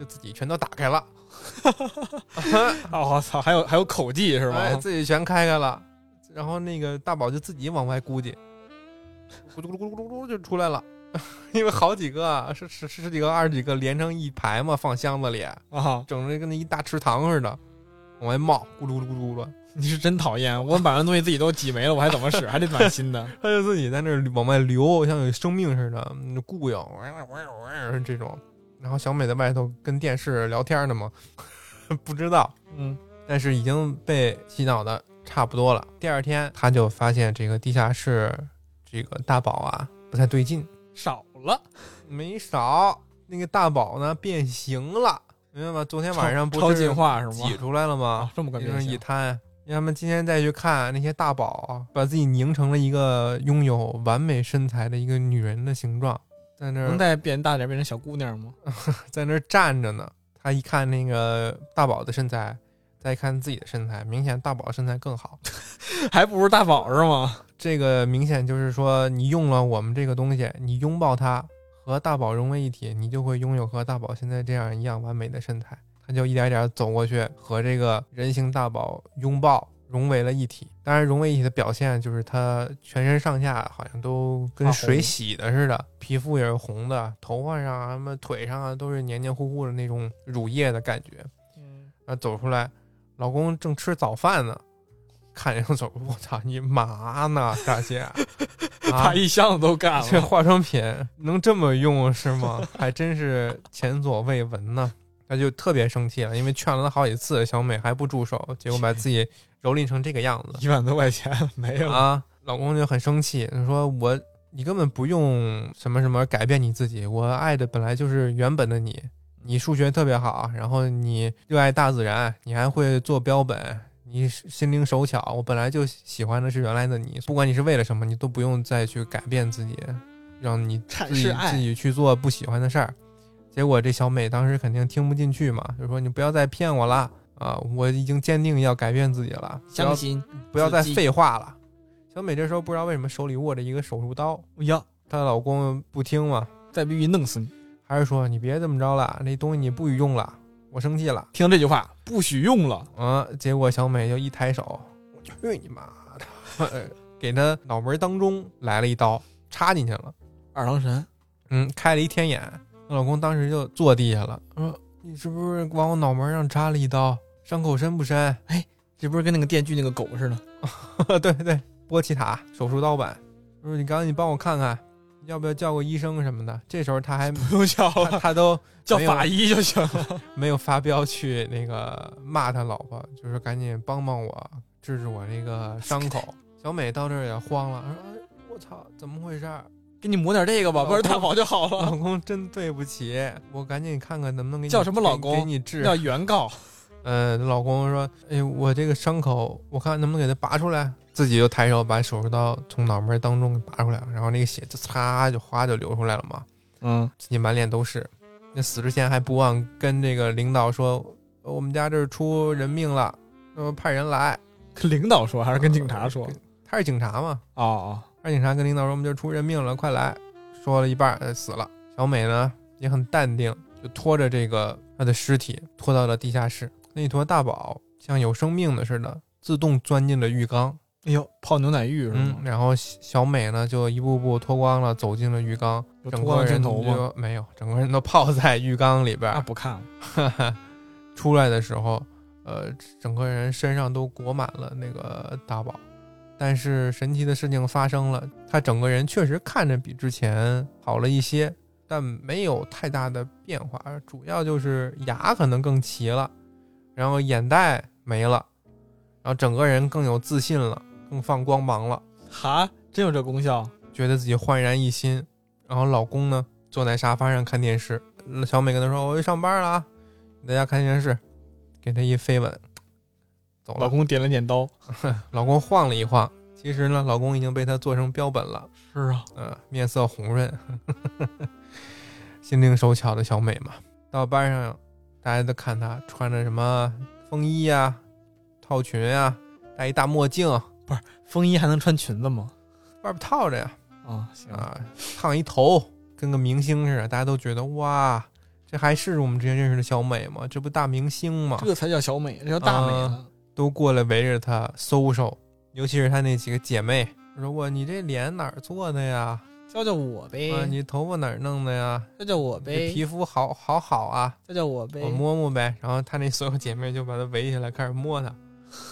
Speaker 1: 就自己全都打开了，
Speaker 2: 哦，我操，还有还有口技是
Speaker 1: 哎，
Speaker 2: 吗？
Speaker 1: 自己全开开了，然后那个大宝就自己往外估计，咕噜咕噜咕噜咕噜就出来了，因为好几个啊是十十几个二十几个连成一排嘛，放箱子里，
Speaker 2: 啊，
Speaker 1: 整的跟那一大池塘似的，往外冒，咕噜咕噜咕噜咕噜，
Speaker 2: 你是真讨厌！我把那东西自己都挤没了，我还怎么使？还得买 新的。
Speaker 1: 他就自己在那儿往外流，像有生命似的，嗯固有这种。然后小美在外头跟电视聊天呢嘛，不知道，
Speaker 2: 嗯，
Speaker 1: 但是已经被洗脑的差不多了。第二天，他就发现这个地下室这个大宝啊不太对劲，
Speaker 2: 少了。
Speaker 1: 没少那个大宝呢变形了，明白吗？昨天晚上不
Speaker 2: 超超
Speaker 1: 是
Speaker 2: 进化是
Speaker 1: 挤
Speaker 2: 吗？
Speaker 1: 出来了吗？
Speaker 2: 啊，这么个
Speaker 1: 就是
Speaker 2: 变
Speaker 1: 一
Speaker 2: 形，
Speaker 1: 摊。要么今天再去看那些大宝，啊把自己拧成了一个拥有完美身材的一个女人的形状，在那
Speaker 2: 能
Speaker 1: 儿
Speaker 2: 再变大点变成小姑娘吗？
Speaker 1: 在那儿站着呢。他一看那个大宝的身材，再一看自己的身材，明显大宝身材更好。
Speaker 2: 还不如大宝是吗？
Speaker 1: 这个明显就是说，你用了我们这个东西，你拥抱它，和大宝融为一体，你就会拥有和大宝现在这样一样完美的身材。他就一点点走过去，和这个人形大宝拥抱，融为了一体。当然，融为一体的表现就是他全身上下好像都跟
Speaker 2: 发红
Speaker 1: 水洗的似的，皮肤也是红的，头发上啊、什么腿上啊都是黏黏糊糊的那种乳液的感觉。啊，走出来，老公正吃早饭呢，看见我走，我操你妈呢，大姐，啊
Speaker 2: 把，一箱子都干
Speaker 1: 这
Speaker 2: 了。
Speaker 1: 化妆品能这么用是吗？ 还真是前所未闻呢。他就特别生气了，因为劝了他好几次，小美还不住手，结果把自己蹂躏成这个样子
Speaker 2: 一万多块钱没 了，
Speaker 1: 啊！老公就很生气，他说我你根本不用什么什么改变你自己，我爱的本来就是原本的你，你数学特别好，然后你热爱大自然，你还会做标本，你心灵手巧。我本来就喜欢的是原来的你，不管你是为了什么，你都不用再去改变自己，让你
Speaker 3: 阐
Speaker 1: 自己
Speaker 3: 释
Speaker 1: 自
Speaker 3: 爱，
Speaker 1: 己去做不喜欢的事儿。结果这小美当时肯定听不进去嘛，就说你不要再骗我了啊！我已经坚定要改变自己了，不
Speaker 3: 相
Speaker 1: 要
Speaker 3: 信
Speaker 1: 不要再
Speaker 3: 自己
Speaker 1: 废话了。小美这时候不知道为什么手里握着一个手术刀，
Speaker 2: 呀，
Speaker 1: 她老公不听嘛，
Speaker 2: 再逼逼弄死你！
Speaker 1: 还是说你别这么着了，那东西你不许用了，我生气了。
Speaker 2: 听到这句话，不许用了。
Speaker 1: 嗯，结果小美就一抬手，我去你妈的，呃给她脑门当中来了一刀，插进去了。
Speaker 3: 二郎神，
Speaker 1: 嗯，开了一天眼。她老公当时就坐地下了，说：“你是不是往我脑门上插了一刀？伤口深不深
Speaker 3: 这不是跟那个电锯那个狗似的？？”
Speaker 1: 对对，波奇塔手术刀版。说：“你赶紧帮我看看，要不要叫个医生什么的？”这时候她 还
Speaker 2: 不用叫
Speaker 1: 她
Speaker 2: 了，
Speaker 1: 她都
Speaker 2: 叫
Speaker 1: 没有
Speaker 2: 法医就行了。
Speaker 1: 没有发飙去那个骂他老婆，就说赶紧帮帮我，治治我这个伤口。小美到这儿也慌了，说：“哎我操，怎么回事儿？
Speaker 2: 给你抹点这个吧，不然大宝就好
Speaker 1: 老
Speaker 2: 了。
Speaker 1: 公真对不起，我赶紧看看能不能给你
Speaker 2: 叫什么老公
Speaker 1: 给你治。
Speaker 2: 要原告，
Speaker 1: 嗯，老公说：“哎，我这个伤口，我看能不能给它拔出来。”自己就抬手把手术刀从脑门当中给拔出来了，然后那个血就擦就哗就流出来了嘛，
Speaker 2: 嗯，
Speaker 1: 自己满脸都是。那死之前还不忘跟这个领导说：“呃我们家这儿出人命了，呃，派人来。
Speaker 2: 跟领导说还是跟警察说？”
Speaker 1: 他是警察嘛，
Speaker 2: 哦哦，
Speaker 1: 他是警察跟领导说：“我们这儿出人命了，快来！”说了一半，呃，死了。小美呢也很淡定，就拖着这个她的尸体拖到了地下室。那坨大宝像有生命的似的，自动钻进了浴缸。
Speaker 2: 哎呦，泡牛奶浴是
Speaker 1: 嗯，
Speaker 2: 吗？
Speaker 1: 然后小小美呢就一步步脱光了，走进了浴缸，
Speaker 2: 有
Speaker 1: 整
Speaker 2: 脱光
Speaker 1: 个
Speaker 2: 的镜
Speaker 1: 人
Speaker 2: 头吗？
Speaker 1: 就没有，整个人都泡在浴缸里边
Speaker 2: 那
Speaker 1: 儿。
Speaker 2: 不看了，
Speaker 1: 出来的时候，呃，整个人身上都裹满了那个大宝。但是神奇的事情发生了，他整个人确实看着比之前好了一些，但没有太大的变化，主要就是牙可能更齐了，然后眼袋没了，然后整个人更有自信了，更放光芒了，
Speaker 2: 哈，真有这功效？
Speaker 1: 觉得自己焕然一新。然后老公呢，坐在沙发上看电视，小美跟他说：“我去上班了啊，你在家看电视。”给他一飞吻，走了。
Speaker 2: 老公点了点刀，
Speaker 1: 老公晃了一晃，其实呢，老公已经被他做成标本了，
Speaker 2: 是啊，
Speaker 1: 嗯、面色红润， 心灵手巧的小美嘛。到班上，大家都看她穿着什么风衣啊、套裙啊，戴一大墨镜，啊
Speaker 2: 风衣还能穿裙子吗？
Speaker 1: 外边套着呀，
Speaker 2: 啊，行，
Speaker 1: 啊，烫一头，跟个明星似的，大家都觉得哇，这还是我们之前认识的小美吗？这不大明星吗？
Speaker 2: 这才叫小美，这叫大美了。
Speaker 1: 都过来围着她搜搜，尤其是她那几个姐妹，说哇，你这脸哪儿做的呀？
Speaker 3: 叫叫我
Speaker 2: 哎
Speaker 3: 呗，
Speaker 1: 啊，你头发哪儿弄的呀？
Speaker 3: 叫叫我
Speaker 1: 你这
Speaker 3: 呗，
Speaker 1: 皮肤好好好啊，
Speaker 3: 叫叫我呗
Speaker 2: 哦
Speaker 1: 我，摸摸呗。然后她那所有姐妹就把她围起来，开始摸她，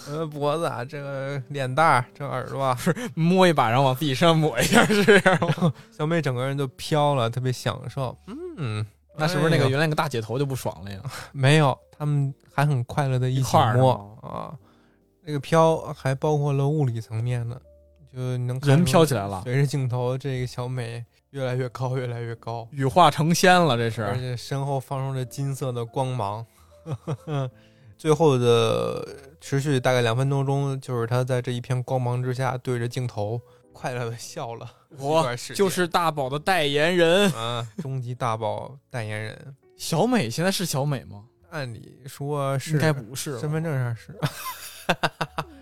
Speaker 1: 呃，脖子啊，这个脸蛋儿，这耳朵啊，
Speaker 2: 摸一把，然后往自己身上抹一下，是这样吗？
Speaker 1: 小美整个人就飘了，特别享受。嗯，
Speaker 2: 那是不是那
Speaker 1: 哎
Speaker 2: 个
Speaker 1: 呦
Speaker 2: 原来那个大姐头就不爽了呀？
Speaker 1: 没有，他们还很快乐的一
Speaker 2: 一
Speaker 1: 起
Speaker 2: 块儿
Speaker 1: 摸
Speaker 2: 呢
Speaker 1: 啊。那个飘还包括了物理层面的，就能看
Speaker 2: 人
Speaker 1: 出
Speaker 2: 飘起来了，
Speaker 1: 随着镜头，这个小美越来越高，越来越高，
Speaker 2: 羽化成仙了，这
Speaker 1: 而
Speaker 2: 是啊
Speaker 1: 且身后放出了金色的光芒。 最后的持续大概两分钟钟，就是她在这一片光芒之下对着镜头快乐的笑了。一
Speaker 2: 我
Speaker 1: 段时间
Speaker 2: 就是大宝的代言人。
Speaker 1: 啊，终极大宝代言人，
Speaker 2: 小美现在是小美吗？
Speaker 1: 按理说是
Speaker 2: 应该不是吧，呃
Speaker 1: 身份证上是。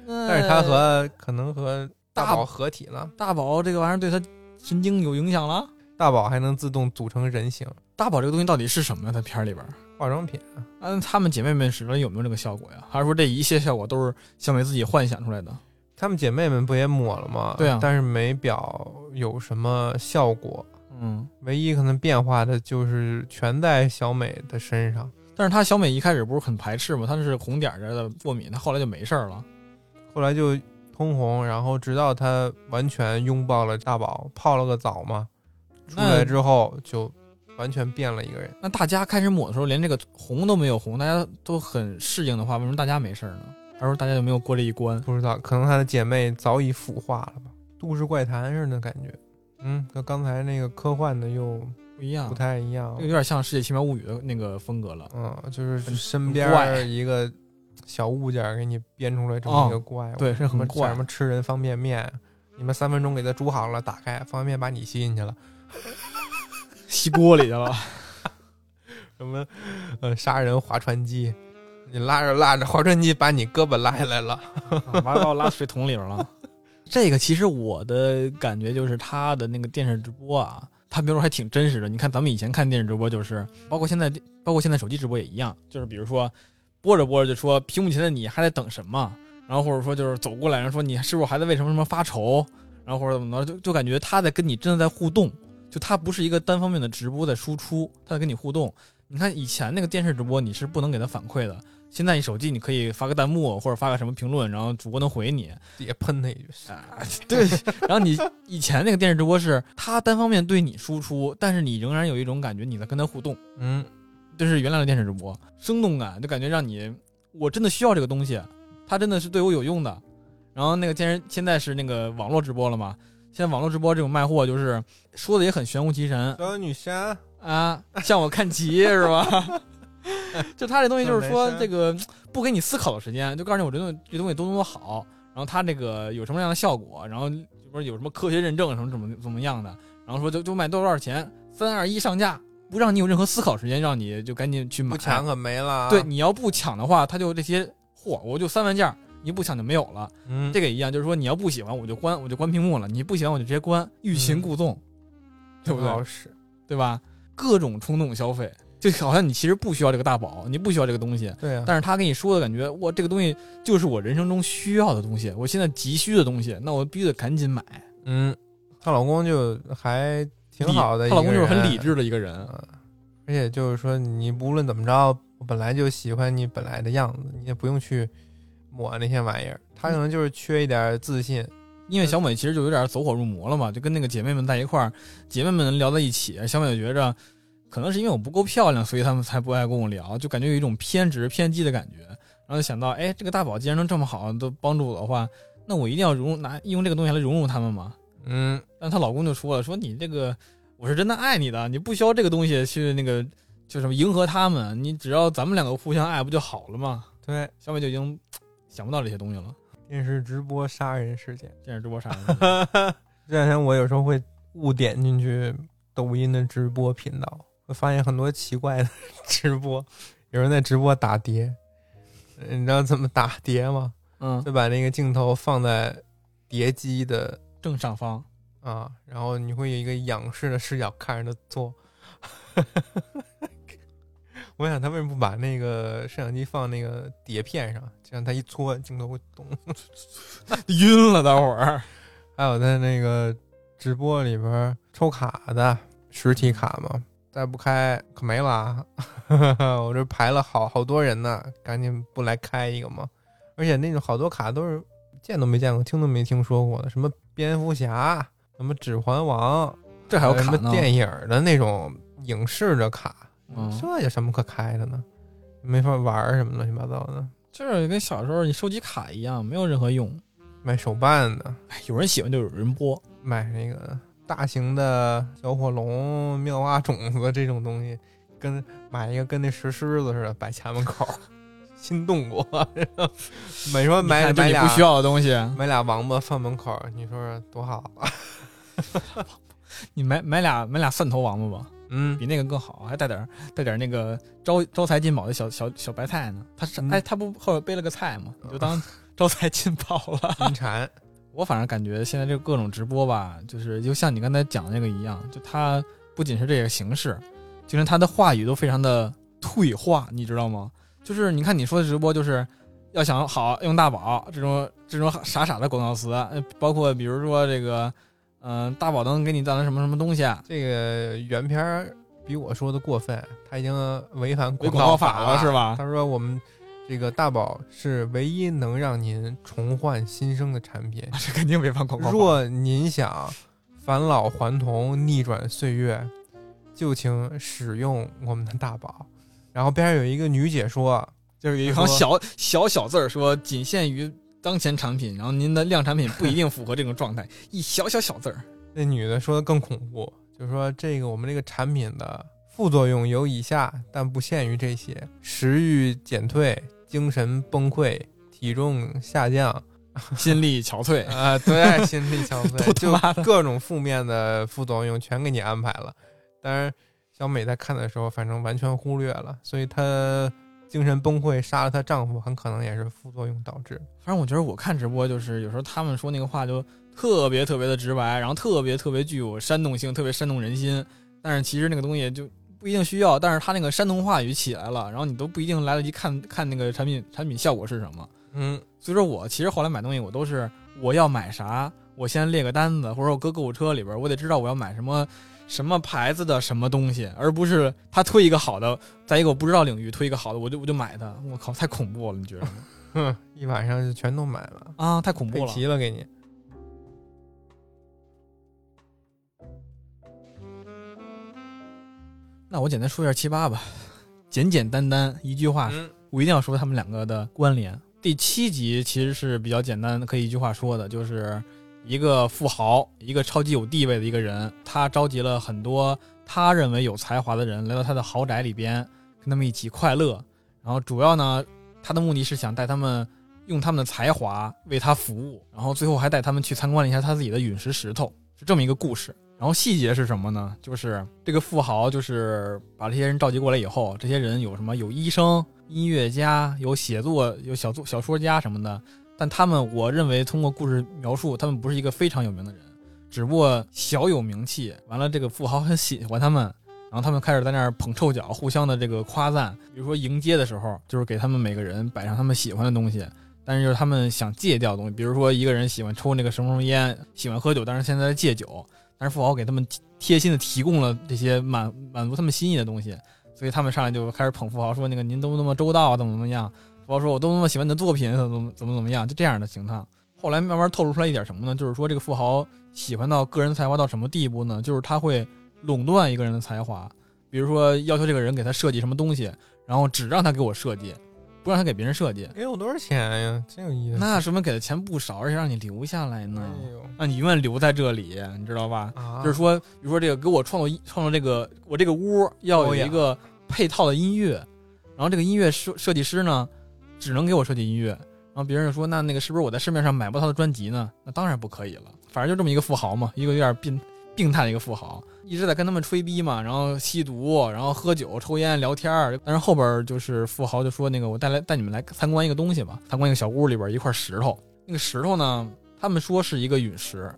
Speaker 3: 但
Speaker 1: 但是他和可能和大
Speaker 2: 大
Speaker 1: 宝合体了，
Speaker 2: 大宝这个玩意儿对他神经有影响了。
Speaker 1: 大宝还能自动组成人形
Speaker 2: 大宝这个东西到底是什么呀？在片儿里边儿，
Speaker 1: 化妆品。啊
Speaker 2: 按她啊们姐妹们使的有没有这个效果呀？还是说这一切效果都是小美自己幻想出来的？
Speaker 1: 她们姐妹们不也抹了吗？
Speaker 2: 对啊
Speaker 1: 但是没表有什么效果，
Speaker 2: 嗯，
Speaker 1: 唯一可能变化的就是全在小美的身上。
Speaker 2: 但是她小美一开始不是很排斥吗？她是红点儿的过敏，她后来就没事儿了。
Speaker 1: 后来就通红，然后直到她完全拥抱了大宝，泡了个澡嘛，出来
Speaker 2: 那
Speaker 1: 之后就完全变了一个人。
Speaker 2: 那大家开始抹的时候连这个红都没有红，大家都很适应的话，为什么大家没事儿呢？还是说大家就没有过这一关？
Speaker 1: 不知道，可能她的姐妹早已腐化了吧，都市怪谈似的感觉。嗯，和刚才那个科幻的又不
Speaker 2: 不一样
Speaker 1: 不，太一样
Speaker 2: 这个。有点像《世界奇妙物语》的那个风格了。
Speaker 1: 嗯，就是
Speaker 4: 很
Speaker 1: 身
Speaker 4: 很
Speaker 1: 边
Speaker 4: 怪
Speaker 1: 儿一个小物件儿给你编出来这么一个怪物，
Speaker 2: 对，是
Speaker 1: 什么
Speaker 2: 很
Speaker 1: 像
Speaker 2: 怪
Speaker 1: 什。么吃人方便面，你们三分钟给它煮好了，打开方便面把你吸进去了，
Speaker 2: 吸锅里去了，
Speaker 1: 什么呃杀人划船机，你拉着拉着划船机把你胳膊拉下来了，
Speaker 4: 完了把我拉水桶里边了。
Speaker 2: 这个其实我的感觉就是他的那个电视直播啊，他比如说还挺真实的。你看咱们以前看电视直播，就是包括现在，包括现在手机直播也一样，就是比如说播着播着就说屏幕前的你还在等什么，然后或者说就是走过来，然后说你是不是还在为什么什么发愁，然后或者怎么着，就就感觉他在跟你真的在互动，就他不是一个单方面的直播在输出，他在跟你互动。你看以前那个电视直播你是不能给他反馈的，现在你手机你可以发个弹幕或者发个什么评论，然后主播能回你。
Speaker 1: 也喷他一句，
Speaker 2: 啊， 对。然后你以前那个电视直播是他单方面对你输出，但是你仍然有一种感觉你在跟他互动，
Speaker 1: 嗯，
Speaker 2: 这是原来的电视直播生动感，就感觉让你我真的需要这个东西，它真的是对我有用的。然后那个电视现在是那个网络直播了嘛？现在网络直播这种卖货就是说的也很玄乎其神
Speaker 1: 小女侠，
Speaker 2: 啊，像我看棋是吧？ 就他这东西就是说
Speaker 1: 没事
Speaker 2: 这个不给你思考的时间，就告诉你我这东西这东西多么多好，然后它这个有什么样的效果，然后不是有什么科学认证什么怎么怎么样的，然后说就就卖多少钱，三二一上架，不让你有任何思考时间，让你就赶紧去买。
Speaker 1: 不抢可没了啊，
Speaker 2: 对，你要不抢的话，他就这些货我就三万件儿，你不抢就没有了。
Speaker 1: 嗯，
Speaker 2: 这个也一样，就是说你要不喜欢我就关我就关屏幕了，你不喜欢我就直接关，欲擒故纵，对不
Speaker 1: 嗯
Speaker 2: 对？
Speaker 1: 老实，
Speaker 2: 对吧？各种冲动消费，就好像你其实不需要这个大宝，你不需要这个东西，
Speaker 1: 对啊，
Speaker 2: 但是他跟你说的感觉，哇，这个东西就是我人生中需要的东西，我现在急需的东西，那我必须得赶紧买。
Speaker 1: 嗯，她老公就还挺好的一
Speaker 2: 理
Speaker 1: 个人，
Speaker 2: 她老公就是很理智的一个人，
Speaker 1: 嗯，而且就是说，你无论怎么着，我本来就喜欢你本来的样子，你也不用去抹那些玩意儿。他可能就是缺一点自信，
Speaker 2: 因为小美其实就有点走火入魔了嘛，就跟那个姐妹们在一块儿，姐妹们聊在一起，小美就觉着可能是因为我不够漂亮，所以她们才不爱跟我聊，就感觉有一种偏执偏激的感觉。然后就想到，哎，这个大宝既然能这么好，都帮助我的话，那我一定要融入拿用这个东西来融入他们嘛。
Speaker 1: 嗯，
Speaker 2: 但她老公就说了，说你这个我是真的爱你的，你不需要这个东西去那个就什么迎合他们，你只要咱们两个互相爱不就好了吗？
Speaker 1: 对，
Speaker 2: 小美就已经想不到这些东西了。
Speaker 1: 电视直播杀人事件。
Speaker 2: 电视直播啥
Speaker 1: 这两天我有时候会误点进去抖音的直播频道，会发现很多奇怪的 直播，有人在直播打碟，你知道怎么打碟吗？
Speaker 2: 嗯，
Speaker 1: 就把那个镜头放在碟机的
Speaker 2: 正上方，
Speaker 1: 啊，然后你会有一个仰视的视角看着他做。 我想他为什么不把那个摄像机放那个碟片上，这样他一搓镜头会动。
Speaker 2: 晕了，待会儿。
Speaker 1: 还有在那个直播里边儿抽卡的实体卡嘛，再不开可没了啊。 我这排了好好多人呢，赶紧不来开一个嘛。而且那种好多卡都是见都没见过，听都没听说过的，什么蝙蝠侠，什么指环王，
Speaker 2: 这还有
Speaker 1: 什
Speaker 2: 卡
Speaker 1: 么
Speaker 2: 呢？
Speaker 1: 哎电影儿的那种影视的卡，
Speaker 2: 嗯
Speaker 1: 这有什么可开的呢？没法玩儿什么乱七八糟的，
Speaker 2: 就是跟小时候你收集卡一样，没有任何用。
Speaker 1: 买手办的，
Speaker 2: 哎有人喜欢就有人播，
Speaker 1: 买那个大型的小火龙、妙蛙种子这种东西，跟买一个跟那石狮子似的摆家门口，心动过。 每说买
Speaker 2: 你看这
Speaker 1: 买
Speaker 2: 你
Speaker 1: 俩
Speaker 2: 不需要的东西，
Speaker 1: 买俩王八放门口，你说说多好啊？
Speaker 2: 你买买俩买俩蒜头王八吧，
Speaker 1: 嗯，
Speaker 2: 比那个更好，还带点儿带点儿那个招招财进宝的小小小白菜呢。他是
Speaker 1: 嗯
Speaker 2: 哎，他不后边背了个菜 吗？你就当招财进宝了。
Speaker 1: 金蝉，
Speaker 2: 我反正感觉现在这各种直播吧，就是就像你刚才讲的那个一样，就它不仅是这个形式，就连它的话语都非常的退化，你知道吗？就是你看你说的直播，就是要想好用大宝这种这种傻傻的广告词，呃包括比如说这个，嗯、大宝能给你带来什么什么东西，啊
Speaker 1: 这个原片儿比我说的过分，他已经违反
Speaker 2: 违
Speaker 1: 广
Speaker 2: 广告
Speaker 1: 法
Speaker 2: 法了是吧？
Speaker 1: 他说我们。这个大宝是唯一能让您重焕新生的产品，
Speaker 2: 这肯定违反广告法。
Speaker 1: 若您想返老还童、逆转岁月，就请使用我们的大宝。 然后边上有一个女解说，
Speaker 2: 就是有一行 小小小字儿说，仅限于当前产品，然后您的量产品不一定符合这种状态，一小小小字儿。
Speaker 1: 那女的说的更恐怖，就是说这个我们这个产品的副作用有以下，但不限于这些：食欲减退、精神崩溃、体重下降
Speaker 2: 心力 憔悴。
Speaker 1: 啊、对，心力憔
Speaker 2: 都
Speaker 1: 悴，
Speaker 2: 他妈
Speaker 1: 就各种负面的副作用全给你安排了。当然，小美在看的时候，反正完全忽略了，所以她精神崩溃，杀了她丈夫，很可能也是副作用导致。
Speaker 2: 反正我觉得我看直播就是有时候他们说那个话就特别特别的直白，然后特别特别具有煽动性，特别煽动人心。但是其实那个东西就不一定需要，但是他那个煽动话语起来了，然后你都不一定来得及看看那个产品产品效果是什么。
Speaker 1: 嗯，
Speaker 2: 所以说我其实后来买东西，我都是我要买啥，我先列个单子，或者我搁购物车里边，我得知道我要买什么什么牌子的什么东西，而不是他推一个好的，在一个我不知道领域推一个好的，我就我就买它。我靠，太恐怖了，你觉得吗？
Speaker 1: 哼，嗯一晚上就全都买 了，
Speaker 2: 啊，太恐怖
Speaker 1: 配
Speaker 2: 了。
Speaker 1: 齐了给你。
Speaker 2: 那我简单说一下七八吧，简简单单一句话，
Speaker 1: 嗯
Speaker 2: 我一定要说他们两个的关联。第七集其实是比较简单，可以一句话说的，就是一个富豪，一个超级有地位的一个人，他召集了很多他认为有才华的人来到他的豪宅里边，跟他们一起快乐。然后主要呢，他的目的是想带他们用他们的才华为他服务，然后最后还带他们去参观了一下他自己的陨石石头，是这么一个故事。然后细节是什么呢？就是这个富豪就是把这些人召集过来以后，这些人有什么？有医生、音乐家、有写作、有小作小说家什么的。但他们，我认为通过故事描述，他们不是一个非常有名的人，只不过小有名气。完了，这个富豪很喜欢他们，然后他们开始在那儿捧臭脚，互相的这个夸赞。比如说迎接的时候，就是给他们每个人摆上他们喜欢的东西，但是就是他们想戒掉的东西，比如说一个人喜欢抽那个什么什么烟，喜欢喝酒，但是现在在戒酒，但是富豪给他们贴贴心的提供了这些满满足他们心意的东西，所以他们上来就开始捧富豪，说那个您都那么周到啊，怎么怎么样？富豪说我都那么喜欢你的作品，怎么怎么怎么怎么样？就这样的情况。后来慢慢透露出来一点什么呢？就是说这个富豪喜欢到个人才华到什么地步呢？就是他会垄断一个人的才华，比如说要求这个人给他设计什么东西，然后只让他给我设计，不让他给别人设计。
Speaker 1: 给哎我多少钱呀？真有意思。
Speaker 2: 那说明给的钱不少，而且让你留下来呢，
Speaker 1: 哎呦
Speaker 2: 让你永远留在这里，你知道吧？
Speaker 1: 啊，
Speaker 2: 就是说，比如说这个给我创作一创作这个我这个屋要有一个配套的音乐，然后这个音乐设设计师呢，只能给我设计音乐，然后别人就说那那个是不是我在市面上买不到他的专辑呢？那当然不可以了，反正就这么一个富豪嘛，一个有点病病态的一个富豪，一直在跟他们吹逼嘛，然后吸毒，然后喝酒、抽烟、聊天儿。但是后边儿就是富豪就说那个我带来带你们来参观一个东西吧，参观一个小屋里边一块石头，那个石头呢，他们说是一个陨石，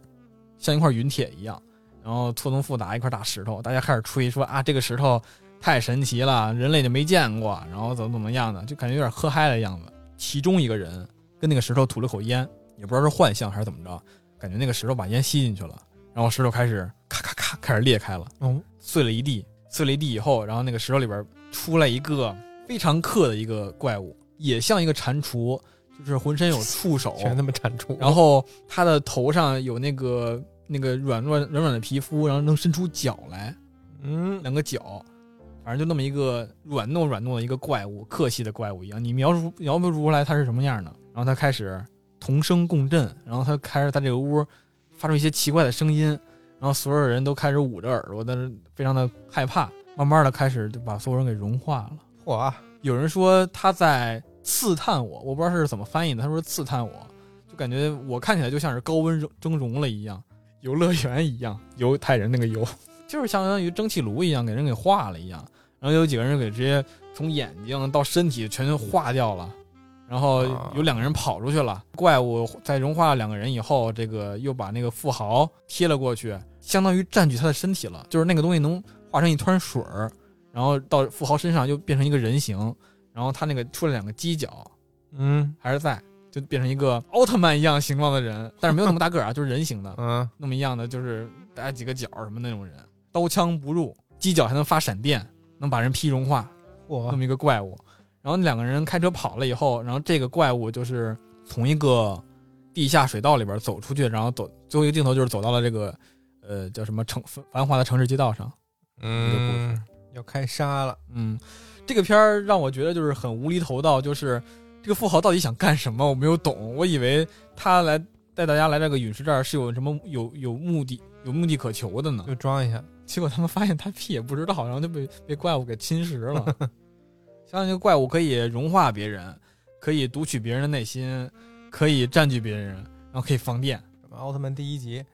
Speaker 2: 像一块陨铁一样。然后错综复杂一块大石头，大家开始吹说啊，这个石头太神奇了，人类就没见过，然后怎么怎么样的，就感觉有点喝嗨的样子。其中一个人跟那个石头吐了口烟，也不知道是幻象还是怎么着，感觉那个石头把烟吸进去了，然后石头开始咔咔咔开始裂开了，
Speaker 1: 哦，
Speaker 2: 碎了一地，碎了一地以后，然后那个石头里边出来一个非常克的一个怪物，也像一个蟾蜍，就是浑身有触手，
Speaker 1: 全他妈铲除。
Speaker 2: 然后他的头上有那个那个软软软软的皮肤，然后能伸出脚来，
Speaker 1: 嗯，
Speaker 2: 两个脚，反正就那么一个软糯软糯的一个怪物，克系的怪物一样。你描述描不出来它是什么样的。然后他开始同声共振，然后他开始在这个屋发出一些奇怪的声音，然后所有人都开始捂着耳朵，但是非常的害怕。慢慢的开始就把所有人给融化了。
Speaker 1: 嚯，
Speaker 2: 有人说他在刺探我，我不知道是怎么翻译的，他说刺探我，就感觉我看起来就像是高温蒸蒸融了一样，游乐园一样，犹太人那个犹，就是相当于蒸汽炉一样给人给化了一样，然后有几个人给直接从眼睛到身体全都化掉了。然后
Speaker 1: 啊
Speaker 2: 有两个人跑出去了，怪物在融化了两个人以后，这个又把那个富豪贴了过去，相当于占据他的身体了，就是那个东西能化成一团水儿，然后到富豪身上又变成一个人形，然后他那个出了两个犄角
Speaker 1: 嗯
Speaker 2: 还是在，就变成一个奥特曼一样形状的人，但是没有那么大个儿啊， 就是人形的，
Speaker 1: 嗯，
Speaker 2: 那么一样的就是带几个角儿什么那种人，刀枪不入，犄角还能发闪电，能把人劈融化，那
Speaker 1: 嚯，
Speaker 2: 么一个怪物。然后那两个人开车跑了以后，然后这个怪物就是从一个地下水道里边走出去，然后走最后一个镜头就是走到了这个呃叫什么城繁华的城市街道上。
Speaker 1: 嗯，要开杀了。
Speaker 2: 嗯，这个片儿让我觉得就是很无厘头到，就是这个富豪到底想干什么？我没有懂，我以为他来带大家来这个陨石这儿是有什么有有目的有目的可求的呢。
Speaker 1: 就装一下，
Speaker 2: 结果他们发现他屁也不知道，然后就被被怪物给侵蚀了。相当于怪物可以融化别人，可以读取别人的内心，可以占据别人，然后可以放电。
Speaker 1: 什么奥特曼第一集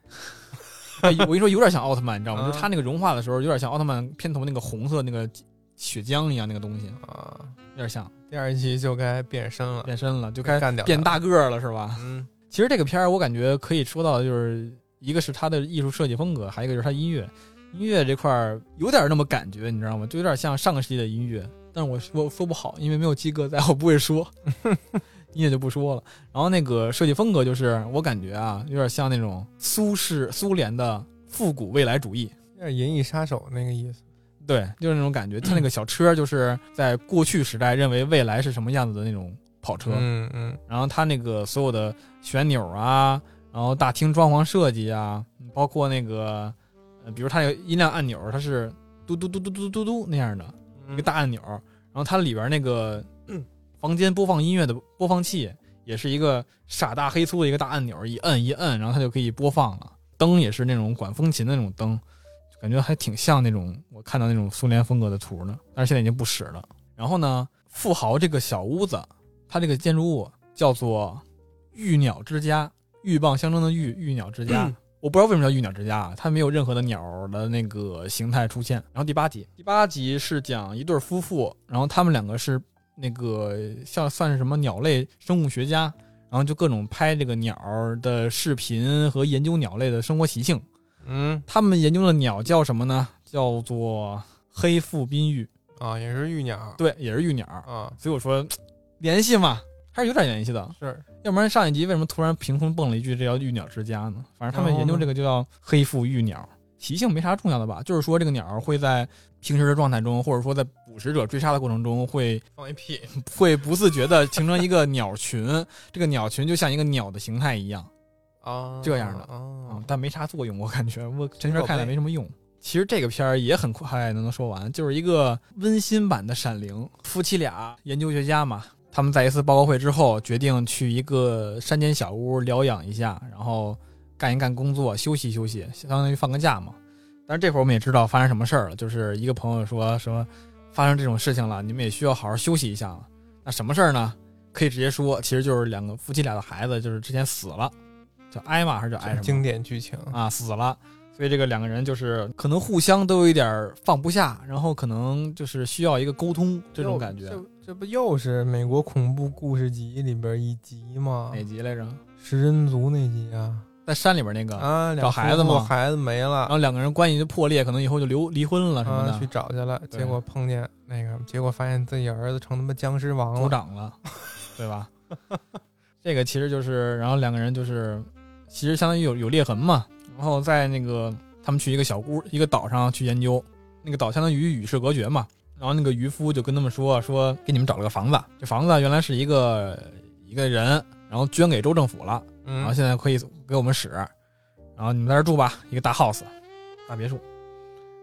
Speaker 2: 哎我跟你说，有点像奥特曼，你知道吗？
Speaker 1: 嗯
Speaker 2: 就他那个融化的时候，有点像奥特曼片头那个红色那个血浆一样那个东西，
Speaker 1: 啊，
Speaker 2: 有点像
Speaker 1: 第二集就该变身了，
Speaker 2: 变身了，就开始
Speaker 1: 干掉它
Speaker 2: 变，大个儿了，是吧？
Speaker 1: 嗯，
Speaker 2: 其实这个片儿我感觉可以说到，的就是一个是它的艺术设计风格，还有一个就是它音乐。音乐这块儿有点那么感觉，你知道吗？就有点像上个世纪的音乐，但是我我说不好，因为没有鸡哥在，我不会说，音乐就不说了。然后那个设计风格就是我感觉啊，有点像那种苏式苏联的复古未来主义。
Speaker 1: 有点银翼杀手那个意思，
Speaker 2: 对，就是那种感觉。它那个小车就是在过去时代认为未来是什么样子的那种跑车，
Speaker 1: 嗯嗯，
Speaker 2: 然后它那个所有的旋钮啊，然后大厅装潢设计啊，包括那个，呃比如它有音量按钮，它是嘟嘟嘟嘟嘟嘟嘟那样的
Speaker 1: 嗯
Speaker 2: 一个大按钮，然后它里边那个房间播放音乐的播放器也是一个傻大黑粗的一个大按钮，一摁一摁，然后它就可以播放了。灯也是那种管风琴的那种灯，感觉还挺像那种我看到那种苏联风格的图呢，但是现在已经不使了。然后呢，富豪这个小屋子，它这个建筑物叫做“鹬鸟之家”，鹬蚌相争的鹬，鹬鸟之家。我不知道为什么叫鹬鸟之家啊，它没有任何的鸟儿的那个形态出现。然后第八集，第八集是讲一对夫妇，然后他们两个是那个像算是什么鸟类生物学家，然后就各种拍这个鸟儿的视频和研究鸟类的生活习性。
Speaker 1: 嗯
Speaker 2: 他们研究的鸟叫什么呢？叫做黑腹滨鹬，
Speaker 1: 啊，也是玉鸟
Speaker 2: 对，也是鹬鸟。
Speaker 1: 啊，
Speaker 2: 所以我说联系嘛，还是有点联系的。
Speaker 1: 是
Speaker 2: 要不然上一集为什么突然凭空蹦了一句这叫鹬鸟之家呢？反正他
Speaker 1: 然
Speaker 2: 们
Speaker 1: 后
Speaker 2: 研究
Speaker 1: 呢
Speaker 2: 这个就叫黑腹鹬鸟，习性没啥重要的吧？就是说这个鸟会在平时的状态中，或者说在捕食者追杀的过程中，会
Speaker 1: 放一屁，
Speaker 2: 会不自觉的形成一个鸟群，这个鸟群就像一个鸟的形态一样。
Speaker 1: 啊，
Speaker 2: 这样的啊、
Speaker 1: 啊，
Speaker 2: 但没啥作用，我感觉我前
Speaker 1: 宝
Speaker 2: 面
Speaker 1: 贝
Speaker 2: 看了没什么用。其实这个片儿也很快能说完，就是一个温馨版的《闪灵》。夫妻俩研究学家嘛，他们在一次报告会之后，决定去一个山间小屋疗养一下，然后干一干工作，休息休息，相当于放个假嘛。但是这会儿我们也知道发生什么事儿了，就是一个朋友说说发生这种事情了，你们也需要好好休息一下了。那什么事儿呢？可以直接说，其实就是两个夫妻俩的孩子，就是之前死了，叫艾玛还是叫艾什么？
Speaker 1: 经典剧情，
Speaker 2: 啊死了，所以这个两个人就是可能互相都有一点儿放不下，然后可能就是需要一个沟通这种感觉。
Speaker 1: 这这不又是美国恐怖故事集里边一集吗？
Speaker 2: 哪集来着？
Speaker 1: 食人族那集啊
Speaker 2: 在山里边那个，
Speaker 1: 啊，
Speaker 2: 找孩子
Speaker 1: 嘛，
Speaker 2: 吗
Speaker 1: 孩子没
Speaker 2: 然
Speaker 1: 了
Speaker 2: 后两个人关系就破裂，可能以后就离离婚了什么
Speaker 1: 啊，去
Speaker 2: 的，
Speaker 1: 找去了，
Speaker 2: 对
Speaker 1: 结果碰见那个，结果发现自己儿子成他妈僵尸王
Speaker 2: 组
Speaker 1: 了，
Speaker 2: 长了，对吧？这个其实就是，然后两个人就是，其实相当于有有裂痕嘛。然后在那个他们去一个小屋，一个岛上去研究，那个岛相当于与世隔绝嘛。然后那个渔夫就跟他们说，说给你们找了个房子，这房子原来是一个一个人，然后捐给州政府了，然后
Speaker 1: 嗯
Speaker 2: 现在可以给我们使，然后你们在这儿住吧，一个大 house，大别墅。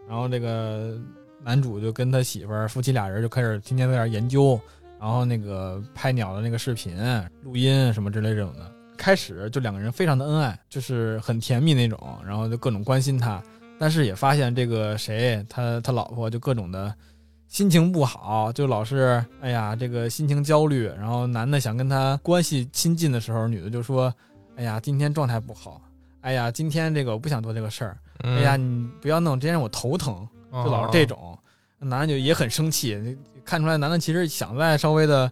Speaker 2: 然后这个男主就跟他媳妇儿夫妻俩人就开始天天在那儿研究，然后那个拍鸟的那个视频、录音什么之类这种的。开始就两个人非常的恩爱，就是很甜蜜那种，然后就各种关心他，但是也发现这个谁他他老婆就各种的心情不好，就老是哎呀这个心情焦虑，然后男的想跟他关系亲近的时候，女的就说哎呀今天状态不好，哎呀今天这个我不想做这个事儿，
Speaker 1: 嗯
Speaker 2: 哎呀，你不要弄，这让我头疼。
Speaker 1: 就
Speaker 2: 就老是这，种，男的就也很生气，看出来男的其实想再稍微的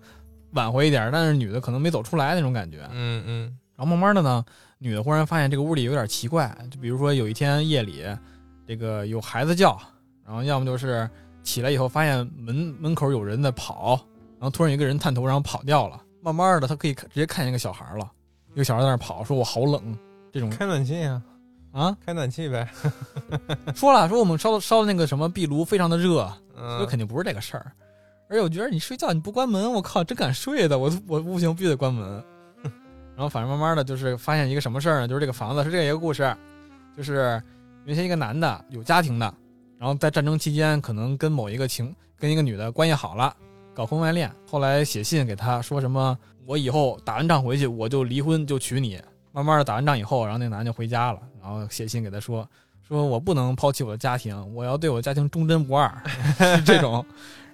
Speaker 2: 挽回一点，但是女的可能没走出来那种感觉。
Speaker 1: 嗯嗯
Speaker 2: 然后慢慢的呢，女的忽然发现这个屋里有点奇怪，就比如说有一天夜里，这个有孩子叫，然后要么就是起来以后发现门门口有人在跑，然后突然有一个人探头然后跑掉了，慢慢的她可以看直接看见一个小孩了，一个小孩在那儿跑，说我好冷这
Speaker 1: 嗯，
Speaker 2: 种
Speaker 1: 开暖气啊，
Speaker 2: 啊，
Speaker 1: 开暖气呗，
Speaker 2: 说了说我们烧的烧的那个什么壁炉非常的热，
Speaker 1: 嗯
Speaker 2: 所以肯定不是这个事儿。而且我觉得你睡觉你不关门，我靠，真敢睡的，我我不行，必须得关门。 然后反正慢慢的就是发现一个什么事儿呢？就是这个房子是这样一个故事，就是原先一个男的有家庭的，然后在战争期间可能跟某一个情跟一个女的关系好了，搞婚外恋，后来写信给他说什么我以后打完仗回去我就离婚就娶你。慢慢的打完仗以后，然后那男的就回家了，然后写信给他说说我不能抛弃我的家庭，我要对我家庭忠贞不二，是 这种，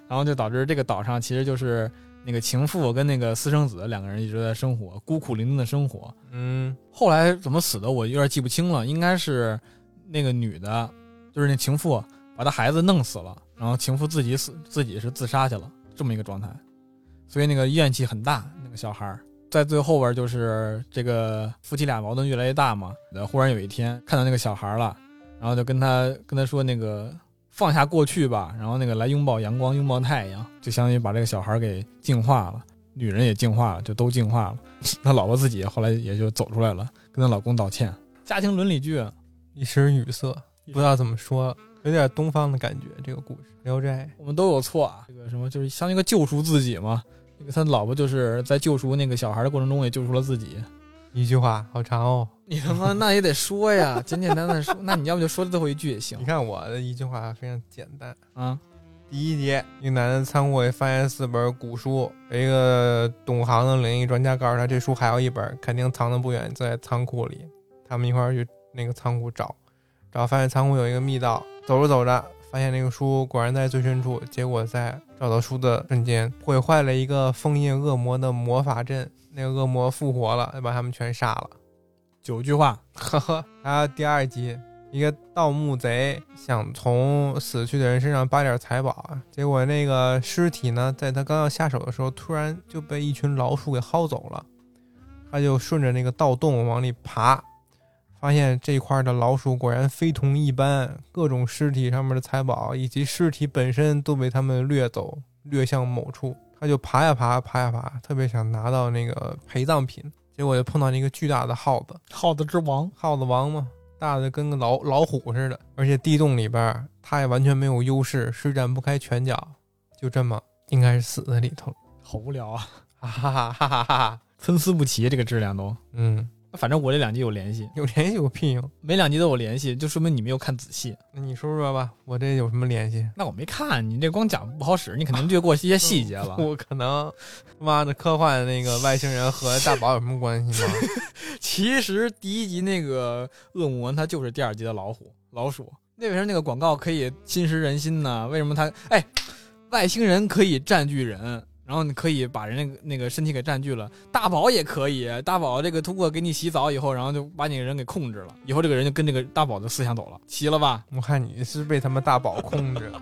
Speaker 2: 然后就导致这个岛上其实就是那个情妇跟那个私生子两个人一直在生活，孤苦伶仃的生活。
Speaker 1: 嗯
Speaker 2: 后来怎么死的，我有点记不清了，应该是那个女的，就是那情妇把她孩子弄死了，然后情妇自己死，自己是自杀去了，这么一个状态，所以那个怨气很大，那个小孩儿。在最后边儿就是这个夫妻俩矛盾越来越大嘛，呃忽然有一天看到那个小孩儿了，然后就跟他跟他说那个放下过去吧，然后那个来拥抱阳光，拥抱太阳，就相当于把这个小孩儿给净化了，女人也净化了，就都净化了。 他老婆自己后来也就走出来了，跟她老公道歉。家庭伦理剧，
Speaker 1: 一时语塞，不知道怎么说了，有点东方的感觉。这个故事《聊斋
Speaker 2: 我们都有错啊。这个什么就是相当于一个救赎自己嘛。那个他老婆就是在救赎那个小孩的过程中，也救赎了自己。》
Speaker 1: 一句话好长哦。
Speaker 2: 你他妈那也得说呀，简简单单说。那你要不就说最后一句也行
Speaker 1: 你看我的一句话非常简单。
Speaker 2: 啊。
Speaker 1: 第一节，一个男的参会发现四本古书，一个懂行的灵异专家告诉他，这书还有一本，肯定藏得不远，在仓库里。他们一块儿去那个仓库找，找发现仓库有一个密道，走着走着，发现那个书果然在最深处。结果在找到书的瞬间，毁坏了一个枫叶恶魔的魔法阵，那个恶魔复活了，把他们全杀了。
Speaker 2: 九句话，
Speaker 1: 呵呵，还有第二集，一个盗墓贼想从死去的人身上扒点财宝啊，结果那个尸体呢，在他刚要下手的时候，突然就被一群老鼠给薅走了。他就顺着那个盗洞往里爬，发现这块的老鼠果然非同一般，各种尸体上面的财宝以及尸体本身都被他们掠走，掠向某处。他就爬呀爬，爬呀爬，特别想拿到那个陪葬品，结果就碰到那个巨大的耗子。
Speaker 2: 耗子之王。
Speaker 1: 耗子王嘛，大的跟个老老虎似的，而且地洞里边儿他也完全没有优势，施展不开拳脚，就这么应该是死在里头了，
Speaker 2: 好无聊啊，
Speaker 1: 哈哈哈哈哈哈！
Speaker 2: 参差不齐，这个质量都。
Speaker 1: 嗯，
Speaker 2: 反正我这两集有联系，
Speaker 1: 有联系有屁用？
Speaker 2: 每两集都有联系，就说明你没有看仔细。
Speaker 1: 那你说说吧，我这有什么联系？
Speaker 2: 那我没看，你这光讲不好使，你肯定略过一些细节 了。
Speaker 1: 我可能，妈的，科幻那个外星人和大宝有什么关系吗？
Speaker 2: 其实第一集那个恶魔它就是第二集的老虎，老鼠。那为什么那个广告可以侵蚀人心呢？为什么它哎，外星人可以占据人，然后你可以把人那个那个身体给占据了，大宝也可以，大宝这个通过给你洗澡以后，然后就把你人给控制了，以后这个人就跟这个大宝的思想走了，齐了吧？
Speaker 1: 我看你是被他们大宝控制了，